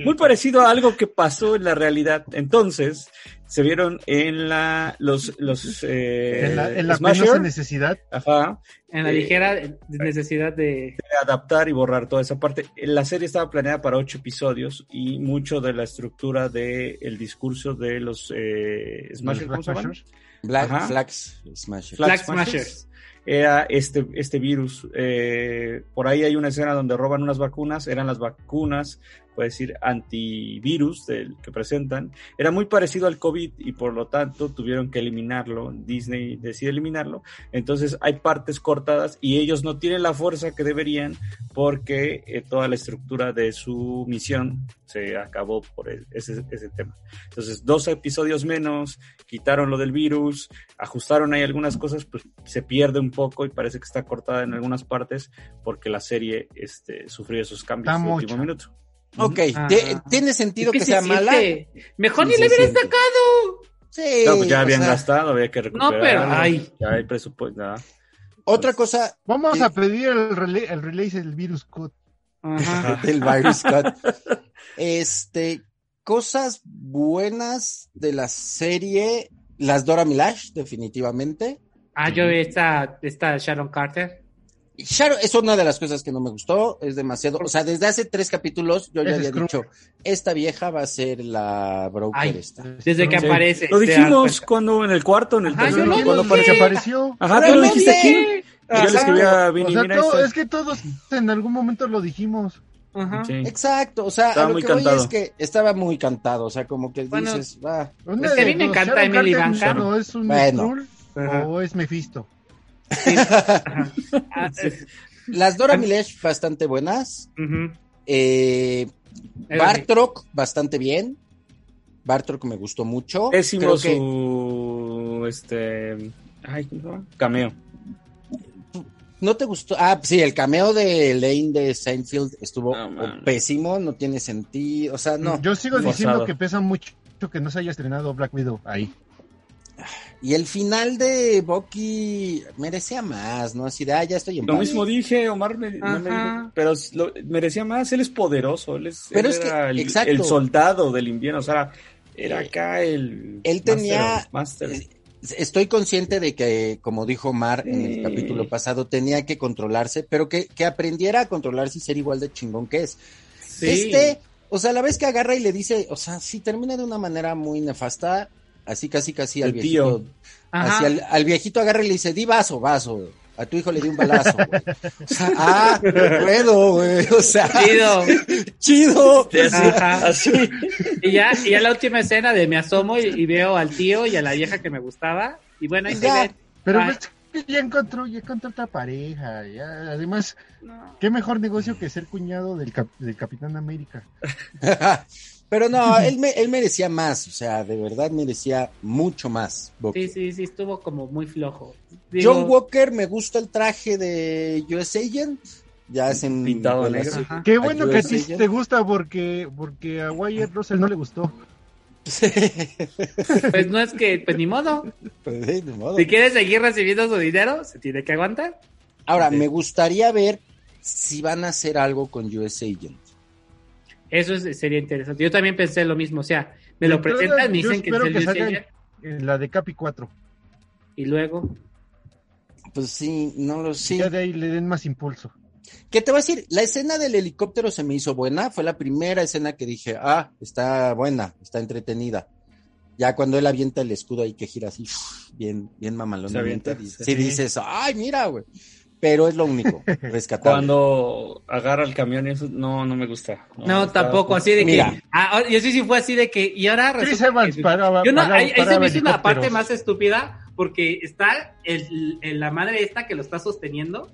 Speaker 3: Muy parecido a algo que pasó en la realidad. Entonces, se vieron en la los los eh,
Speaker 9: en la, en la
Speaker 3: Smasher.
Speaker 9: penosa necesidad.
Speaker 3: Ajá.
Speaker 7: En la
Speaker 3: Eh,
Speaker 7: ligera necesidad
Speaker 3: de
Speaker 7: de...
Speaker 3: adaptar y borrar toda esa parte. La serie estaba planeada para ocho episodios y mucho de la estructura del el discurso de los eh, Smashers,
Speaker 10: Black
Speaker 3: ¿cómo se llaman?
Speaker 10: Smashers? Black
Speaker 3: Ajá.
Speaker 10: Flax Smashers.
Speaker 3: Flag Era este, este virus. Eh, por ahí hay una escena donde roban unas vacunas. Eran las vacunas, puede decir, antivirus del que presentan. Era muy parecido al COVID y por lo tanto tuvieron que eliminarlo. Disney decide eliminarlo. Entonces hay partes cortadas y ellos no tienen la fuerza que deberían porque eh, toda la estructura de su misión se acabó por e- ese, ese tema. Entonces, dos episodios menos, quitaron lo del virus, ajustaron ahí algunas cosas, pues se pierde un poco y parece que está cortada en algunas partes porque la serie este, sufrió esos cambios
Speaker 10: Está
Speaker 3: en el
Speaker 10: mucho.
Speaker 3: último minuto.
Speaker 10: Ok,
Speaker 3: Ah.
Speaker 10: te- tiene sentido
Speaker 3: Es
Speaker 10: que,
Speaker 3: que se
Speaker 10: sea
Speaker 3: siente-
Speaker 10: mala.
Speaker 7: Mejor
Speaker 10: Sí,
Speaker 7: ni
Speaker 10: se
Speaker 7: le hubieras
Speaker 10: siente.
Speaker 7: sacado.
Speaker 10: Sí.
Speaker 3: No, pues ya
Speaker 10: o
Speaker 3: habían
Speaker 10: sea,
Speaker 3: gastado, había que recuperar.
Speaker 7: pero, ay.
Speaker 3: Ya hay presupuesto. nada.
Speaker 10: Otra cosa.
Speaker 9: Vamos a pedir el, relay, el release del virus code.
Speaker 10: del virus cut. Este, cosas buenas de la serie, las Dora Milash, definitivamente.
Speaker 7: Ah, yo vi esta, esta Sharon Carter.
Speaker 10: Y Sharon, es una de las cosas que no me gustó, es demasiado, o sea, desde hace tres capítulos yo ya
Speaker 7: Es
Speaker 10: había
Speaker 7: Scrooge.
Speaker 10: dicho, esta vieja va a ser la broker
Speaker 7: Ay,
Speaker 10: esta.
Speaker 7: desde que
Speaker 10: Sí.
Speaker 7: aparece.
Speaker 3: Lo dijimos cuando en el cuarto, en el
Speaker 7: Ajá,
Speaker 3: tercero,
Speaker 7: yo lo
Speaker 3: cuando
Speaker 7: dije.
Speaker 3: apareció.
Speaker 9: Apareció.
Speaker 3: Ajá, tú lo dijiste aquí. Yo le escribí a Vini,
Speaker 9: O sea,
Speaker 3: mira,
Speaker 9: todo-
Speaker 3: esta-
Speaker 9: es que todos en algún momento lo dijimos.
Speaker 3: Sí.
Speaker 10: Exacto, o sea,
Speaker 3: Estaba
Speaker 10: a lo
Speaker 3: muy
Speaker 10: que voy
Speaker 3: cantado.
Speaker 10: es que estaba muy cantado, o sea, como que
Speaker 7: Bueno,
Speaker 10: dices, va.
Speaker 9: Una de dos, Sharon Carter ¿No es un
Speaker 10: Bueno.
Speaker 9: Skrull o es Mephisto?
Speaker 10: Las Dora Milash bastante buenas.
Speaker 7: Ah, Ujú.
Speaker 10: Eh,
Speaker 7: Era
Speaker 10: Bartrock bastante bien. Bartrock me gustó mucho.
Speaker 3: Pésimo
Speaker 10: Creo que-
Speaker 3: su. Este. Ay, ¿cómo se llama? Cameo.
Speaker 10: ¿No te gustó? Ah, sí, el cameo de Lane de Seinfeld estuvo
Speaker 3: man.
Speaker 10: pésimo, no tiene sentido, o sea, no.
Speaker 9: Yo sigo diciendo que pesa mucho que no se haya estrenado Black Widow ahí.
Speaker 10: Y el final de Bucky merecía más, ¿no? Así de, ah, ya estoy en
Speaker 3: Lo
Speaker 10: paz.
Speaker 3: mismo dije, Omar me, no me
Speaker 10: Ajá.
Speaker 3: dijo, pero lo- merecía más, él es poderoso, él, es,
Speaker 10: Pero
Speaker 3: él
Speaker 10: es que,
Speaker 3: era el,
Speaker 10: exacto. Eh,
Speaker 3: el soldado del invierno, o sea, era acá el...
Speaker 10: Él tenía- eh,
Speaker 3: Master, master.
Speaker 10: Estoy consciente de que, como dijo Mar en el
Speaker 3: Sí.
Speaker 10: capítulo pasado, tenía que controlarse, pero que, que aprendiera a controlarse y ser igual de chingón que es. Este, o sea, la vez que agarra y le dice, o sea, sí termina de una manera muy nefasta, así casi casi al
Speaker 3: El
Speaker 10: viejito.
Speaker 3: tío.
Speaker 7: Ajá.
Speaker 10: así al, al viejito agarra y le dice, di vaso, vaso. A tu hijo le di un balazo, güey. O sea, ah, puedo, güey. O sea,
Speaker 7: Chido.
Speaker 10: chido.
Speaker 7: Ajá. Y, ya, y ya la última escena de me asomo y, y veo al tío y a la vieja que me gustaba. Y bueno, ahí se
Speaker 9: Ya,
Speaker 7: ven.
Speaker 9: Pero
Speaker 7: Ah,
Speaker 9: ves que ya encontró, ya encontró otra pareja. ya, además, qué mejor negocio que ser cuñado del, cap- del Capitán América.
Speaker 10: Pero no, él, me- él merecía más, o sea, de verdad merecía mucho más. Bucky.
Speaker 7: sí, sí, sí, estuvo como muy flojo.
Speaker 10: John Walker, me gusta el traje de US Agent. Ya es en
Speaker 3: Pintado
Speaker 10: en
Speaker 3: negro.
Speaker 10: así-
Speaker 3: Ajá.
Speaker 9: Qué bueno que a
Speaker 10: US
Speaker 9: ti
Speaker 10: Agent.
Speaker 9: te gusta porque, porque a Wyatt Russell no le gustó.
Speaker 7: Pues no es que, pues ni modo.
Speaker 10: Pues, sí, ni modo.
Speaker 7: Si quieres seguir recibiendo su dinero, se tiene que aguantar.
Speaker 10: Ahora, me gustaría ver si van a hacer algo con US Agent.
Speaker 7: Eso es- sería interesante. Yo también pensé lo mismo. O sea, me lo
Speaker 9: Entrada,
Speaker 7: presentan, me
Speaker 9: yo
Speaker 7: dicen que es
Speaker 9: espero
Speaker 7: el
Speaker 9: que
Speaker 7: Luis
Speaker 9: salga
Speaker 7: Señor,
Speaker 9: en eh, la de Capi 4.
Speaker 7: y luego.
Speaker 10: Pues sí, no lo sé.
Speaker 9: Ya de ahí le den más impulso.
Speaker 10: ¿Qué te voy a decir? La escena del helicóptero se me hizo buena. Fue la primera escena que dije, ah, está buena, está entretenida. Ya cuando él avienta el escudo ahí que gira así, uf, bien, bien mamalón.
Speaker 3: Se avienta,
Speaker 10: dice,
Speaker 3: sí.
Speaker 10: sí, dices, ay, mira, güey. Pero es lo único, rescatable.
Speaker 3: Cuando agarra el camión, eso no, no me gusta.
Speaker 7: No,
Speaker 3: está-
Speaker 7: tampoco, así de
Speaker 3: Mira,
Speaker 7: que. Ah, ahora- yo sí, sí fue así de que. Y ahora.
Speaker 9: Sí,
Speaker 7: resulta
Speaker 9: se van,
Speaker 7: que-
Speaker 9: paraba-
Speaker 7: Yo no,
Speaker 9: paraba-
Speaker 7: ahí, ahí se
Speaker 9: paraba
Speaker 7: me hizo una
Speaker 9: helicópteros.
Speaker 7: parte más estúpida porque está el- el- la madre esta que lo está sosteniendo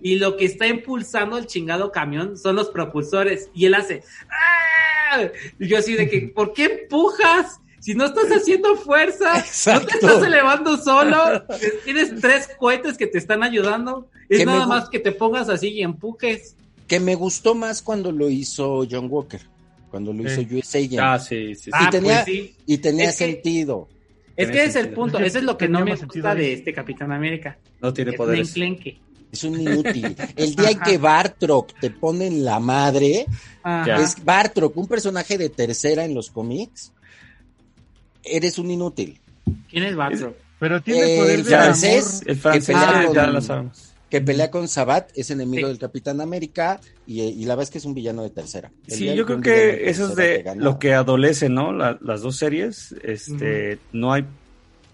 Speaker 7: y lo que está impulsando el chingado camión son los propulsores y él hace. ¡ah! Y yo así de que, ¿por qué empujas? Si no estás haciendo fuerza, no te estás elevando solo, tienes tres cohetes que te están ayudando, es
Speaker 10: Que me
Speaker 7: nada
Speaker 10: gu-
Speaker 7: más que te pongas así y empujes.
Speaker 10: Que me gustó más cuando lo hizo John Walker, cuando lo hizo
Speaker 3: Sí.
Speaker 10: USA Agent.
Speaker 3: Ah, sí, sí, sí.
Speaker 10: Y
Speaker 7: Ah, pues
Speaker 10: tenía,
Speaker 7: sí.
Speaker 10: y tenía
Speaker 7: Es que-
Speaker 10: sentido.
Speaker 7: Es
Speaker 3: Tiene
Speaker 7: que ese es el
Speaker 3: sentido.
Speaker 7: punto, eso es lo que
Speaker 9: Tenía
Speaker 7: no me
Speaker 9: más sentido
Speaker 7: gusta
Speaker 9: ahí.
Speaker 7: de este Capitán América.
Speaker 3: No tiene
Speaker 7: Es un
Speaker 3: poderes.
Speaker 7: enclenque.
Speaker 10: Es un inútil. El día en
Speaker 7: Ajá.
Speaker 10: que Bartrock te pone en la madre,
Speaker 7: Ajá.
Speaker 10: es Bartrock, un personaje de tercera en los cómics, eres un inútil.
Speaker 7: ¿Quién es Batro?
Speaker 9: Pero tiene
Speaker 10: Eh,
Speaker 9: poder
Speaker 10: el
Speaker 9: de amor.
Speaker 10: francés.
Speaker 3: El francés
Speaker 10: Que pelea
Speaker 3: ya,
Speaker 10: con-
Speaker 3: ya lo sabemos.
Speaker 10: Que pelea con Sabat, es enemigo
Speaker 7: Sí.
Speaker 10: del Capitán América, y, y la verdad es que es un villano de tercera. El día
Speaker 3: Sí,
Speaker 10: en
Speaker 3: yo creo
Speaker 10: un villano de
Speaker 3: que eso es
Speaker 10: tercera te
Speaker 3: de
Speaker 10: gana,
Speaker 3: lo que adolece, ¿no? La- las dos series, este, no hay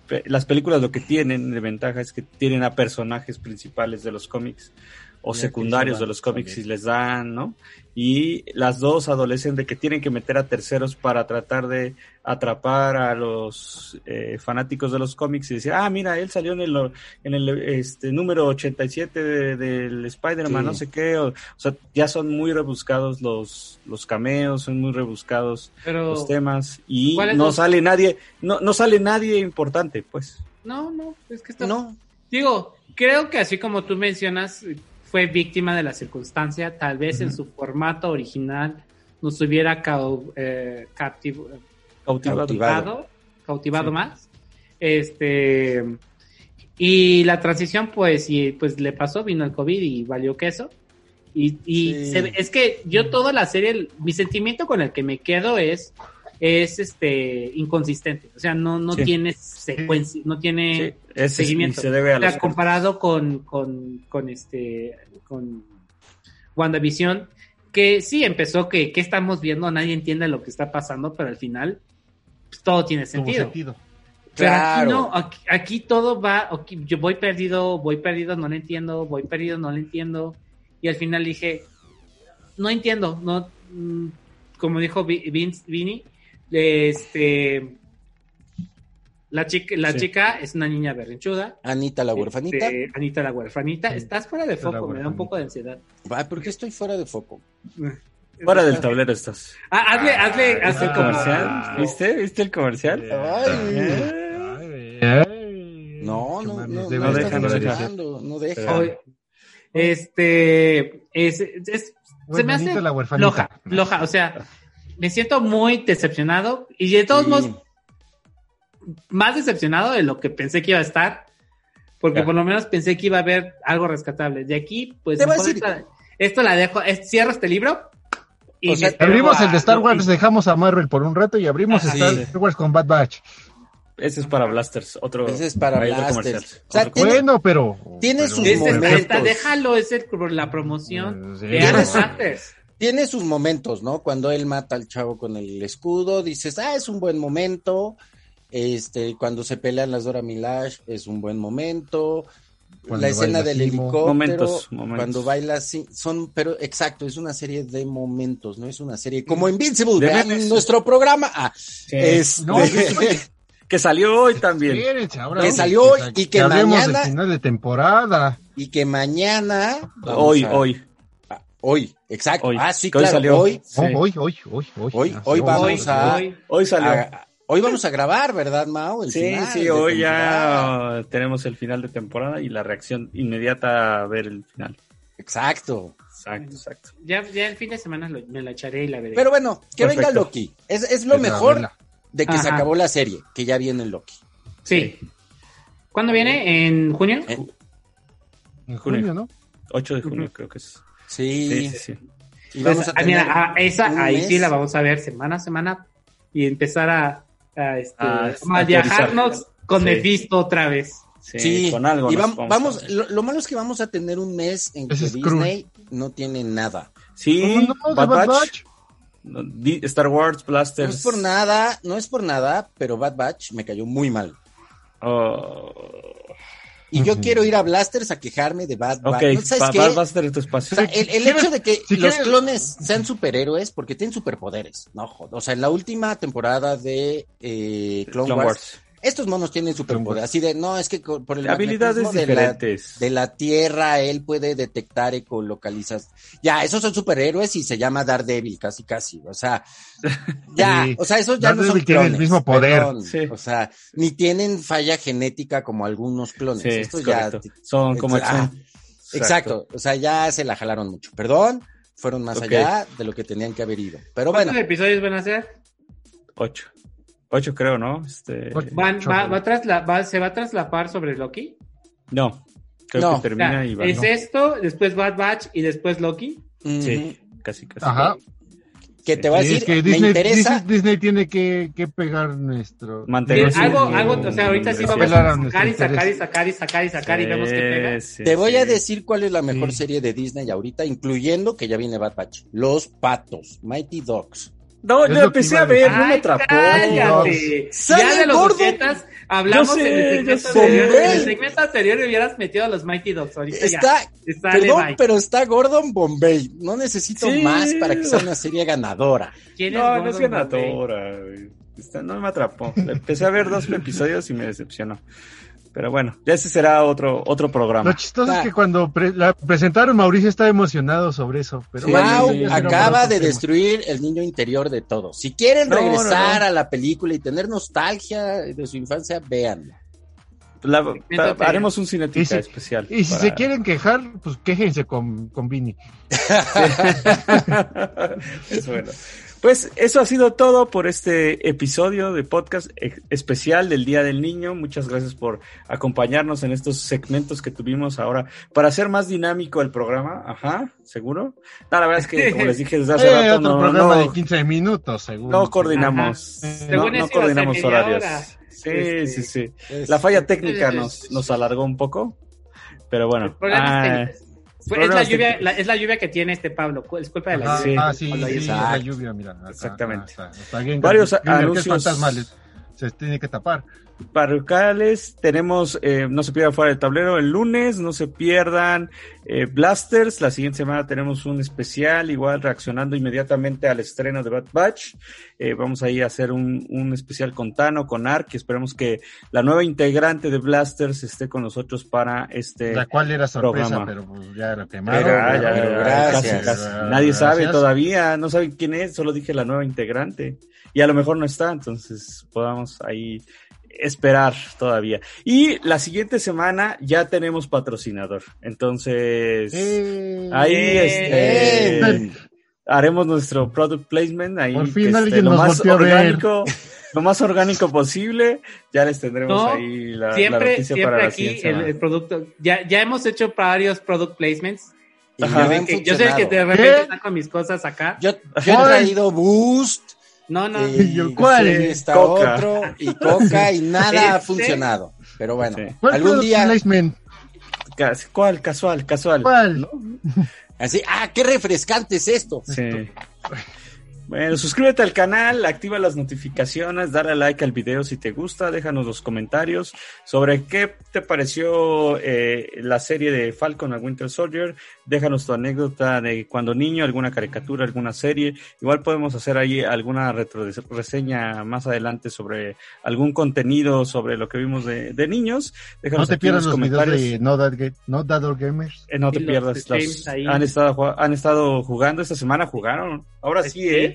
Speaker 3: pe- las películas lo que tienen de ventaja es que tienen a personajes principales de los cómics o
Speaker 10: Mira,
Speaker 3: secundarios
Speaker 10: Chris
Speaker 3: de los cómics y
Speaker 10: también.
Speaker 3: les dan, ¿no? Y las dos adolecen de que tienen que meter a terceros para tratar de atrapar a los eh, fanáticos de los cómics y decir, ah, mira, él salió en el, o- en el este, número 87 de- del Spider-Man,
Speaker 10: Sí.
Speaker 3: no sé qué. O, o sea, ya son muy rebuscados los, los cameos, son muy rebuscados
Speaker 7: Pero
Speaker 3: los temas y
Speaker 7: ¿Cuáles
Speaker 3: no
Speaker 7: los-
Speaker 3: sale nadie, no, no sale nadie importante, pues.
Speaker 7: no, no, es que está...
Speaker 10: No,
Speaker 7: Digo, creo que así como tú mencionas, fue víctima de la circunstancia, tal vez en su formato original nos hubiera cau- eh, captiv-
Speaker 3: Cautivado.
Speaker 7: cautivado, cautivado
Speaker 3: Sí.
Speaker 7: más. Este y la transición, pues, y pues le pasó, vino el COVID y valió queso. Y, y
Speaker 10: Sí.
Speaker 7: se ve- es que
Speaker 3: Mm.
Speaker 7: yo toda la serie, el- mi sentimiento con el que me quedo es, es este inconsistente. O sea, no, no
Speaker 3: Sí.
Speaker 7: tiene secuencia, no tiene
Speaker 3: Sí, ese
Speaker 7: seguimiento.
Speaker 3: se debe a
Speaker 7: o sea,
Speaker 3: los
Speaker 7: comparado con, con, con este con WandaVision, que sí empezó que, que estamos viendo, nadie entiende lo que está pasando, pero al final pues, todo tiene
Speaker 9: Tuvo
Speaker 7: sentido.
Speaker 9: sentido.
Speaker 7: Pero
Speaker 10: Claro.
Speaker 7: aquí no, aquí, aquí todo va, aquí- yo voy perdido, voy perdido, no lo entiendo, voy perdido, no lo entiendo. Y al final dije, no entiendo, no, mm, como dijo Vi- Vince- Vini, este, la chica, la
Speaker 3: Sí.
Speaker 7: chica es una niña berrinchuda.
Speaker 10: Anita la huerfanita.
Speaker 7: Este, Anita la huerfanita, estás fuera de
Speaker 9: Anita la
Speaker 7: foco, me da un
Speaker 9: huerfanita.
Speaker 7: poco de ansiedad.
Speaker 10: Ah, ¿Por qué estoy fuera de foco?
Speaker 3: Fuera del tablero estás.
Speaker 7: Ah, hazle, hazle,
Speaker 3: ¿Viste
Speaker 7: hazle
Speaker 3: el
Speaker 7: como-
Speaker 3: comercial? ¿Viste? ¿Viste el comercial? Eh,
Speaker 10: Ay.
Speaker 9: Ay,
Speaker 10: No, no, no,
Speaker 9: mames,
Speaker 10: no,
Speaker 9: de
Speaker 10: no,
Speaker 9: verdad.
Speaker 10: estás
Speaker 3: deja, no deja.
Speaker 10: funcionando, no deja.
Speaker 7: Oye, Este, es- es- se
Speaker 9: Bueno,
Speaker 7: me hace
Speaker 9: Anita la huerfanita.
Speaker 7: floja, floja, o sea, me siento muy decepcionado y de todos
Speaker 10: Sí.
Speaker 7: modos más decepcionado de lo que pensé que iba a estar, porque
Speaker 3: Ya.
Speaker 7: por lo menos pensé que iba a haber algo rescatable. De aquí, pues
Speaker 10: Te voy a
Speaker 7: mejor
Speaker 10: decir-
Speaker 7: esta- esto la dejo, es- cierro este libro y
Speaker 10: O
Speaker 7: me
Speaker 10: sea,
Speaker 7: espero
Speaker 9: Abrimos
Speaker 7: a-
Speaker 9: el de Star Wars,
Speaker 7: y-
Speaker 9: dejamos a Marvel por un rato y abrimos
Speaker 10: Ah,
Speaker 9: Star
Speaker 10: sí.
Speaker 9: Wars con Bad Batch.
Speaker 3: Ese es para Blasters, otro.
Speaker 10: Ese es para
Speaker 3: ahí otro
Speaker 10: Blasters.
Speaker 3: comercial.
Speaker 10: O sea,
Speaker 3: Otro
Speaker 10: tiene-
Speaker 9: Bueno, pero.
Speaker 10: tiene
Speaker 9: pero- este
Speaker 10: sus
Speaker 7: Ese es-
Speaker 10: momentos.
Speaker 7: esta, déjalo, es el- la promoción
Speaker 9: Sí.
Speaker 7: de Alex Sanders.
Speaker 10: Tiene sus momentos, ¿no? Cuando él mata al chavo con el escudo, dices, ah, es un buen momento. Este, cuando se pelean las Dora Milash, es un buen momento.
Speaker 9: Cuando
Speaker 10: la escena
Speaker 9: baila
Speaker 10: del
Speaker 9: Simo.
Speaker 10: helicóptero,
Speaker 3: Momentos, momentos.
Speaker 10: cuando baila, sí, son, pero exacto, es una serie de momentos, no es una serie como Invincible,
Speaker 3: De
Speaker 10: vean
Speaker 3: memes.
Speaker 10: nuestro programa. Ah,
Speaker 3: Sí.
Speaker 10: este,
Speaker 9: No, oye,
Speaker 3: Que salió hoy también.
Speaker 9: espérense, ahora
Speaker 10: Que
Speaker 9: vamos,
Speaker 10: salió
Speaker 9: o
Speaker 10: hoy
Speaker 9: sea,
Speaker 10: y que
Speaker 9: hablemos
Speaker 10: mañana-
Speaker 9: del final de temporada.
Speaker 10: y que mañana. vamos
Speaker 3: Hoy,
Speaker 10: a-
Speaker 3: hoy.
Speaker 10: Ah, Hoy, exacto.
Speaker 3: Hoy.
Speaker 10: Ah, sí,
Speaker 3: Que hoy
Speaker 10: claro.
Speaker 3: salió.
Speaker 10: Hoy,
Speaker 3: Sí.
Speaker 9: No, hoy, hoy, hoy, hoy.
Speaker 10: Hoy-
Speaker 9: Ah,
Speaker 10: hoy
Speaker 9: sí,
Speaker 10: vamos
Speaker 7: Hoy,
Speaker 10: a-
Speaker 7: hoy,
Speaker 3: Hoy salió.
Speaker 10: a- hoy vamos a grabar, ¿verdad, Mao? El
Speaker 3: sí,
Speaker 10: final
Speaker 3: sí,
Speaker 10: de
Speaker 3: hoy
Speaker 10: temporada.
Speaker 3: ya tenemos el final de temporada y la reacción inmediata a ver el final.
Speaker 10: Exacto.
Speaker 3: Exacto, exacto.
Speaker 7: ya, ya el fin de semana lo- me la echaré y la veré.
Speaker 10: Pero bueno, que
Speaker 3: Perfecto. Pues
Speaker 10: venga Loki. Es, es lo
Speaker 9: Pero,
Speaker 10: mejor
Speaker 9: vela.
Speaker 10: de que se
Speaker 7: Ajá.
Speaker 10: acabó la serie, que ya viene Loki.
Speaker 7: sí. ¿Cuándo viene? ¿En junio?
Speaker 10: Eh,
Speaker 9: En junio, ¿no?
Speaker 3: 8 de junio creo que es. Sí,
Speaker 10: Sí.
Speaker 3: sí, sí.
Speaker 10: Y vamos
Speaker 7: Pues,
Speaker 10: a
Speaker 7: ah,
Speaker 10: tener
Speaker 7: mira, ah,
Speaker 10: un
Speaker 7: esa ahí sí
Speaker 10: mes.
Speaker 7: la vamos a ver semana a semana y empezar a, a, este,
Speaker 3: A-
Speaker 7: a
Speaker 3: a
Speaker 7: viajarnos con
Speaker 3: Sí.
Speaker 7: Mephisto otra vez.
Speaker 10: Sí,
Speaker 3: con algo
Speaker 10: Y
Speaker 3: nos
Speaker 10: vam-
Speaker 3: vamos
Speaker 10: vamos, lo, lo malo es que vamos a tener un mes en que
Speaker 3: Ese es
Speaker 10: Disney no tiene nada.
Speaker 3: Sí,
Speaker 10: ¿Cómo no?
Speaker 3: Bad
Speaker 10: pues, ¿De Bad
Speaker 3: Batch, no, Di- Star Wars,
Speaker 10: No
Speaker 3: Blasters.
Speaker 10: es por nada, no es por nada, pero Bad Batch me cayó muy mal.
Speaker 3: Oh,
Speaker 10: Y yo quiero ir a Blasters a quejarme de Bad Batch.
Speaker 3: Ok,
Speaker 10: ¿No sabes
Speaker 3: va-
Speaker 10: qué?
Speaker 3: va- vas a tener tu espacio.
Speaker 10: O sea, el, el hecho de que
Speaker 3: si
Speaker 10: los
Speaker 3: quieres-
Speaker 10: clones sean superhéroes, porque tienen superpoderes, no jodas. O sea, en la última temporada de eh, Clone,
Speaker 3: Clone
Speaker 10: Wars,
Speaker 3: Wars.
Speaker 10: estos monos tienen superpoderes. Así de, no, es que co- por el
Speaker 3: Habilidades
Speaker 10: magnetismo de la-
Speaker 3: diferentes.
Speaker 10: De la, Tierra, él puede detectar ecolocalizas. Ya, esos son superhéroes y se llama Daredevil, casi, casi. O sea, ya,
Speaker 9: Sí.
Speaker 10: o sea, esos ya no
Speaker 9: Daredevil
Speaker 10: son
Speaker 9: tiene el
Speaker 10: clones,
Speaker 9: mismo poder.
Speaker 10: perdón. O sea, ni tienen falla genética como algunos clones.
Speaker 3: Sí,
Speaker 10: Estos
Speaker 3: es
Speaker 10: ya
Speaker 3: correcto. Son como
Speaker 10: Ah,
Speaker 3: acción.
Speaker 10: Exacto. O sea, ya se la jalaron mucho. Perdón, fueron más
Speaker 3: Ok.
Speaker 10: allá de lo que tenían que haber ido. Pero bueno,
Speaker 7: ¿Cuántos episodios van a ser?
Speaker 3: Ocho. Ocho creo, ¿no? Este...
Speaker 7: Van- va- va a trasla- va- ¿Se va a traslapar sobre Loki?
Speaker 3: No, creo
Speaker 7: No.
Speaker 3: que termina y
Speaker 7: O
Speaker 3: va.
Speaker 7: sea, Es
Speaker 3: ¿no?
Speaker 7: esto, después Bad Batch y después Loki.
Speaker 3: Sí, casi, casi.
Speaker 9: Ajá.
Speaker 10: Que te voy a
Speaker 9: Sí,
Speaker 10: decir,
Speaker 9: es que
Speaker 10: me
Speaker 9: Disney,
Speaker 10: interesa.
Speaker 9: Disney- Disney tiene que, que pegar nuestro.
Speaker 3: Mantener
Speaker 7: Sí, algo, algo, o sea, ahorita sí vamos
Speaker 9: Pelar
Speaker 7: a sacar y
Speaker 9: nuestro
Speaker 7: sacar y
Speaker 9: interés.
Speaker 7: sacar y sacar y sacar y vemos qué pega.
Speaker 10: te voy a decir cuál es la mejor serie de Disney ahorita, incluyendo que ya viene Bad Batch. Los Patos, Mighty Dogs.
Speaker 3: No,
Speaker 10: Es
Speaker 3: la
Speaker 10: lo que
Speaker 3: empecé
Speaker 10: iba
Speaker 3: a
Speaker 10: a
Speaker 3: ver, no me
Speaker 7: Ay,
Speaker 3: atrapó.
Speaker 7: cállate. Ya
Speaker 10: Sale
Speaker 7: de los
Speaker 10: gordo.
Speaker 7: ochentas hablamos
Speaker 10: Yo sé,
Speaker 7: en, el
Speaker 10: yo
Speaker 7: segmento
Speaker 10: sé.
Speaker 7: anterior, en el
Speaker 10: Güey.
Speaker 7: segmento anterior hubieras metido a los Mighty Dogs. Ahorita
Speaker 10: Está,
Speaker 7: ya. Está de
Speaker 10: perdón,
Speaker 7: bye.
Speaker 10: pero está Gordon Bombay. No necesito
Speaker 3: Sí.
Speaker 10: más para que sea una serie ganadora.
Speaker 7: ¿Quién es
Speaker 3: No, no es
Speaker 7: Gordon Bombay?
Speaker 3: ganadora. güey. Está- No me atrapó. La Empecé a ver dos episodios y me decepcionó. Pero bueno, ya ese será otro, otro
Speaker 9: Lo
Speaker 3: programa.
Speaker 9: chistoso es que cuando pre- la presentaron, Mauricio estaba emocionado sobre eso. Pero
Speaker 10: Mau
Speaker 9: bueno, pues, ya se
Speaker 10: acaba
Speaker 9: nombró.
Speaker 10: de destruir el niño interior de todos. Si quieren
Speaker 3: No,
Speaker 10: regresar
Speaker 3: no, no.
Speaker 10: a la película y tener nostalgia de su infancia, vean.
Speaker 3: La-
Speaker 10: Segmento
Speaker 3: pa- haremos un
Speaker 9: Y
Speaker 3: cinetica
Speaker 9: si,
Speaker 3: especial.
Speaker 9: y si
Speaker 3: para-
Speaker 9: se quieren quejar, pues quéjense con, con Vini.
Speaker 3: Es bueno. Pues eso ha sido todo por este episodio de podcast ex- especial del Día del Niño. Muchas gracias por acompañarnos en estos segmentos que tuvimos ahora para hacer más dinámico el programa. Ajá, seguro. No, la verdad es que, como les dije desde hace
Speaker 9: Eh,
Speaker 3: rato,
Speaker 9: otro
Speaker 3: no,
Speaker 9: programa
Speaker 3: no-
Speaker 9: de 15 minutos, seguro.
Speaker 3: no coordinamos.
Speaker 9: Ajá.
Speaker 3: No,
Speaker 9: Según eso
Speaker 3: no
Speaker 9: iba a ser
Speaker 3: coordinamos
Speaker 9: media
Speaker 3: horarios.
Speaker 9: hora.
Speaker 3: Sí,
Speaker 9: Este,
Speaker 3: sí, sí.
Speaker 9: este,
Speaker 3: La falla técnica nos, nos alargó un poco, pero bueno.
Speaker 7: Problemas
Speaker 3: Ah,
Speaker 7: técnicos. Fue- pues, es, la
Speaker 3: problemas
Speaker 7: lluvia,
Speaker 3: técnicos.
Speaker 7: la- es la lluvia que tiene este Pablo. cu- Es culpa de la
Speaker 9: Ah, sí,
Speaker 7: lluvia.
Speaker 9: ah, sí,
Speaker 7: Cuando
Speaker 9: sí,
Speaker 7: hay
Speaker 9: es
Speaker 7: lluvia.
Speaker 9: la lluvia, mira. acá,
Speaker 3: Exactamente.
Speaker 9: acá, acá, está bien,
Speaker 3: Varios
Speaker 9: Gabriel, que es
Speaker 3: anuncios.
Speaker 9: fantasma, le- se tiene que tapar.
Speaker 3: Parroquiales, tenemos eh, No se pierdan fuera del tablero el lunes, no se pierdan eh, Blasters, la siguiente semana tenemos un especial, igual reaccionando inmediatamente al estreno de Bad Batch, Eh, vamos ahí a hacer un, un especial con Tano, con Ark, y esperemos que la nueva integrante de Blasters esté con nosotros para este...
Speaker 9: La cual era sorpresa,
Speaker 3: programa.
Speaker 9: pero pues, ya lo quemaron.
Speaker 3: Era, ah, ya,
Speaker 9: pero
Speaker 3: era,
Speaker 9: gracias.
Speaker 3: casi, casi.
Speaker 9: Pero
Speaker 3: Nadie sabe
Speaker 9: gracias.
Speaker 3: todavía, no saben quién es, solo dije la nueva integrante. Y a lo mejor no está, entonces podamos ahí esperar todavía. Y la siguiente semana ya tenemos patrocinador. Entonces, ahí
Speaker 9: Eh.
Speaker 3: este, haremos nuestro product placement ahí
Speaker 9: Por fin
Speaker 3: este,
Speaker 9: alguien
Speaker 3: lo
Speaker 9: nos
Speaker 3: más
Speaker 9: volteó a ver.
Speaker 3: orgánico, lo más orgánico posible. Ya les tendremos
Speaker 7: No,
Speaker 3: ahí Ah, la, la
Speaker 7: siempre
Speaker 3: noticia para
Speaker 7: siempre
Speaker 3: la
Speaker 7: aquí
Speaker 3: siguiente
Speaker 7: el,
Speaker 3: semana.
Speaker 7: el producto. Ya, ya hemos hecho varios product placements.
Speaker 10: Y
Speaker 7: Yo
Speaker 10: no
Speaker 7: sé
Speaker 10: han
Speaker 7: que- yo soy el que de
Speaker 10: funcionado.
Speaker 7: repente
Speaker 10: ¿Qué?
Speaker 7: saco mis cosas acá.
Speaker 10: Yo, Yo he traído Boost.
Speaker 7: No, no.
Speaker 10: y
Speaker 9: ¿cuál?
Speaker 10: este, está
Speaker 9: Coca.
Speaker 10: otro, y Coca, y nada ha
Speaker 7: Este.
Speaker 10: funcionado. Pero bueno,
Speaker 9: ¿Cuál
Speaker 10: algún
Speaker 9: product
Speaker 10: día. pues,
Speaker 9: placement?
Speaker 3: Cas- ¿Cuál? Casual, casual.
Speaker 9: ¿Cuál?
Speaker 10: Así, ah, qué refrescante es esto.
Speaker 3: Sí. Bueno, suscríbete al canal, activa las notificaciones, dale like al video si te gusta, déjanos los comentarios sobre qué te pareció eh, la serie de Falcon a Winter Soldier, déjanos tu anécdota de cuando niño, alguna caricatura, alguna serie, igual podemos hacer ahí alguna retro- reseña más adelante sobre algún contenido sobre lo que vimos de, de niños,
Speaker 9: No
Speaker 3: déjanos
Speaker 9: te
Speaker 3: aquí en
Speaker 9: pierdas
Speaker 3: los
Speaker 9: los videos
Speaker 3: comentarios.
Speaker 9: de No That, Ga- no That Old Gamers.
Speaker 3: Eh, no te
Speaker 9: Y los
Speaker 3: pierdas.
Speaker 9: streams
Speaker 3: los-
Speaker 9: ahí.
Speaker 3: han, estado, ju- han estado jugando esta semana, jugaron. Ahora sí,
Speaker 7: este,
Speaker 3: ¿eh?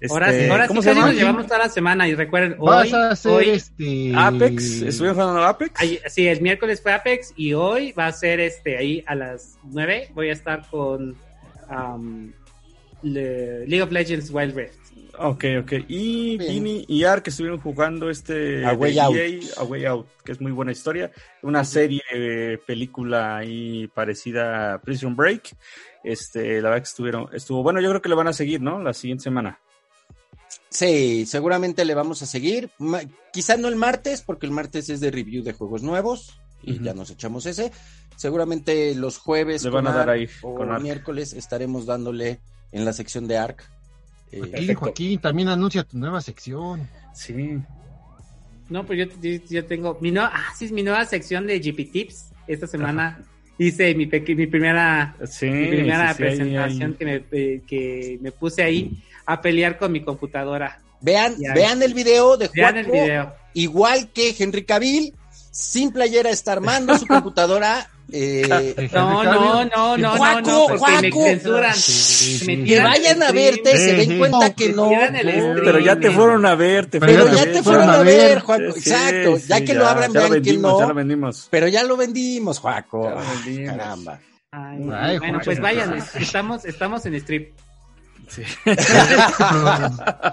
Speaker 7: Pues ahora sí,
Speaker 3: Este,
Speaker 7: ahora sí
Speaker 3: ¿Cómo se
Speaker 7: Cali, nos
Speaker 3: llama?
Speaker 7: llevamos toda la semana y recuerden,
Speaker 9: Vas
Speaker 7: hoy,
Speaker 9: a hacer
Speaker 7: hoy
Speaker 9: este...
Speaker 3: Apex, estuvieron jugando Apex.
Speaker 7: Ay, sí, el miércoles fue Apex y hoy va a ser este ahí a las 9 voy a estar con um, le- League of Legends Wild Rift.
Speaker 3: Ok, ok. Y Vini y Ark estuvieron jugando este
Speaker 10: A
Speaker 3: de
Speaker 10: Way Out.
Speaker 3: EA, A Way Out, que es muy buena historia. Una serie, eh, película ahí parecida a Prison Break. Este, la verdad que estuvieron, estuvo bueno. Yo creo que le van a seguir, ¿no? La siguiente semana.
Speaker 10: Sí, seguramente le vamos a seguir. Ma- quizá no el martes, porque el martes es de review de juegos nuevos. y ya nos echamos ese. Seguramente los jueves
Speaker 3: Le van a
Speaker 10: con
Speaker 3: dar
Speaker 10: Arc
Speaker 3: ahí,
Speaker 10: o
Speaker 3: con Arc.
Speaker 10: miércoles estaremos dándole en la sección de ARC. eh,
Speaker 9: Joaquín, Joaquín, también anuncia tu nueva sección.
Speaker 3: Sí.
Speaker 7: No, pues yo, yo- yo tengo mi, nueva- ah, sí, es mi nueva sección de GP Tips. Esta semana hice mi, peque- mi primera,
Speaker 3: Sí,
Speaker 7: mi primera
Speaker 3: sí, sí, ahí,
Speaker 7: presentación
Speaker 3: ahí.
Speaker 7: Que, me, eh, que me puse ahí a pelear con mi computadora.
Speaker 10: Vean,
Speaker 7: Ya.
Speaker 10: vean el video de
Speaker 7: Vean
Speaker 10: Juan.
Speaker 7: el video.
Speaker 10: Igual que Henry Cavill, sin playera está armando su computadora. eh,
Speaker 7: No, no, no, no, no,
Speaker 10: Juaco,
Speaker 7: no, porque me
Speaker 10: Juaco.
Speaker 7: censuran. Me
Speaker 10: Que
Speaker 7: tiran
Speaker 10: vayan a
Speaker 7: el
Speaker 10: verte, se
Speaker 7: stream.
Speaker 10: den cuenta que
Speaker 7: Me
Speaker 10: no.
Speaker 7: tiran el stream.
Speaker 3: Pero ya te fueron a ver, te
Speaker 10: Pero
Speaker 3: fueron
Speaker 10: ya
Speaker 3: a
Speaker 10: te
Speaker 3: ver,
Speaker 10: fueron a ver,
Speaker 3: Sí,
Speaker 10: Juaco,
Speaker 3: sí,
Speaker 10: exacto, ya
Speaker 3: sí,
Speaker 10: que lo abran,
Speaker 3: ya
Speaker 10: vean que
Speaker 3: vendimos,
Speaker 10: no.
Speaker 3: Ya lo vendimos.
Speaker 10: Pero ya lo vendimos, Juaco.
Speaker 3: Ya lo
Speaker 10: Ay,
Speaker 3: vendimos.
Speaker 10: caramba.
Speaker 7: Ay,
Speaker 9: Ay,
Speaker 7: bueno,
Speaker 9: Juan,
Speaker 7: pues
Speaker 9: qué
Speaker 7: vayan,
Speaker 9: cosa.
Speaker 7: estamos, estamos en strip.
Speaker 3: Sí.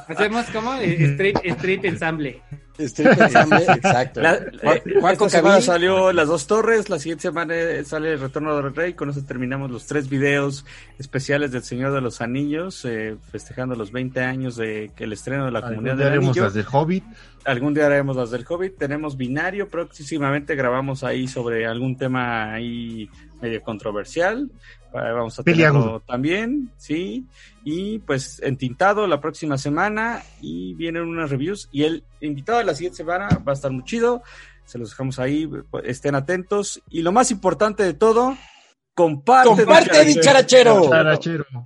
Speaker 7: Hacemos como Eh, strip, strip ensamble.
Speaker 10: Estoy pensando, exacto.
Speaker 3: La-
Speaker 10: Juan-
Speaker 3: eh,
Speaker 10: Juaco
Speaker 3: esta semana
Speaker 10: Cavill,
Speaker 3: salió Las Dos Torres, la siguiente semana eh, sale El Retorno del Rey, con eso terminamos los tres videos especiales del Señor de los Anillos, eh, festejando los 20 años de que el estreno de la Comunidad
Speaker 9: Ya
Speaker 3: del
Speaker 9: haremos
Speaker 3: Anillo.
Speaker 9: las de Hobbit.
Speaker 3: Algún día haremos las del Hobbit, tenemos Binario, próximamente grabamos ahí sobre algún tema ahí medio controversial, eh, vamos a tenerlo
Speaker 9: Peliagudo.
Speaker 3: también, sí, y pues entintado la próxima semana y vienen unas reviews y el invitado de la siguiente semana va a estar muy chido, se los dejamos ahí, pues, estén atentos y lo más importante de todo, comparte,
Speaker 10: Comparte
Speaker 3: dicharachero.
Speaker 10: dicharachero.
Speaker 9: Charachero.